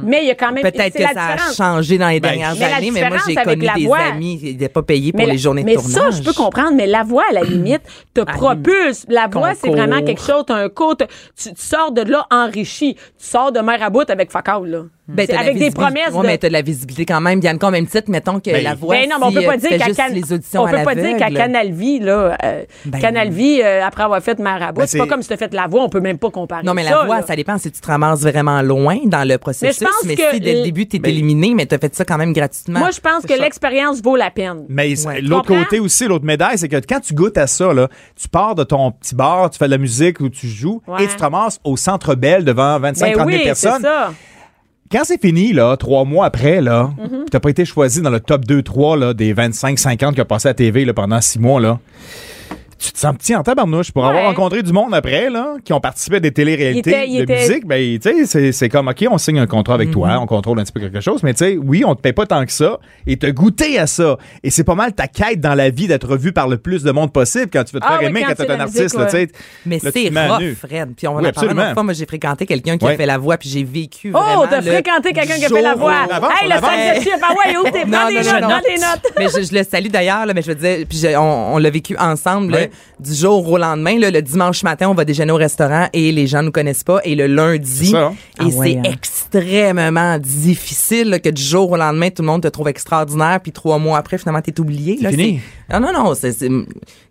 Speaker 3: mais il y a quand même,
Speaker 4: Peut-être
Speaker 3: c'est
Speaker 4: que
Speaker 3: la
Speaker 4: ça a
Speaker 3: différence.
Speaker 4: changé dans les
Speaker 5: Ben,
Speaker 4: dernières
Speaker 3: Mais la
Speaker 4: années, mais moi, j'ai
Speaker 3: différence avec
Speaker 4: connu
Speaker 3: la
Speaker 4: des
Speaker 3: voix-
Speaker 4: amis qui n'étaient pas payés pour
Speaker 3: la-
Speaker 4: les journées de
Speaker 3: mais
Speaker 4: tournage.
Speaker 3: ça, je peux comprendre, mais la voix, à la limite, te propulse. La voix, c'est
Speaker 8: Concours.
Speaker 3: vraiment quelque chose, t'as un cours, t'as- tu, tu sors de là enrichi. Tu sors de mer à bout avec Facal, là.
Speaker 4: Ben,
Speaker 3: C'est
Speaker 4: t'as la
Speaker 3: avec des
Speaker 4: visibilité.
Speaker 3: promesses
Speaker 4: Ouais,
Speaker 3: de-
Speaker 4: mais t'as de la visibilité quand même. Yannick, au même titre, mettons que
Speaker 5: Ben,
Speaker 4: la voix.
Speaker 3: Ben non, mais on
Speaker 4: si,
Speaker 3: peut pas
Speaker 4: euh, tu
Speaker 3: dire
Speaker 4: fais
Speaker 3: qu'à
Speaker 4: juste
Speaker 3: Can-
Speaker 4: les auditions
Speaker 3: on
Speaker 4: à
Speaker 3: peut pas dire
Speaker 4: l'aveugle.
Speaker 3: qu'à Canal Vie là, euh,
Speaker 4: Ben-
Speaker 3: Canal Vie euh, après avoir fait Marabout,
Speaker 5: Ben,
Speaker 3: c'est pas
Speaker 5: c'est-
Speaker 3: comme si tu as fait la voix, on peut même pas comparer.
Speaker 4: Non, mais la
Speaker 3: ça,
Speaker 4: voix,
Speaker 3: là.
Speaker 4: ça dépend si tu te ramasses vraiment loin dans le processus.
Speaker 3: pense
Speaker 4: Mais,
Speaker 3: que
Speaker 4: si dès
Speaker 3: l-
Speaker 4: le début, t'es
Speaker 5: Ben,
Speaker 4: éliminé, mais t'as fait ça quand même gratuitement.
Speaker 3: Moi, je pense que l'expérience vaut la peine.
Speaker 5: Mais c'est-
Speaker 4: Ouais.
Speaker 5: l'autre
Speaker 3: Comprends?
Speaker 5: côté aussi, l'autre médaille, c'est que quand tu goûtes à ça, là, tu pars de ton petit bar, tu fais de la musique ou tu joues
Speaker 3: Ouais.
Speaker 5: et tu te ramasses au centre Bell devant 25
Speaker 3: ben
Speaker 5: 30 000
Speaker 3: oui, c'est
Speaker 5: personnes.
Speaker 3: ça.
Speaker 5: Quand c'est fini, là, trois mois après, là,
Speaker 3: Mhm.
Speaker 5: tu n'as pas été choisi dans le top 2-3 là, des 25-50 qui a passé à TV là, pendant six mois, là. Tu te sens petit en tabarnouche pour avoir
Speaker 3: Ouais.
Speaker 5: rencontré du monde après, là, qui ont participé à des téléréalités
Speaker 3: Il était- Mhm. il
Speaker 5: de
Speaker 3: était-
Speaker 5: musique. Ben, tu sais, c'est- c'est comme, OK, on signe un contrat avec toi, on contrôle un petit peu quelque chose, mais tu sais, oui, on te paie pas tant que ça et te goûter à ça. Et c'est pas mal ta quête dans la vie d'être vu par le plus de monde possible quand tu veux te
Speaker 3: Ah
Speaker 5: faire
Speaker 3: oui,
Speaker 5: aimer,
Speaker 3: quand
Speaker 5: quand
Speaker 3: tu
Speaker 5: t'es
Speaker 3: fais
Speaker 5: un
Speaker 3: de la musique,
Speaker 5: artiste, là, tu sais.
Speaker 4: Mais
Speaker 5: Là, tu
Speaker 4: c'est
Speaker 5: te mets à nu.
Speaker 4: rough, Fred. Puis on va
Speaker 5: Oui,
Speaker 4: en parler une
Speaker 5: absolument.
Speaker 4: autre fois. Moi, j'ai fréquenté quelqu'un qui
Speaker 5: Ouais.
Speaker 4: a fait la voix, puis j'ai vécu
Speaker 3: Oh,
Speaker 4: vraiment
Speaker 3: de
Speaker 4: le-
Speaker 3: fréquenter quelqu'un qui a fait
Speaker 5: jour
Speaker 3: la voix.
Speaker 5: où on avance,
Speaker 3: hey,
Speaker 5: on
Speaker 3: le
Speaker 5: avance.
Speaker 3: sac de chips, ah ouais, où t'es?
Speaker 4: Non,
Speaker 3: Prends des
Speaker 4: non,
Speaker 3: notes,
Speaker 4: non, non.
Speaker 3: prends des notes.
Speaker 4: mais je, je le salue d'ailleurs, là, mais je veux dire, puis je- on, on l'a vécu
Speaker 5: Oui.
Speaker 4: ensemble là, du jour au lendemain. là, le dimanche matin, on va déjeuner au restaurant et les gens nous connaissent pas. Et le lundi,
Speaker 5: C'est ça, hein?
Speaker 4: et
Speaker 8: Ah
Speaker 4: c'est
Speaker 8: ouais, hein.
Speaker 4: extrêmement difficile là, que du jour au lendemain, tout le monde te trouve extraordinaire, puis trois mois après, finalement, t'es oublié. là,
Speaker 5: fini.
Speaker 4: c'est- Non, non, non. c'est- c'est-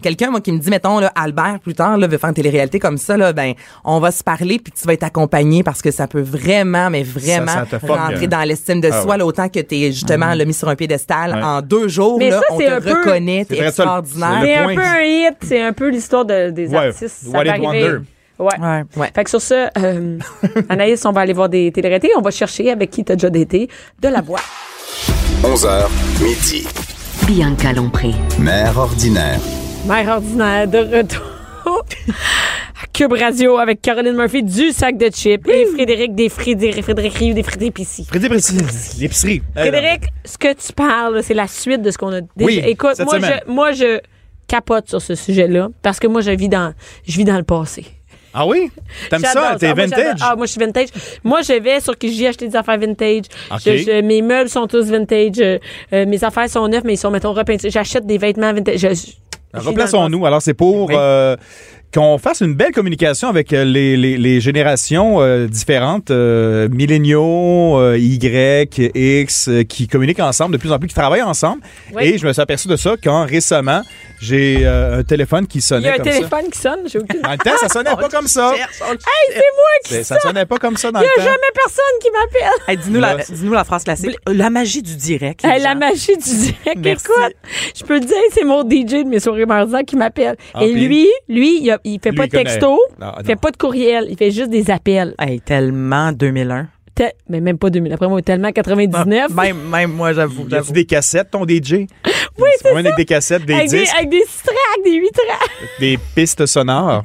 Speaker 4: Quelqu'un, moi, qui me dit, mettons, là, Albert, plus tard, là, veut faire une télé-réalité comme ça, là, ben, on va se parler, puis tu vas être accompagné parce que ça peut vraiment, mais vraiment
Speaker 5: Ça, ça te fuck,
Speaker 4: rentrer
Speaker 5: hein.
Speaker 4: dans l'estime de
Speaker 5: Ah
Speaker 4: soi,
Speaker 5: ouais.
Speaker 4: là, autant que t'es justement
Speaker 8: Ah.
Speaker 4: là, mis sur un piédestal
Speaker 5: Ouais.
Speaker 4: en deux jours,
Speaker 3: Mais
Speaker 4: là,
Speaker 3: ça,
Speaker 4: on
Speaker 3: c'est
Speaker 4: te
Speaker 3: un peu-
Speaker 4: reconnaît,
Speaker 5: C'est
Speaker 4: t'es
Speaker 5: vrai, ça, le-
Speaker 4: extraordinaire.
Speaker 5: le
Speaker 3: C'est un
Speaker 5: point.
Speaker 3: peu un hit, c'est un peu l'histoire de- des
Speaker 5: Ouais,
Speaker 3: artistes. Ça
Speaker 5: What
Speaker 3: va
Speaker 5: It
Speaker 3: arriver.
Speaker 5: Wonder.
Speaker 3: Ouais.
Speaker 8: Ouais.
Speaker 4: Ouais.
Speaker 3: Fait que sur ça,
Speaker 5: [laughs]
Speaker 3: euh, Anaïs, on va aller voir des télérétés. On va chercher avec qui t'as déjà daté de la voix.
Speaker 2: 11h, midi.
Speaker 1: Bianca Lompré.
Speaker 2: Mère ordinaire.
Speaker 3: Mère ordinaire de retour à Cube Radio avec Caroline Murphy du sac de chips et Frédéric des Frédéric, Frédéric Rioux des Frédéric Pissi.
Speaker 5: Frédéric Brissi- l'épicerie.
Speaker 3: Frédéric, ce que tu parles, c'est la suite de ce qu'on a déjà.
Speaker 5: Oui,
Speaker 3: Écoute,
Speaker 5: cette
Speaker 3: moi
Speaker 5: semaine.
Speaker 3: je, moi, je capote sur ce sujet-là parce que moi, je vis dans, je vis dans le passé.
Speaker 5: Ah oui? T'aimes ça?
Speaker 3: J'adore
Speaker 5: T'es
Speaker 3: Ah, moi, j'adore.
Speaker 5: vintage?
Speaker 3: Ah, moi, je suis vintage. Moi, je vais sur qui j'ai acheté des affaires vintage.
Speaker 5: Ok.
Speaker 3: Je- je- mes meubles sont tous vintage. Euh, euh, mes affaires sont neuves, mais ils sont, mettons, repeints. J'achète des vêtements vintage. Je- je- je vis dans le passé.
Speaker 5: Replaçons-nous. Alors, c'est pour euh, qu'on fasse une belle communication avec euh, les, les- les générations euh, différentes, euh, milléniaux, euh, Y, X, euh, qui communiquent ensemble de plus en plus, qui travaillent ensemble.
Speaker 3: Oui.
Speaker 5: Et je me suis aperçu de ça quand récemment, j'ai euh, un téléphone
Speaker 3: Il
Speaker 5: qui
Speaker 3: y
Speaker 5: sonnait
Speaker 3: a un
Speaker 5: comme ça.
Speaker 3: téléphone Oh, qui sonne, j'ai aucune.
Speaker 5: Dans le temps,
Speaker 3: [laughs]
Speaker 5: ça sonnait pas comme ça.
Speaker 3: Hey, c'est moi qui
Speaker 5: C'est-
Speaker 3: sonne!
Speaker 5: Ça sonnait pas comme ça dans
Speaker 3: Il n'y
Speaker 5: le
Speaker 3: a
Speaker 5: temps.
Speaker 3: jamais personne qui m'appelle.
Speaker 8: Hey, dis-nous,
Speaker 5: Là,
Speaker 8: la, dis-nous la phrase classique. La magie du direct. les
Speaker 3: Hey, la
Speaker 8: gens.
Speaker 3: magie du direct.
Speaker 8: Merci.
Speaker 3: Écoute, je peux te dire, c'est mon DJ de mes soirées mardisans qui m'appelle.
Speaker 5: Ah,
Speaker 3: Et
Speaker 5: puis?
Speaker 3: lui, lui, il, a- il fait
Speaker 5: Lui,
Speaker 3: pas
Speaker 5: il
Speaker 3: de texto,
Speaker 5: connaît. Ah, Non,
Speaker 3: il fait
Speaker 5: non.
Speaker 3: pas de courriel, il fait juste des appels.
Speaker 8: Hey, tellement 2001.
Speaker 3: Te- mais même pas 2000. Après moi,
Speaker 5: Ah.
Speaker 3: tellement 99.
Speaker 5: Ben,
Speaker 8: Même, même moi, j'avoue.
Speaker 5: Y a-tu
Speaker 8: j'avoue.
Speaker 5: des cassettes, ton DJ? Oui, c'est avec des cassettes, des
Speaker 3: avec, des,
Speaker 5: disques,
Speaker 3: avec des six tracks, des huit tracks.
Speaker 5: des pistes
Speaker 8: [laughs]
Speaker 5: sonores,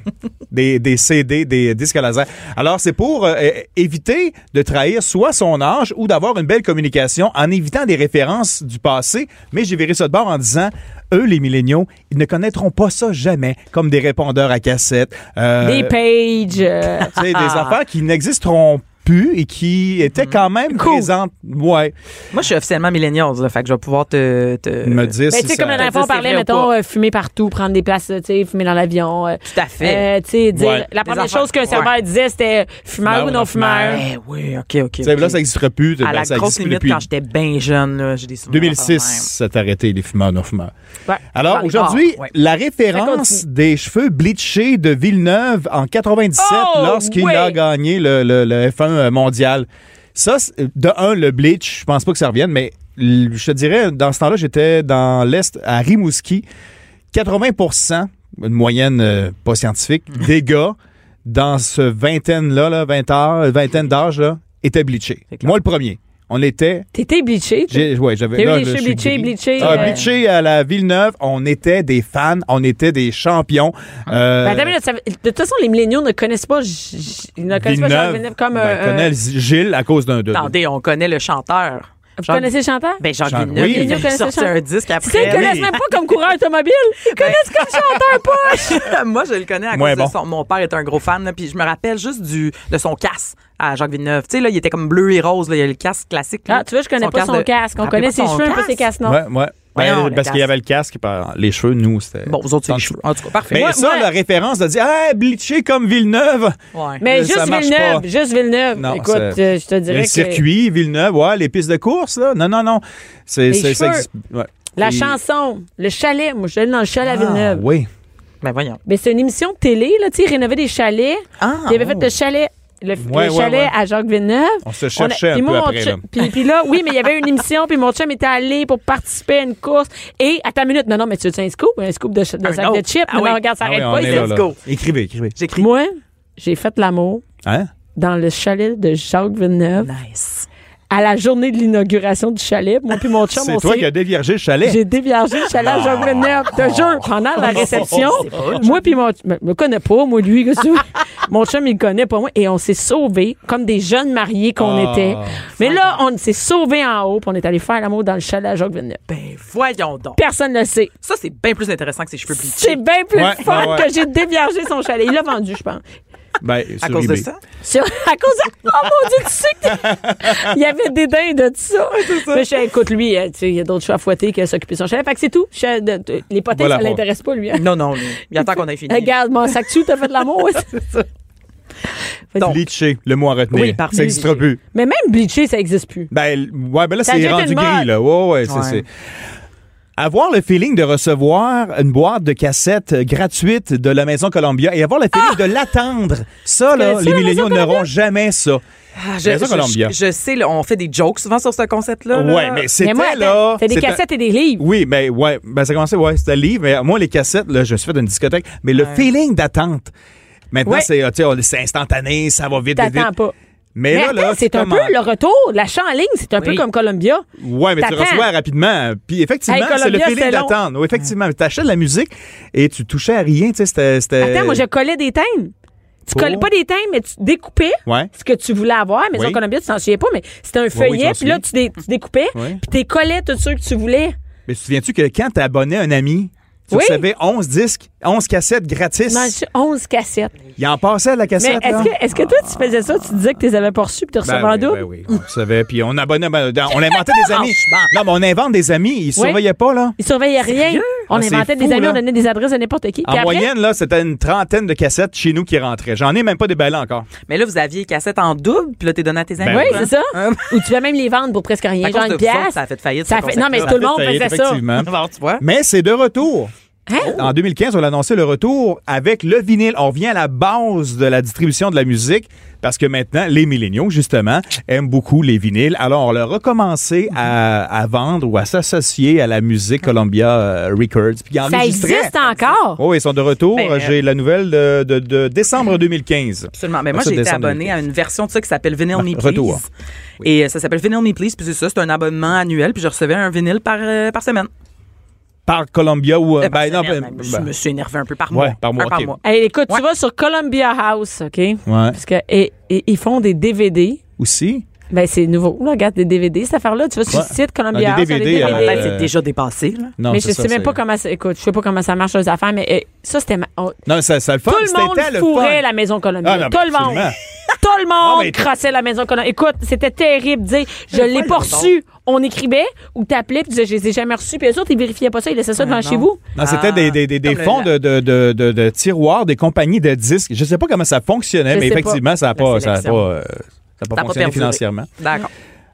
Speaker 5: des, des CD, des disques à laser. Alors, c'est pour euh, é- éviter de trahir soit son âge ou d'avoir une belle communication en évitant des références du passé. Mais j'ai viré ça de bord en disant, eux, les milléniaux, ils ne connaîtront pas ça jamais, comme des répondeurs à cassettes. euh,
Speaker 3: Des pages. euh,
Speaker 5: tu sais, des
Speaker 8: Ah.
Speaker 5: affaires qui n'existeront plus et qui étaient quand même
Speaker 8: Mm. Cool.
Speaker 5: présentes. Ouais.
Speaker 8: Moi, je suis officiellement millénial, là, fait que je vais pouvoir te. te-
Speaker 5: me
Speaker 3: ben,
Speaker 5: dire si
Speaker 3: tu sais,
Speaker 5: ça-
Speaker 3: comme la dernière fois, on
Speaker 8: Est-ce que c'est
Speaker 3: parlait,
Speaker 8: vrai ou
Speaker 3: mettons,
Speaker 8: pas?
Speaker 3: euh, fumer partout, prendre des places, euh, tu sais, fumer dans l'avion. euh,
Speaker 8: Tout à fait.
Speaker 3: euh, tu sais, dire,
Speaker 5: Ouais.
Speaker 3: la première
Speaker 8: affaires-
Speaker 3: chose qu'un serveur disait, c'était euh, fumeur
Speaker 5: Fumeur
Speaker 3: ou
Speaker 5: ou
Speaker 3: non
Speaker 5: non
Speaker 3: fumeur.
Speaker 5: fumeur.
Speaker 8: Eh oui, OK, OK.
Speaker 5: Tu sais,
Speaker 8: ok.
Speaker 5: Là, ça n'existera plus.
Speaker 8: à
Speaker 5: Ben,
Speaker 8: la
Speaker 5: ça
Speaker 8: grosse
Speaker 5: existe plus
Speaker 8: limite,
Speaker 5: depuis
Speaker 8: quand j'étais bien jeune, là, j'ai des souvenirs.
Speaker 5: 2006,
Speaker 8: enfin,
Speaker 5: ça t'a arrêté, les fumeurs non fumeurs.
Speaker 3: Ouais.
Speaker 8: Dans
Speaker 5: Alors,
Speaker 8: les
Speaker 5: aujourd'hui,
Speaker 8: bars, ouais.
Speaker 5: la
Speaker 3: Ça
Speaker 5: référence
Speaker 3: continue.
Speaker 5: des cheveux bleachés de Villeneuve en 97
Speaker 3: Oh,
Speaker 5: lorsqu'il
Speaker 3: ouais.
Speaker 5: a gagné le, le- le F1 mondial. Ça, c'est- de un, le bleach, je pense pas que ça revienne, mais l- je te dirais, dans ce temps-là, j'étais dans l'Est, à Rimouski. 80 une moyenne euh, pas scientifique, des gars dans ce vingtaine-là, là, 20 heures, vingtaine d'âge, là, étaient bleachés.
Speaker 8: C'est clair.
Speaker 5: Moi, le premier. On était
Speaker 3: T'étais bleaché, toi.
Speaker 5: j'ai- ouais, j'avais
Speaker 3: T'as eu
Speaker 5: là,
Speaker 3: les
Speaker 5: là,
Speaker 3: cheveux
Speaker 5: je suis
Speaker 3: bleachés,
Speaker 5: gris.
Speaker 3: bleachés,
Speaker 5: Ah,
Speaker 3: euh,
Speaker 5: bleachés à la Villeneuve, on était des fans, on était des champions. Euh,
Speaker 3: Ben, attends une minute, ça- de toute façon, les milléniaux ne connaissent pas, J- J- ils ne connaissent pas Jean Villeneuve comme
Speaker 5: ben,
Speaker 3: euh,
Speaker 5: connaît
Speaker 3: euh,
Speaker 5: Gilles à cause d'un de-
Speaker 8: Attendez, on connaît le chanteur.
Speaker 3: Vous connaissez le chanteur?
Speaker 8: Ben, Jean
Speaker 5: Jean-
Speaker 8: Villeneuve,
Speaker 5: oui.
Speaker 8: il
Speaker 3: Villeneuve
Speaker 8: a
Speaker 3: connaissait
Speaker 8: sorti
Speaker 3: le
Speaker 8: un disque
Speaker 3: Tu sais, ils
Speaker 8: après.
Speaker 3: ne connaissent même pas comme coureur automobile. Ils connaissent comme
Speaker 8: [laughs]
Speaker 3: chanteur poche.
Speaker 8: Moi, je le connais à
Speaker 5: Moins
Speaker 8: cause de
Speaker 5: bon.
Speaker 8: son- Mon père est un gros fan, là, puis je me rappelle juste du, de son casque à Jacques Villeneuve. Tu sais, là, il était comme bleu et rose, là, il y a le casque classique. là.
Speaker 3: Ah, tu vois, je connais pas son
Speaker 8: de-
Speaker 3: casque. On
Speaker 8: Rappelez
Speaker 3: connaît
Speaker 8: pas
Speaker 3: ses
Speaker 8: son
Speaker 3: cheveux, pas
Speaker 8: casque.
Speaker 3: ses casques, non?
Speaker 5: Ouais, ouais. Ben,
Speaker 8: Voyons, le
Speaker 5: parce qu'il y
Speaker 8: casque.
Speaker 5: avait le casque, par- les cheveux, nous, c'était.
Speaker 8: Bon, vous autres, c'est les
Speaker 5: Tant-
Speaker 8: cheveux. En tout cas, parfait.
Speaker 5: Mais
Speaker 8: Moi-
Speaker 5: ça,
Speaker 8: moi-
Speaker 5: la référence de dire, hey, bleaché comme Villeneuve.
Speaker 8: Ouais.
Speaker 3: Mais
Speaker 5: Euh, ça
Speaker 3: juste
Speaker 5: marche
Speaker 3: Villeneuve,
Speaker 5: pas.
Speaker 3: juste Villeneuve.
Speaker 5: Non,
Speaker 3: Écoute,
Speaker 5: c'est-
Speaker 3: euh, je te dirais
Speaker 5: Le
Speaker 3: que
Speaker 5: circuit, Villeneuve, ouais, les pistes de course, là. Non, non, non. C'est,
Speaker 3: Les
Speaker 5: c'est- ça
Speaker 3: cheveux.
Speaker 5: existe- ouais.
Speaker 3: la
Speaker 5: Et-
Speaker 3: chanson, le chalet, moi, je suis allée dans le chalet à
Speaker 5: Ah,
Speaker 3: Villeneuve.
Speaker 5: oui.
Speaker 8: Ben voyons.
Speaker 3: Mais c'est une émission de télé, là, tu sais, rénover des chalets.
Speaker 8: Ah,
Speaker 3: Il avait fait le chalet. Le, le
Speaker 5: oh. Ouais, ouais,
Speaker 3: chalet
Speaker 5: ouais.
Speaker 3: à Jacques Villeneuve.
Speaker 5: On se
Speaker 3: On a-
Speaker 5: cherchait
Speaker 3: puis
Speaker 5: un
Speaker 3: moi,
Speaker 5: peu
Speaker 3: mon
Speaker 5: après,
Speaker 3: chum-
Speaker 5: là.
Speaker 3: Puis, puis là, oui, mais il y avait une émission, puis mon chum était allé pour participer à une course. Et, à ta minute, non, non, mais tu veux un scoop? Un scoop de, ch- de
Speaker 8: Un
Speaker 3: sac de
Speaker 8: autre.
Speaker 3: chips?
Speaker 8: Ah
Speaker 3: non,
Speaker 8: oui.
Speaker 3: non, regarde, ça
Speaker 5: Ah oui,
Speaker 3: arrête
Speaker 5: on
Speaker 3: pas.
Speaker 5: est
Speaker 3: il
Speaker 5: là,
Speaker 3: dit,
Speaker 5: là.
Speaker 8: go.
Speaker 5: Écrivez, écrivez.
Speaker 8: j'écris.
Speaker 3: Moi, j'ai fait l'amour
Speaker 5: Hein?
Speaker 3: dans le chalet de Jacques Villeneuve
Speaker 8: Nice.
Speaker 3: à la journée de l'inauguration du chalet. Moi puis mon chum,
Speaker 5: C'est
Speaker 3: on
Speaker 5: toi
Speaker 3: s'est-
Speaker 5: qui as déviergé le chalet.
Speaker 3: [laughs] J'ai déviagé le chalet à Jacques Villeneuve. Te jure, pendant la réception, moi puis mon... Je me connais pas, moi, lui. qu'est-ce que tu veux? [laughs] mon chum, il le connaît pas, moi. Et on s'est sauvés comme des jeunes mariés qu'on
Speaker 5: Ah.
Speaker 3: était. Mais là, on s'est sauvés en haut puis on est allé faire l'amour dans le chalet à Jacques Villeneuve.
Speaker 8: Ben voyons donc.
Speaker 3: Personne ne le sait.
Speaker 8: Ça, c'est bien plus intéressant que ses cheveux bleachés.
Speaker 3: C'est bien plus
Speaker 5: Ouais,
Speaker 3: fort
Speaker 5: ouais, ouais.
Speaker 3: que j'ai déviagé son chalet. Il l'a vendu, je pense.
Speaker 5: Ben,
Speaker 8: À
Speaker 5: sur
Speaker 8: cause de
Speaker 5: eBay.
Speaker 8: ça?
Speaker 3: Sur- [laughs] à cause de... Oh mon Dieu, tu sais que- [laughs] Il y avait des dindes de tout ça. Mais je suis, écoute, lui, euh, tu sais, il y a d'autres chats à fouetter que s'occuper de son chalet. Fait que c'est tout. Je suis, euh, de- de- les potins,
Speaker 5: Voilà.
Speaker 3: ça l'intéresse pas, lui. hein.
Speaker 8: Non, non, il attend qu'on ait fini.
Speaker 3: Regarde, mon sac tu t'as fait de l'amour.
Speaker 5: [laughs]
Speaker 8: Donc,
Speaker 5: Bleaché, le mot à retenir.
Speaker 8: Oui, parfait.
Speaker 5: Ça n'existera plus.
Speaker 3: Mais même bleacher, ça existe plus.
Speaker 5: Ben, l- ouais, ben là,
Speaker 3: Ça
Speaker 5: c'est
Speaker 3: jette
Speaker 5: rendu
Speaker 3: une mode.
Speaker 5: gris, là. Ouais, ouais, c'est,
Speaker 8: Ouais.
Speaker 5: c'est- Avoir le feeling de recevoir une boîte de cassettes gratuite de la Maison Columbia et avoir le feeling
Speaker 3: Ah!
Speaker 5: de l'attendre. Ça, là,
Speaker 3: connais-tu
Speaker 5: les
Speaker 3: la
Speaker 5: milléniaux
Speaker 3: Maison
Speaker 5: n'auront jamais ça.
Speaker 8: Ah, je,
Speaker 5: Maison
Speaker 8: je-
Speaker 5: Columbia.
Speaker 8: je- je sais, là, on fait des jokes souvent sur ce concept-là. là.
Speaker 5: Ouais, mais
Speaker 3: mais
Speaker 5: c'était
Speaker 3: moi,
Speaker 5: là.
Speaker 3: attends, t'as des
Speaker 5: c'était-
Speaker 3: cassettes et des livres.
Speaker 5: Oui, mais ouais, ben ça commençait, ouais, c'était le livre, mais moi les cassettes, là, je suis fait d'une discothèque, mais le feeling d'attente. Maintenant,
Speaker 3: Ouais.
Speaker 5: c'est, euh, tu sais, on- c'est instantané, ça va vite, vite,
Speaker 3: T'attends
Speaker 5: vite.
Speaker 3: pas.
Speaker 5: Mais,
Speaker 3: Mais
Speaker 5: là, là,
Speaker 3: attends, c'est un
Speaker 5: comme en-
Speaker 3: peu le retour. L'achat en ligne, c'est un peu
Speaker 8: Oui.
Speaker 3: comme Columbia.
Speaker 5: Ouais, mais tu
Speaker 3: T'attends.
Speaker 5: reçois rapidement. Puis effectivement,
Speaker 3: Hey,
Speaker 5: c'est le
Speaker 3: Columbia,
Speaker 5: feeling
Speaker 3: c'était long.
Speaker 5: d'attendre. Oui, effectivement, tu achètes de la musique et tu touchais à rien. Tu sais, c'était. c'était-
Speaker 3: Attends, moi, je collais des thèmes. Tu
Speaker 5: euh, Oh.
Speaker 3: collais pas des thèmes, mais tu découpais
Speaker 5: Ouais.
Speaker 3: ce que tu voulais avoir. Mais
Speaker 5: Oui.
Speaker 3: en Columbia, tu t'en souviens pas, mais c'était un
Speaker 5: oui,
Speaker 3: feuillet,
Speaker 5: je m'en
Speaker 3: puis là,
Speaker 5: souviens.
Speaker 3: tu, dé- tu découpais,
Speaker 5: Oui.
Speaker 3: puis tu collais tous ceux que tu voulais.
Speaker 5: Mais te souviens-tu que quand tu abonnais un ami, tu
Speaker 3: Oui.
Speaker 5: recevais 11 disques 11 cassettes gratis.
Speaker 3: Mange 11 cassettes.
Speaker 5: Il en passait à la
Speaker 3: Mais
Speaker 5: cassette. là.
Speaker 3: est-ce que, est-ce que toi, tu faisais ça, tu disais que tu les avais pas reçus puis tu
Speaker 5: Ben
Speaker 3: recevais en
Speaker 5: oui,
Speaker 3: double?
Speaker 5: ben oui, on savait. Puis on abonnait, ben, on inventait des amis. Non, mais on invente des amis. Ils surveillaient pas, là.
Speaker 3: Ils surveillaient rien. On
Speaker 5: Ah, c'est
Speaker 3: inventait
Speaker 5: fou,
Speaker 3: des amis,
Speaker 5: là.
Speaker 3: on donnait des adresses à n'importe qui. Puis
Speaker 5: En
Speaker 3: après,
Speaker 5: moyenne, là, c'était une trentaine de cassettes chez nous qui rentraient. J'en ai même pas déballé encore.
Speaker 8: Mais là, vous aviez les cassettes en double, puis là, t'es donné à tes amis.
Speaker 5: Ben
Speaker 3: Oui,
Speaker 5: oui.
Speaker 3: c'est ça.
Speaker 8: Hein?
Speaker 3: Ou tu vas même les vendre pour presque rien.
Speaker 8: À
Speaker 3: Genre
Speaker 8: cause de
Speaker 3: une
Speaker 8: vous autres,
Speaker 3: pièce.
Speaker 8: ça a fait faillite,
Speaker 3: Ça
Speaker 8: ce
Speaker 3: fait- Non, mais
Speaker 8: concept-là.
Speaker 3: tout le monde
Speaker 5: Ça y est,
Speaker 3: faisait ça. [laughs]
Speaker 5: effectivement.
Speaker 8: Alors, tu vois.
Speaker 5: Mais c'est de retour.
Speaker 3: Hein?
Speaker 5: En 2015, on a annoncé le retour avec le vinyle. On revient à la base de la distribution de la musique parce que maintenant, les milléniaux, justement, aiment beaucoup les vinyles. Alors, on leur a commencé à, à vendre ou à s'associer à la musique Columbia euh, Records. Puis ils
Speaker 3: Ça
Speaker 5: enregistraient.
Speaker 3: existe encore.
Speaker 5: Oh, ils sont de retour.
Speaker 8: Ben, euh,
Speaker 5: J'ai la nouvelle de, de- de décembre 2015.
Speaker 8: Absolument. Mais moi,
Speaker 5: Ça,
Speaker 8: j'ai été
Speaker 5: descend de
Speaker 8: abonné
Speaker 5: l'église.
Speaker 8: à une version de ça qui s'appelle Vinyl Me Please.
Speaker 5: retour.
Speaker 8: Et euh, ça s'appelle Vinyl Me Please, puis c'est ça, c'est un abonnement annuel, puis je recevais un vinyle par, euh, par semaine.
Speaker 5: Par Columbia ou... euh,
Speaker 8: Euh, par
Speaker 5: ben, non,
Speaker 8: semaine,
Speaker 5: ben,
Speaker 8: même. je
Speaker 5: ben,
Speaker 8: me suis énervé un peu par
Speaker 5: Ouais,
Speaker 8: mois.
Speaker 5: par mois,
Speaker 8: Un par
Speaker 5: ok.
Speaker 8: mois.
Speaker 3: Hey, écoute,
Speaker 8: Ouais.
Speaker 3: tu vas sur Columbia House, OK?
Speaker 5: ouais.
Speaker 3: Parce que et, et ils font des DVD.
Speaker 5: Aussi.
Speaker 3: Ben, c'est nouveau. Là, regarde, des DVD, cette affaire-là. Tu vas sur
Speaker 5: Ouais.
Speaker 3: le site
Speaker 5: Ah, des
Speaker 3: Columbia House. ça, les
Speaker 5: DVD,
Speaker 8: Dans ma tête,
Speaker 5: Euh,
Speaker 8: c'est déjà dépassé, là.
Speaker 5: Non,
Speaker 3: mais
Speaker 5: c'est
Speaker 3: je
Speaker 5: ça,
Speaker 3: sais même
Speaker 5: c'est-
Speaker 3: pas comment ça. Écoute, je sais pas comment ça marche les affaires, mais euh, ça, c'était. ma- on-
Speaker 5: Non, ça, ça le fun.
Speaker 3: tout le
Speaker 5: C'était
Speaker 3: monde
Speaker 5: le
Speaker 3: fourrait
Speaker 5: fun.
Speaker 3: la maison Columbia.
Speaker 5: Ah, non,
Speaker 3: tout
Speaker 5: ben,
Speaker 3: le monde.
Speaker 5: absolument.
Speaker 3: Tout le monde
Speaker 5: mais-
Speaker 3: crassait la maison Columbia. Écoute, c'était terrible. de Dire, je l'ai pas reçu. On écrivait ou t'appelais puis tu disais, je les ai jamais reçus. Puis eux autres, ils vérifiaient pas ça. Ils laissaient ça devant
Speaker 8: Ah,
Speaker 3: chez
Speaker 8: non.
Speaker 3: vous.
Speaker 5: Non, c'était
Speaker 8: Ah,
Speaker 5: des, des, des, des
Speaker 8: comme
Speaker 5: fonds de,
Speaker 8: le-
Speaker 5: de, de, de, de tiroirs, des compagnies de disques. Je sais pas comment ça fonctionnait,
Speaker 3: Je
Speaker 5: mais
Speaker 3: sais pas.
Speaker 5: effectivement, ça n'a pas,
Speaker 8: La
Speaker 5: ça a pas,
Speaker 8: sélection.
Speaker 5: euh, ça a pas
Speaker 8: Ça a pas
Speaker 5: fonctionné
Speaker 8: perduré.
Speaker 5: financièrement.
Speaker 8: D'accord.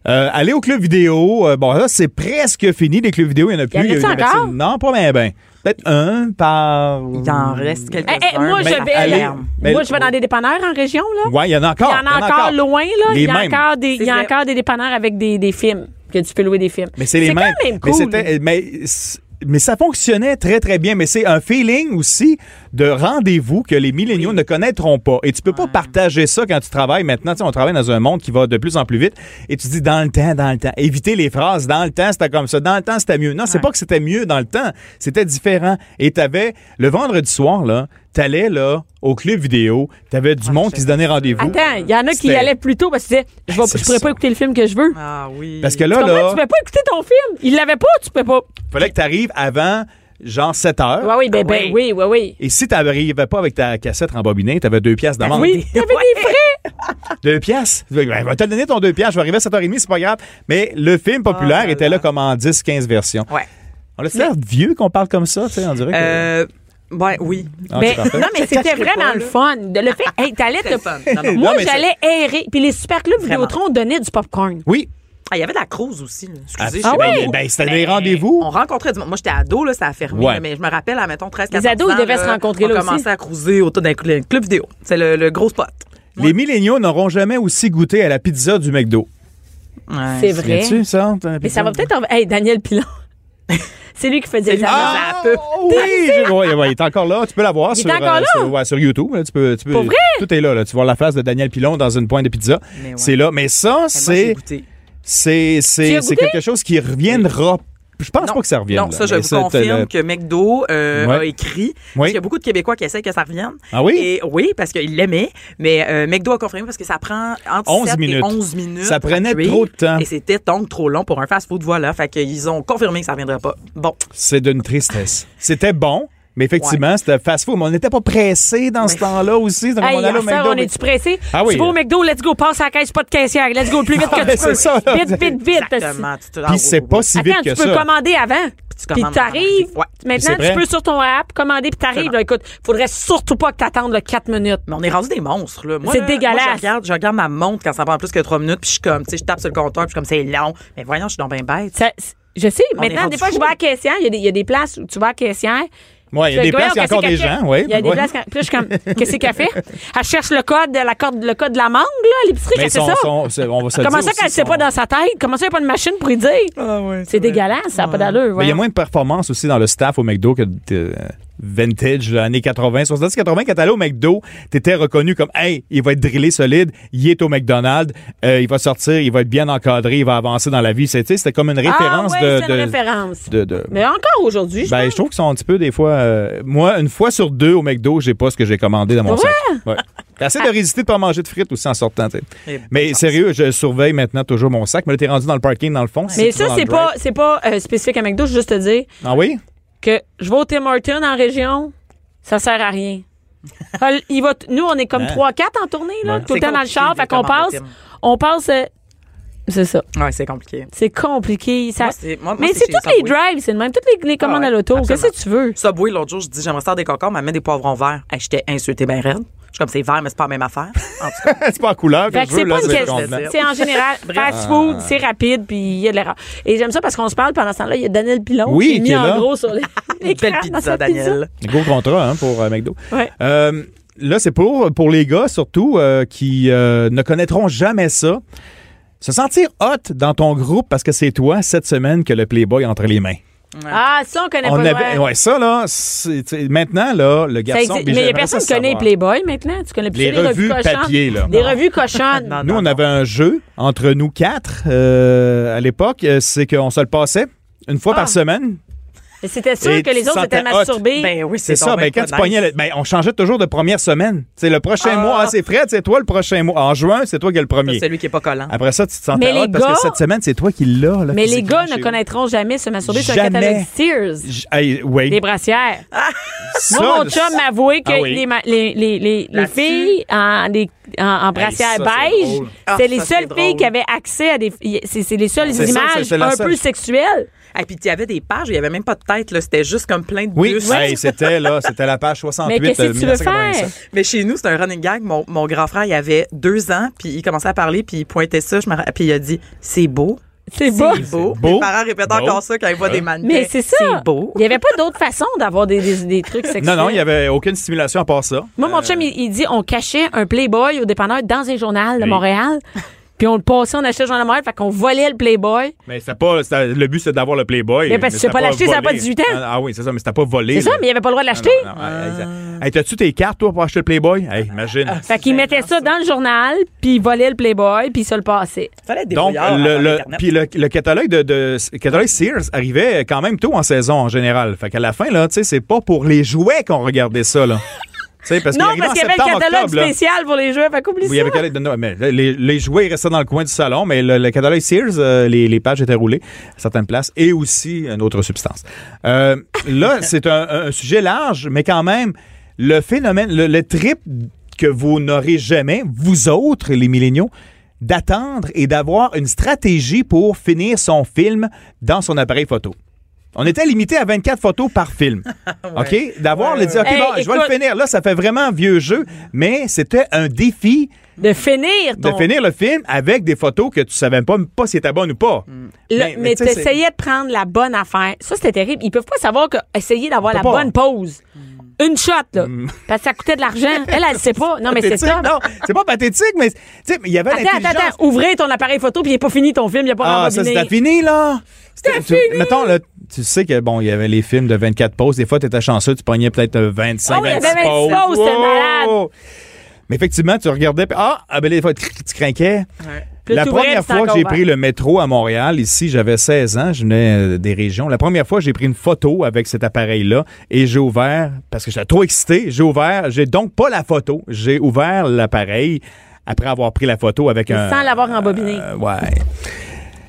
Speaker 5: Euh, aller au club vidéo, euh, bon, là, c'est presque fini. Les clubs vidéo, il n'y en a plus.
Speaker 3: en a-tu
Speaker 5: eu une-
Speaker 3: encore?
Speaker 5: Non, pas bien, ben. Peut-être un par.
Speaker 8: Il en reste quelques-uns.
Speaker 3: Eh, eh, moi,
Speaker 5: mais
Speaker 3: je vais,
Speaker 5: allez,
Speaker 3: là,
Speaker 5: mais- oh.
Speaker 3: moi, je vais dans des dépanneurs en région, là.
Speaker 5: Ouais, il y en a
Speaker 3: Il
Speaker 5: encore.
Speaker 3: y en a encore loin, là.
Speaker 5: Les
Speaker 3: Il y a
Speaker 5: mêmes.
Speaker 3: encore des, il y a
Speaker 8: C'est vrai.
Speaker 3: encore des dépanneurs avec des, des films, que tu peux louer des films.
Speaker 5: Mais c'est les
Speaker 3: quand
Speaker 5: mêmes.
Speaker 3: même
Speaker 5: Mais
Speaker 3: cool.
Speaker 5: c'était- eh, Mais, c'est- mais ça fonctionnait très, très bien. Mais c'est un feeling aussi de rendez-vous que les milléniaux ne connaîtront pas. Et tu peux pas partager ça quand tu travailles maintenant. Tu sais, on travaille dans un monde qui va de plus en plus vite. Et tu dis dans le temps, dans le temps. Éviter les phrases dans le temps, c'était comme ça. Dans le temps, c'était mieux. Non, c'est pas que c'était mieux dans le temps. C'était différent. Et t'avais, le vendredi soir, là, t'allais, là, au club vidéo. T'avais du monde qui se donnait rendez-vous.
Speaker 3: Attends, il y en a qui y
Speaker 5: C'était-
Speaker 3: allaient plus tôt parce que tu disais, je, vais-
Speaker 5: C'est
Speaker 3: je pourrais
Speaker 5: ça.
Speaker 3: pas écouter le film que je veux.
Speaker 8: Ah oui.
Speaker 5: Parce que
Speaker 3: Tu
Speaker 5: là, là,
Speaker 3: comprends? Tu pouvais pas écouter ton film. Il l'avait pas, tu pouvais pas.
Speaker 5: fallait que t'arrives avant, genre 7 heures.
Speaker 3: Ouais, oui, ben,
Speaker 5: Ah,
Speaker 3: ben, oui,
Speaker 8: oui.
Speaker 3: oui, oui.
Speaker 5: Et si t'arrivais pas avec ta cassette rembobinée, t'avais deux piastres d'amende.
Speaker 3: Oui, il y avait des frais.
Speaker 5: [laughs] Deux piastres. Ben, va te le donner ton deux piastres. Je vais arriver à 7h30, c'est pas grave. Mais le film populaire
Speaker 8: Oh là
Speaker 5: était là
Speaker 8: là.
Speaker 5: comme en 10, 15 versions.
Speaker 8: Ouais.
Speaker 5: On laisse l'air vieux qu'on parle comme ça, tu sais, on dirait que...
Speaker 8: Euh, ouais, oui.
Speaker 5: Ah,
Speaker 3: Ben,
Speaker 5: tu t'en fais?
Speaker 3: non, mais c'était
Speaker 8: cacherai
Speaker 3: vraiment
Speaker 8: pas,
Speaker 3: le
Speaker 8: là.
Speaker 3: fun. De le fait, hey, t'allais te.
Speaker 8: C'était le fun. Non,
Speaker 3: Moi,
Speaker 8: non.
Speaker 5: Non, mais c'est-
Speaker 3: j'allais errer. Puis les super clubs
Speaker 8: Vraiment.
Speaker 3: Vidéotron donnaient du popcorn.
Speaker 5: Oui.
Speaker 8: Ah, il y avait de la crouse aussi. là. Excusez,
Speaker 5: Ah
Speaker 8: je sais pas
Speaker 5: oui?
Speaker 8: où.
Speaker 5: Ben, c'était des
Speaker 8: Mais
Speaker 5: rendez-vous.
Speaker 8: On rencontrait du monde. Moi, j'étais ado, là, ça a fermé.
Speaker 5: Ouais.
Speaker 8: là, mais je me rappelle, à mettons 13
Speaker 3: Les
Speaker 8: 14
Speaker 3: ados, ils
Speaker 8: ans,
Speaker 3: devaient se rencontrer là
Speaker 8: On
Speaker 3: aussi.
Speaker 8: commençait à cruiser autour d'un cl- club vidéo. C'est le, le gros spot.
Speaker 5: Les milléniaux n'auront jamais aussi goûté à la pizza du McDo.
Speaker 8: Ouais.
Speaker 3: C'est vrai.
Speaker 5: Viens-tu, ça?
Speaker 3: Mais ça va peut-être. en- Hey, Daniel Pilon. [laughs] C'est lui qui faisait les annonces.
Speaker 5: Ah,
Speaker 3: [laughs]
Speaker 5: oui! je- ouais, ouais, il est encore là. Tu peux la voir
Speaker 3: Il est
Speaker 5: sur, euh,
Speaker 3: encore là?
Speaker 5: sur, ouais, sur YouTube. là. Tu peux, tu peux-
Speaker 3: Pour vrai?
Speaker 5: Tout est là, là. Tu vois la face de Daniel Pilon dans une pointe de pizza.
Speaker 8: Mais ouais.
Speaker 5: C'est là. Mais ça,
Speaker 8: Moi, j'ai
Speaker 5: c'est...
Speaker 8: goûté.
Speaker 5: C'est,
Speaker 3: Tu
Speaker 5: c'est,
Speaker 3: as
Speaker 5: c'est
Speaker 3: goûté?
Speaker 5: quelque chose qui reviendra. Je pense pas que ça revienne.
Speaker 8: Non,
Speaker 5: là,
Speaker 8: ça, je
Speaker 5: mais euh,
Speaker 8: vous
Speaker 5: t'as
Speaker 8: confirme
Speaker 5: le-
Speaker 8: que McDo euh,
Speaker 5: Ouais.
Speaker 8: a écrit.
Speaker 5: Oui.
Speaker 8: Parce qu'il y a beaucoup de Québécois qui essaient que ça revienne.
Speaker 5: Ah oui?
Speaker 8: Et, oui, parce qu'ils l'aimaient. Mais euh, McDo a confirmé parce que ça prend entre
Speaker 5: 11
Speaker 8: 7
Speaker 5: minutes.
Speaker 8: et 11 minutes.
Speaker 5: Ça
Speaker 8: à
Speaker 5: prenait
Speaker 8: cuire.
Speaker 5: trop de temps.
Speaker 8: Et c'était donc trop long pour un fast-food, voilà. Fait qu'ils ont confirmé que ça ne reviendrait pas. Bon.
Speaker 5: C'est d'une tristesse. C'était bon, mais effectivement, c'était fast-food. Mais on n'était pas pressé dans ce
Speaker 8: Mais-
Speaker 5: temps-là aussi. Donc
Speaker 3: Hey,
Speaker 5: on allait au
Speaker 3: à ça,
Speaker 5: McDo,
Speaker 3: on
Speaker 5: mais-
Speaker 3: est-tu pressé?
Speaker 5: Ah oui.
Speaker 3: Tu vas au McDo, let's go, passe à la caisse, pas de caissière. Let's go, le plus vite
Speaker 5: Ah,
Speaker 3: que
Speaker 5: mais
Speaker 3: tu
Speaker 5: c'est
Speaker 3: peux.
Speaker 5: ça, là.
Speaker 3: Vite, vite, vite.
Speaker 8: Exactement. Tu te- ah,
Speaker 5: Puis
Speaker 8: oui,
Speaker 5: c'est
Speaker 8: oui,
Speaker 5: pas
Speaker 8: oui.
Speaker 5: si vite
Speaker 3: Attends, tu
Speaker 5: que
Speaker 3: peux
Speaker 5: ça.
Speaker 3: commander avant. Puis
Speaker 8: tu commandes
Speaker 3: t'arrives.
Speaker 8: avant. Ouais.
Speaker 3: Maintenant,
Speaker 5: C'est vrai.
Speaker 3: tu peux sur ton app commander puis t'arrives. Là, écoute, faudrait surtout pas que t'attendes là, 4 minutes.
Speaker 8: Mais on est rendu des monstres, là. Moi,
Speaker 3: C'est
Speaker 8: là,
Speaker 3: dégueulasse.
Speaker 8: moi, je, regarde, je regarde ma montre quand ça prend plus que trois minutes, puis je suis comme, tu sais, je tape sur le compteur, puis je suis comme, c'est long. Mais voyons, je suis donc bien bête.
Speaker 3: Ça- c- je sais.
Speaker 8: On est
Speaker 3: Maintenant,
Speaker 8: rendu
Speaker 3: des fois, je
Speaker 8: fou.
Speaker 3: vais à la caissière. Il y, a des- il y a des places où tu vas à la caissière.
Speaker 5: Ouais, il y a
Speaker 3: Tu
Speaker 5: des
Speaker 3: fais,
Speaker 5: places, il y a
Speaker 3: Voyons,
Speaker 5: encore des
Speaker 3: qu'est-ce qu'elle
Speaker 5: gens.
Speaker 3: fait?
Speaker 5: ouais,
Speaker 3: Il y a des
Speaker 5: ouais.
Speaker 3: places. quand- Puis là, je suis comme, qu'est-ce qu'elle
Speaker 5: [laughs]
Speaker 3: fait? Elle cherche le code, de la corde, le code de la mangue, là, à l'épicerie,
Speaker 5: Mais
Speaker 3: qu'elle fait
Speaker 5: son-
Speaker 3: ça.
Speaker 5: son- c'est- on va se le
Speaker 3: Comment
Speaker 5: dire
Speaker 3: ça qu'elle
Speaker 5: aussi,
Speaker 3: sait
Speaker 5: son-
Speaker 3: pas dans sa tête? Comment ça, il n'y a pas de machine pour y dire?
Speaker 8: Ah
Speaker 3: c'est dégueulasse, ça n'a pas d'allure. hein.
Speaker 5: Mais Ben, il y a
Speaker 3: voyons.
Speaker 5: moins de performance aussi dans le staff au McDo que de- euh, vintage, là, années 80. 70, 80, quand t'allais au McDo, t'étais reconnu comme, hey, il va être drillé solide, il est au McDonald's, euh, il va sortir, il va être bien encadré, il va avancer dans la vie. C'est- tu sais, C'était comme une référence
Speaker 3: ah, ouais,
Speaker 5: de-
Speaker 3: c'est une
Speaker 5: de,
Speaker 3: référence.
Speaker 5: de- de-
Speaker 3: Mais encore aujourd'hui, je
Speaker 5: Ben,
Speaker 3: pense.
Speaker 5: je trouve qu'ils sont un petit peu des fois. euh, moi, une fois sur deux au McDo, j'ai pas ce que j'ai commandé dans mon
Speaker 3: Ouais.
Speaker 5: sac. Ouais. T'as assez de résister de pas manger de frites aussi en sortant. t'sais.
Speaker 3: Eh
Speaker 8: Et
Speaker 3: ben,
Speaker 5: Mais sérieux, je surveille maintenant toujours mon sac. Mais là, t'es rendu dans le parking dans le fond.
Speaker 3: Mais
Speaker 5: toujours
Speaker 3: ça,
Speaker 5: dans
Speaker 3: c'est
Speaker 5: le drive.
Speaker 3: pas, c'est pas euh, spécifique à McDo. Je veux juste te dire
Speaker 5: Ah oui?
Speaker 3: que je vais au Tim Hortons en région. Ça sert
Speaker 10: [laughs]
Speaker 3: à rien. Ah, Il va t- nous, on est comme 3-4 en tournée, là, tout le
Speaker 10: Hein? C'est
Speaker 3: temps dans le
Speaker 10: compliqué,
Speaker 3: char.
Speaker 10: les
Speaker 3: Fait qu'on
Speaker 10: commandes
Speaker 3: passe.
Speaker 10: de
Speaker 3: On passe. euh, c'est ça.
Speaker 10: Ouais, c'est compliqué.
Speaker 3: C'est compliqué. Ça...
Speaker 10: Moi, c'est- moi- moi,
Speaker 3: Mais
Speaker 10: c'est
Speaker 3: c'est
Speaker 10: chez
Speaker 3: toutes les
Speaker 10: Subway.
Speaker 3: drives, c'est le même. Toutes les, les commandes
Speaker 10: Ah ouais,
Speaker 3: à l'auto.
Speaker 10: absolument.
Speaker 3: Qu'est-ce que tu veux?
Speaker 10: Subway, l'autre jour, je dis, j'aimerais faire des concords, mais elle met des poivrons verts. Hey, J'étais insultée bien raide. Je suis comme, c'est vert, mais c'est pas la même
Speaker 3: [laughs]
Speaker 10: affaire. En tout cas,
Speaker 5: [laughs] c'est pas en couleur que
Speaker 3: Fait
Speaker 5: je
Speaker 3: que
Speaker 5: veux,
Speaker 3: c'est
Speaker 5: là,
Speaker 3: pas une
Speaker 5: c'est le
Speaker 3: question.
Speaker 5: contenant.
Speaker 3: C'est
Speaker 10: [laughs]
Speaker 3: en général fast food, c'est rapide, puis il y a de l'erreur. Et j'aime ça parce qu'on se parle pendant ce temps-là. Il y a Daniel Pilon
Speaker 5: Oui,
Speaker 3: qui est mis
Speaker 5: qui est
Speaker 3: en
Speaker 5: là.
Speaker 3: gros sur les.
Speaker 10: [laughs] une belle pizza, Daniel.
Speaker 5: Gros contrat hein, pour euh, McDo.
Speaker 3: Ouais.
Speaker 5: Euh, là, c'est pour, pour les gars surtout euh, qui euh, ne connaîtront jamais ça. Se sentir hot dans ton groupe parce que c'est toi cette semaine que le Playboy a entre les mains.
Speaker 3: Ah, ça, on connaît
Speaker 5: On
Speaker 3: pas. ouais.
Speaker 5: avait- ouais, ça là, c'est- tu sais, maintenant là, le
Speaker 3: Ça
Speaker 5: garçon.
Speaker 3: existe-
Speaker 5: puis
Speaker 3: mais il n'y a
Speaker 5: j'aimerais
Speaker 3: personne
Speaker 5: ça
Speaker 3: qui connaît
Speaker 5: savoir.
Speaker 3: Playboy maintenant. Tu connais plus
Speaker 5: Les
Speaker 3: les,
Speaker 5: revues
Speaker 3: cochonnes.
Speaker 5: papier, là.
Speaker 3: Les revues cochonnes.
Speaker 5: [laughs] Nous, on avait un jeu entre nous quatre euh, à l'époque. euh, C'est qu'on se le passait une fois
Speaker 3: Ah.
Speaker 5: par semaine.
Speaker 3: Mais C'était sûr
Speaker 5: Et
Speaker 3: que
Speaker 5: tu
Speaker 3: les autres
Speaker 5: sentais
Speaker 3: étaient
Speaker 5: hot.
Speaker 3: masturbés.
Speaker 10: Ben oui, c'est
Speaker 5: C'est ça,
Speaker 10: donc
Speaker 5: ben,
Speaker 10: bien
Speaker 5: quand
Speaker 10: pas
Speaker 5: tu pognais,
Speaker 10: nice.
Speaker 5: le- ben, on changeait toujours de première semaine. C'est le prochain mois, ah, c'est Fred, c'est toi le prochain mois. En juin, c'est toi qui es le premier.
Speaker 10: C'est celui qui hein. est pas collant.
Speaker 5: Après ça, tu te
Speaker 3: Mais
Speaker 5: sentais
Speaker 3: les
Speaker 5: hot parce
Speaker 3: gars-
Speaker 5: que cette semaine, c'est toi qui l'as. là,
Speaker 3: mais
Speaker 5: qui
Speaker 3: les gars
Speaker 5: s'éclenche
Speaker 3: ne
Speaker 5: chez
Speaker 3: connaîtront jamais se masturber sur un
Speaker 5: Jamais.
Speaker 3: catalogue Sears.
Speaker 5: vous. J- hey, oui.
Speaker 3: Des brassières.
Speaker 5: Ça,
Speaker 3: Moi, mon
Speaker 5: le-
Speaker 3: chum m'a avoué que
Speaker 5: Ah oui.
Speaker 3: les, ma- les, les, les, les
Speaker 10: Là-dessus.
Speaker 3: filles en, des- en, en brassière
Speaker 5: ça, c'est
Speaker 3: beige,
Speaker 5: drôle.
Speaker 10: Ah,
Speaker 3: c'est les
Speaker 10: ça, c'est
Speaker 3: seules
Speaker 10: drôle.
Speaker 3: filles qui avaient accès à des. C'est c'est les seules
Speaker 5: C'est ça, c'est-
Speaker 3: images
Speaker 5: c'est la
Speaker 3: un
Speaker 5: seule. Ah,
Speaker 3: peu sexuelles.
Speaker 10: Et puis, il y avait des pages, où il y avait même pas de tête, là. C'était juste comme plein de
Speaker 5: Oui,
Speaker 10: bus.
Speaker 5: hey, c'était là, c'était la page
Speaker 3: [laughs]
Speaker 5: 68
Speaker 3: Mais qu'est-ce
Speaker 5: euh,
Speaker 3: que tu veux
Speaker 5: 1985.
Speaker 3: faire?
Speaker 10: Mais chez nous, c'est un running gag. Mon, mon grand frère, il avait deux ans, puis il commençait à parler, puis il pointait ça, je me rappelle, puis il a dit C'est beau.
Speaker 3: C'est beau.
Speaker 10: beau.
Speaker 5: beau.
Speaker 10: Mes parents répètent
Speaker 5: Beau.
Speaker 10: encore ça quand ils voient
Speaker 5: Ouais.
Speaker 10: des mannequins.
Speaker 3: Mais c'est ça.
Speaker 10: C'est beau.
Speaker 3: Il n'y avait pas d'autre façon d'avoir des, des, des trucs sexuels.
Speaker 5: Non, non, il n'y avait aucune stimulation à part ça.
Speaker 3: Moi, mon
Speaker 5: Euh.
Speaker 3: chum, il, il dit on cachait un Playboy au dépanneur dans un journal de
Speaker 5: Oui. [laughs]
Speaker 3: Montréal. Puis on le passait, on achetait le journal de Montréal, fait qu'on volait le Playboy.
Speaker 5: Mais c'était pas, c'était- le but, c'est d'avoir le Playboy.
Speaker 3: Mais parce que tu
Speaker 5: c'était
Speaker 3: peux pas l'acheter, ça n'a
Speaker 5: volé.
Speaker 3: pas 18 ans.
Speaker 5: Ah, ah oui, c'est ça, mais c'était pas volé.
Speaker 3: C'est ça,
Speaker 5: là.
Speaker 3: mais il avait pas le droit de l'acheter.
Speaker 5: Ah, Non, non, hey, hey, hey, t'as-tu tes cartes, toi, pour acheter le Playboy? Hey, imagine.
Speaker 3: Fait qu'il mettait ça dans le journal, puis il volait le Playboy, puis il se le passait.
Speaker 10: Fallait être
Speaker 5: Donc,
Speaker 10: débrouillard
Speaker 5: le,
Speaker 10: avant
Speaker 5: le-
Speaker 10: l'Internet.
Speaker 5: puis le, le catalogue de, de- le catalogue Sears arrivait quand même tôt en saison en général. Fait qu'à la fin, là, tu sais, c'est pas pour les jouets qu'on regardait ça, là. [laughs] Tu sais, parce qu'il
Speaker 3: non,
Speaker 5: arrivait
Speaker 3: parce
Speaker 5: en
Speaker 3: qu'il y avait le
Speaker 5: septembre,
Speaker 3: catalogue
Speaker 5: octobre, là.
Speaker 3: spécial pour les jouets, fait qu'oublie
Speaker 5: Oui, il y
Speaker 3: ça.
Speaker 5: avait catalogue de- non, mais les, les jouets ils restaient dans le coin du salon, mais le, le catalogue Sears, euh, les, les pages étaient roulées à certaines places et aussi une autre substance. Euh, là, c'est un, un sujet large, mais quand même, le phénomène, le, le trip que vous n'aurez jamais, vous autres, les milléniaux, d'attendre et d'avoir une stratégie pour finir son film dans son appareil photo. On était limité à 24 photos par film. OK? D'avoir le dire, OK,
Speaker 3: Hey,
Speaker 5: bon, je vais
Speaker 3: écoute-
Speaker 5: le finir. Là, ça fait vraiment vieux jeu, mais c'était un défi
Speaker 3: De finir
Speaker 5: de
Speaker 3: ton...
Speaker 5: finir le film avec des photos que tu savais pas, pas si étaient bonnes ou pas.
Speaker 3: Le-
Speaker 5: Mais- mais
Speaker 3: mais
Speaker 5: tu sais,
Speaker 3: t'essayais de prendre la bonne affaire. Ça, c'était terrible. Ils peuvent pas savoir que essayer d'avoir
Speaker 5: peut
Speaker 3: la
Speaker 5: pas. Mm.
Speaker 3: bonne pause. Une shot, là. Parce que ça coûtait de l'argent. Elle, elle sait pas.
Speaker 5: [laughs]
Speaker 3: Non, mais c'est
Speaker 5: Pathétique,
Speaker 3: ça.
Speaker 5: Non, c'est pas pathétique, mais tu sais, mais il y avait
Speaker 3: Attends, attends,
Speaker 5: l'intelligence.
Speaker 3: attends. Ouvrez ton appareil photo, puis il n'est pas fini ton film, il n'est pas
Speaker 5: Ah, ça,
Speaker 3: rembobiné.
Speaker 5: c'était fini, là! C'était
Speaker 3: fini!
Speaker 5: Mettons, là, tu sais que, bon, il y avait les films de 24 pauses. Des fois, t'étais chanceux, tu pognais peut-être euh, 25,
Speaker 3: Ah oui, il y avait
Speaker 5: 26
Speaker 3: 26
Speaker 5: pauses.
Speaker 3: pauses, c'était malade.
Speaker 5: Mais effectivement, tu regardais, puis ah, ah, ben, des fois, tu tu craquais.
Speaker 3: Puis là,
Speaker 5: La
Speaker 3: tu ouvrais,
Speaker 5: première
Speaker 3: puis c'est
Speaker 5: fois que
Speaker 3: encore
Speaker 5: j'ai
Speaker 3: ouvert.
Speaker 5: pris le métro à Montréal, ici, j'avais 16 ans, je venais euh, des régions. La première fois, j'ai pris une photo avec cet appareil-là et j'ai ouvert, parce que j'étais trop excité, j'ai ouvert, j'ai donc pas la photo, j'ai ouvert l'appareil après avoir pris la photo avec un.
Speaker 3: Sans l'avoir rembobiné.
Speaker 5: hein. Euh, Ben, ouais.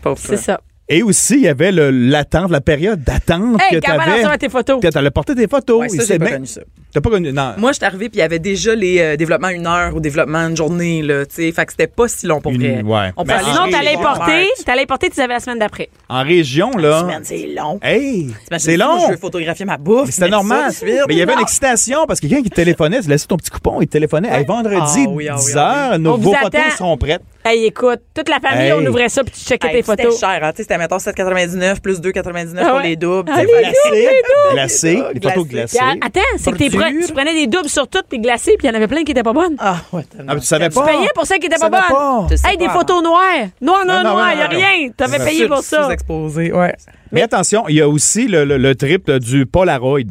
Speaker 10: Pauvre
Speaker 3: c'est
Speaker 10: ça.
Speaker 3: ça.
Speaker 5: Et aussi, il y avait le- l'attente, la période d'attente
Speaker 3: Hey,
Speaker 5: que
Speaker 3: qu'avant
Speaker 5: t'avais.
Speaker 3: d'en à tes photos.
Speaker 5: Que t'allais porter tes photos.
Speaker 10: Ouais, ça,
Speaker 5: Il
Speaker 10: j'ai
Speaker 5: s'est
Speaker 10: pas
Speaker 5: bien-
Speaker 10: connu ça.
Speaker 5: T'as pas connu. Non.
Speaker 10: Moi, je suis arrivée, puis il y avait déjà les euh, développements une heure ou développement une journée, là, tu sais. Fait que c'était pas si long pour
Speaker 5: Une-
Speaker 10: vrai.
Speaker 5: ouais.
Speaker 10: On
Speaker 5: Ben,
Speaker 10: peut aller
Speaker 3: Sinon,
Speaker 10: chez
Speaker 3: t'allais
Speaker 10: les
Speaker 3: porter,
Speaker 10: Walmart.
Speaker 3: t'allais porter, tu avais la semaine d'après.
Speaker 5: En région,
Speaker 10: Une
Speaker 5: là.
Speaker 10: semaine, c'est long.
Speaker 5: Hey!
Speaker 10: T'imagines
Speaker 5: C'est
Speaker 10: ça, moi,
Speaker 5: long!
Speaker 10: Je veux photographier ma bouffe.
Speaker 5: Mais C'était
Speaker 10: mettre ça
Speaker 5: normal.
Speaker 10: tout de suite.
Speaker 5: Mais il y avait une
Speaker 10: Non.
Speaker 5: excitation parce que quelqu'un qui téléphonait, tu laissais ton petit coupon, il te téléphonait. Hey, vendredi,
Speaker 10: Ah oui, ah oui,
Speaker 5: 10
Speaker 10: ah
Speaker 5: heures, nos
Speaker 3: On vous
Speaker 5: vos photos
Speaker 3: attend.
Speaker 5: seront prêtes.
Speaker 3: Hey, écoute, toute la famille,
Speaker 5: Hey.
Speaker 3: on ouvrait ça, puis tu checkais
Speaker 10: Hey,
Speaker 3: tes
Speaker 10: puis
Speaker 3: photos.
Speaker 10: C'était cher, hein. Tu sais, c'était mettons 7,99 plus 2,99
Speaker 3: Ah
Speaker 10: pour
Speaker 3: ouais.
Speaker 10: les doubles.
Speaker 3: Ah,
Speaker 10: Tu sais,
Speaker 3: les
Speaker 10: voilà.
Speaker 5: Glacé, glacé, des photos
Speaker 10: glacé.
Speaker 3: Puis,
Speaker 5: glacées.
Speaker 3: a- attends, c'est que t'es
Speaker 10: Bordure.
Speaker 3: pre- tu prenais des doubles sur toutes, puis glacées, puis il y en avait plein qui n'étaient pas bonnes.
Speaker 10: Ah, ouais, tellement.
Speaker 5: Ah, mais tu savais
Speaker 3: Tu
Speaker 5: pas.
Speaker 3: payais pour celles qui n'étaient pas
Speaker 5: Ça va
Speaker 3: bonnes.
Speaker 5: pas.
Speaker 10: Je sais
Speaker 3: Hey, des
Speaker 10: pas,
Speaker 3: photos noires. Noir, noir,
Speaker 5: Non, non,
Speaker 3: noir,
Speaker 5: non,
Speaker 3: il n'y a
Speaker 5: non, Euh,
Speaker 3: rien. T'avais payé pour ça.
Speaker 10: exposé ouais.
Speaker 5: Mais attention, il y a aussi le, le, le trip du Polaroid.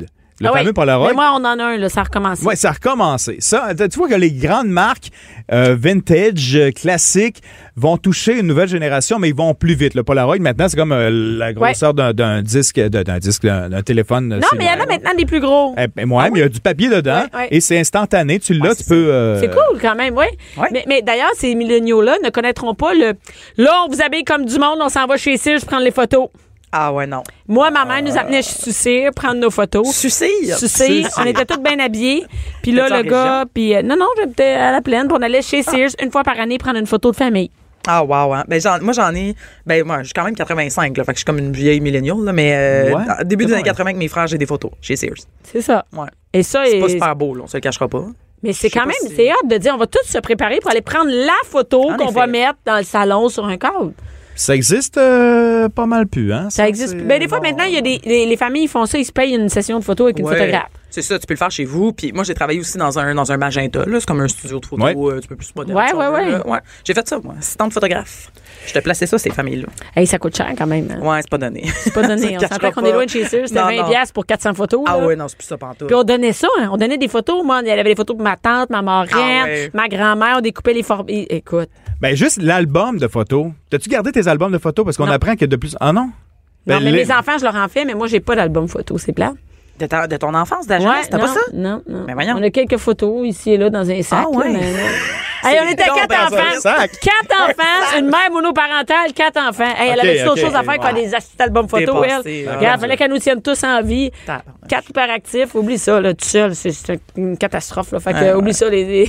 Speaker 5: Le
Speaker 3: Ah ouais.
Speaker 5: fameux Polaroid.
Speaker 3: Mais moi, on en a un, là, ça recommence.
Speaker 5: Ouais, ça a recommencé. Ça, tu vois que les grandes marques euh, vintage, euh, classiques, vont toucher une nouvelle génération, mais ils vont plus vite. Le Polaroid, maintenant, c'est comme euh, la grosseur d'un- d'un disque, d'un d'un disque, d'un d'un téléphone. euh,
Speaker 3: Non, mais il y en a maintenant des plus
Speaker 5: Eh,
Speaker 3: gros.
Speaker 5: moi, ben, mais il y a du papier dedans
Speaker 3: Ouais, ouais.
Speaker 5: et c'est instantané. Tu l'as, tu peux. euh,
Speaker 3: C'est cool quand même, oui.
Speaker 10: Ouais.
Speaker 3: Mais, mais d'ailleurs, ces milléniaux-là ne connaîtront pas le. Là, on vous habille comme du monde, on s'en va chez Sears prendre les photos.
Speaker 8: Ah ouais, non.
Speaker 3: Moi, ma mère nous
Speaker 8: Euh,
Speaker 3: amenait sucer, prendre nos photos.
Speaker 8: Sucille.
Speaker 3: Sucer, on était toutes bien habillés. Puis là,
Speaker 8: T'étais en
Speaker 3: le gars, puis euh, non, non, j'étais à la plaine, puis on allait chez Sears une fois par année prendre une photo de famille.
Speaker 8: Ah wow, hein. ben, j'en- moi j'en ai ben moi j'ai quand même 85 là, fait que je suis comme une vieille milléniale là, mais euh,
Speaker 5: Ouais.
Speaker 8: dans- début des
Speaker 5: C'est hein. vrai.
Speaker 8: années 80 avec mes frères, j'ai des photos chez Sears.
Speaker 3: C'est ça.
Speaker 8: Ouais.
Speaker 3: Et ça,
Speaker 8: C'est pas
Speaker 3: et-
Speaker 8: super beau, là, on se le cachera pas.
Speaker 3: mais c'est
Speaker 8: je sais
Speaker 3: quand
Speaker 8: pas
Speaker 3: même,
Speaker 8: si-
Speaker 3: c'est hâte de dire, on va tous se préparer pour aller prendre la photo
Speaker 8: En
Speaker 3: qu'on va
Speaker 8: effet.
Speaker 3: mettre dans le salon sur un cadre.
Speaker 5: Ça existe euh, pas mal plus, hein?
Speaker 3: Ça existe.
Speaker 5: c'est-
Speaker 3: Ben, des fois,
Speaker 5: non.
Speaker 3: maintenant, il y a des, les, les familles ils font ça, ils se payent une session de photo avec une
Speaker 8: Ouais.
Speaker 3: photographe.
Speaker 8: C'est ça, tu peux le faire chez vous. Puis moi j'ai travaillé aussi dans un dans un magenta, là, c'est comme un studio de photos,
Speaker 5: Ouais.
Speaker 8: euh, tu peux plus moderne.
Speaker 3: Ouais,
Speaker 8: si on
Speaker 3: ouais,
Speaker 8: veut,
Speaker 3: ouais.
Speaker 8: là. ouais. J'ai fait ça moi, assistante photographe. Je te plaçais ça ces familles là.
Speaker 3: Hey, ça coûte cher quand même. hein.
Speaker 8: Ouais, c'est pas donné.
Speaker 3: C'est
Speaker 8: [laughs]
Speaker 3: pas donné. on
Speaker 8: Ça cachera
Speaker 3: s'entend qu'on
Speaker 8: pas.
Speaker 3: est loin de chez Sears. C'était
Speaker 8: Non,
Speaker 3: 20
Speaker 8: non.
Speaker 3: piastres pour 400 photos.
Speaker 8: Ah
Speaker 3: là.
Speaker 8: ouais, non, c'est plus ça pantoute.
Speaker 3: Puis on donnait ça, hein. on donnait des photos. Moi, on avait des photos pour ma tante, ma marraine,
Speaker 8: Ah ouais.
Speaker 3: ma grand-mère, on découpait les formes. Et- Écoute,
Speaker 5: Ben, juste l'album de photos. T'as-tu gardé tes albums de photos? Parce qu'on
Speaker 3: Non.
Speaker 5: apprend que de plus. Ah non?
Speaker 3: non,
Speaker 5: Ben,
Speaker 3: mais
Speaker 5: les-
Speaker 3: mes enfants, je leur en fais, mais moi, j'ai pas d'album photo, c'est plat.
Speaker 8: De, ta- de ton enfance, de la jeunesse, t'as
Speaker 3: non,
Speaker 8: pas ça?
Speaker 3: Non, non.
Speaker 5: Ben
Speaker 8: Mais voyons.
Speaker 3: On a quelques photos ici et là dans un sac.
Speaker 8: Ah ouais.
Speaker 3: là, mais
Speaker 5: [laughs]
Speaker 3: non. Hey, on était
Speaker 8: donc
Speaker 3: quatre
Speaker 8: ben
Speaker 3: enfants.
Speaker 5: un sac.
Speaker 3: Quatre enfants, une mère monoparentale, quatre enfants. Hey, elle
Speaker 5: Ok,
Speaker 3: avait d'autres
Speaker 5: ok. euh,
Speaker 3: choses à faire qu'à des astuces albums
Speaker 8: T'es
Speaker 3: photos, elle.
Speaker 8: passé, là.
Speaker 3: Regarde, fallait qu'elle nous tienne tous en vie.
Speaker 8: Tabarnak.
Speaker 3: Quatre hyperactifs, oublie ça, là, tout seul, c'est- c'est une catastrophe, là. Fait que,
Speaker 8: Ouais, ouais.
Speaker 3: oublie ça, les. les-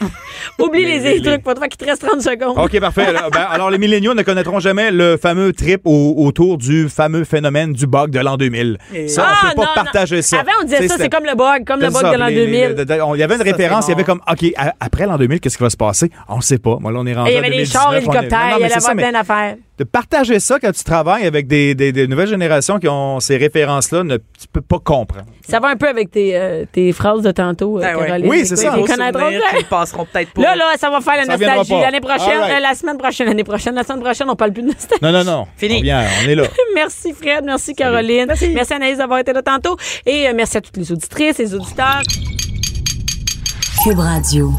Speaker 3: [laughs] oublie les, les trucs, pour toi, qu'il te reste 30 secondes.
Speaker 5: OK, parfait. Alors, ben, alors, les milléniaux ne connaîtront jamais le fameux trip au- autour du fameux phénomène du bug de l'an 2000. Ça, on
Speaker 3: Ah,
Speaker 5: peut pas
Speaker 3: non, non.
Speaker 5: partager ça.
Speaker 3: Avant, on disait
Speaker 5: T'sais,
Speaker 3: ça, c'est
Speaker 5: c'était-
Speaker 3: comme le bug, comme le
Speaker 5: C'est
Speaker 3: bug
Speaker 5: ça,
Speaker 3: de l'an
Speaker 5: les- les-
Speaker 3: 2000.
Speaker 5: de- de- on- Il y avait une
Speaker 8: c'est
Speaker 5: référence, il y avait
Speaker 8: bon.
Speaker 5: comme, OK, à- après l'an 2000, qu'est-ce qui va se passer? On ne sait pas. Moi, là, on est rendu
Speaker 3: Il y
Speaker 5: en
Speaker 3: avait des chars,
Speaker 5: 2019, on est- Non,
Speaker 3: hélicoptères,
Speaker 5: non,
Speaker 3: il y
Speaker 5: mais
Speaker 3: avait
Speaker 5: c'est ça, mais
Speaker 3: plein d'affaires.
Speaker 5: de partager ça quand tu travailles avec des, des- des nouvelles générations qui ont ces références-là, ne, tu peux pas comprendre.
Speaker 3: Ça va un peu avec tes, euh, tes phrases de tantôt, euh,
Speaker 8: Ben ouais.
Speaker 3: Caroline.
Speaker 5: Oui, c'est ça.
Speaker 3: Ils
Speaker 8: Vos
Speaker 3: connaîtront
Speaker 8: souvenirs,
Speaker 3: ça.
Speaker 8: puis Ils passeront peut-être pas.
Speaker 3: Là, là, ça va faire la
Speaker 5: Ça reviendra
Speaker 3: nostalgie.
Speaker 5: pas.
Speaker 3: L'année prochaine,
Speaker 5: All right.
Speaker 3: euh, la semaine prochaine, l'année prochaine, la semaine prochaine, on parle plus de nostalgie.
Speaker 5: Non, non, non.
Speaker 8: Fini.
Speaker 5: On, vient, on est là.
Speaker 3: [laughs] Merci Fred, merci Caroline. Merci. Anaïs d'avoir été là tantôt. Et euh, merci à toutes les auditrices, les auditeurs.
Speaker 1: Cube Radio.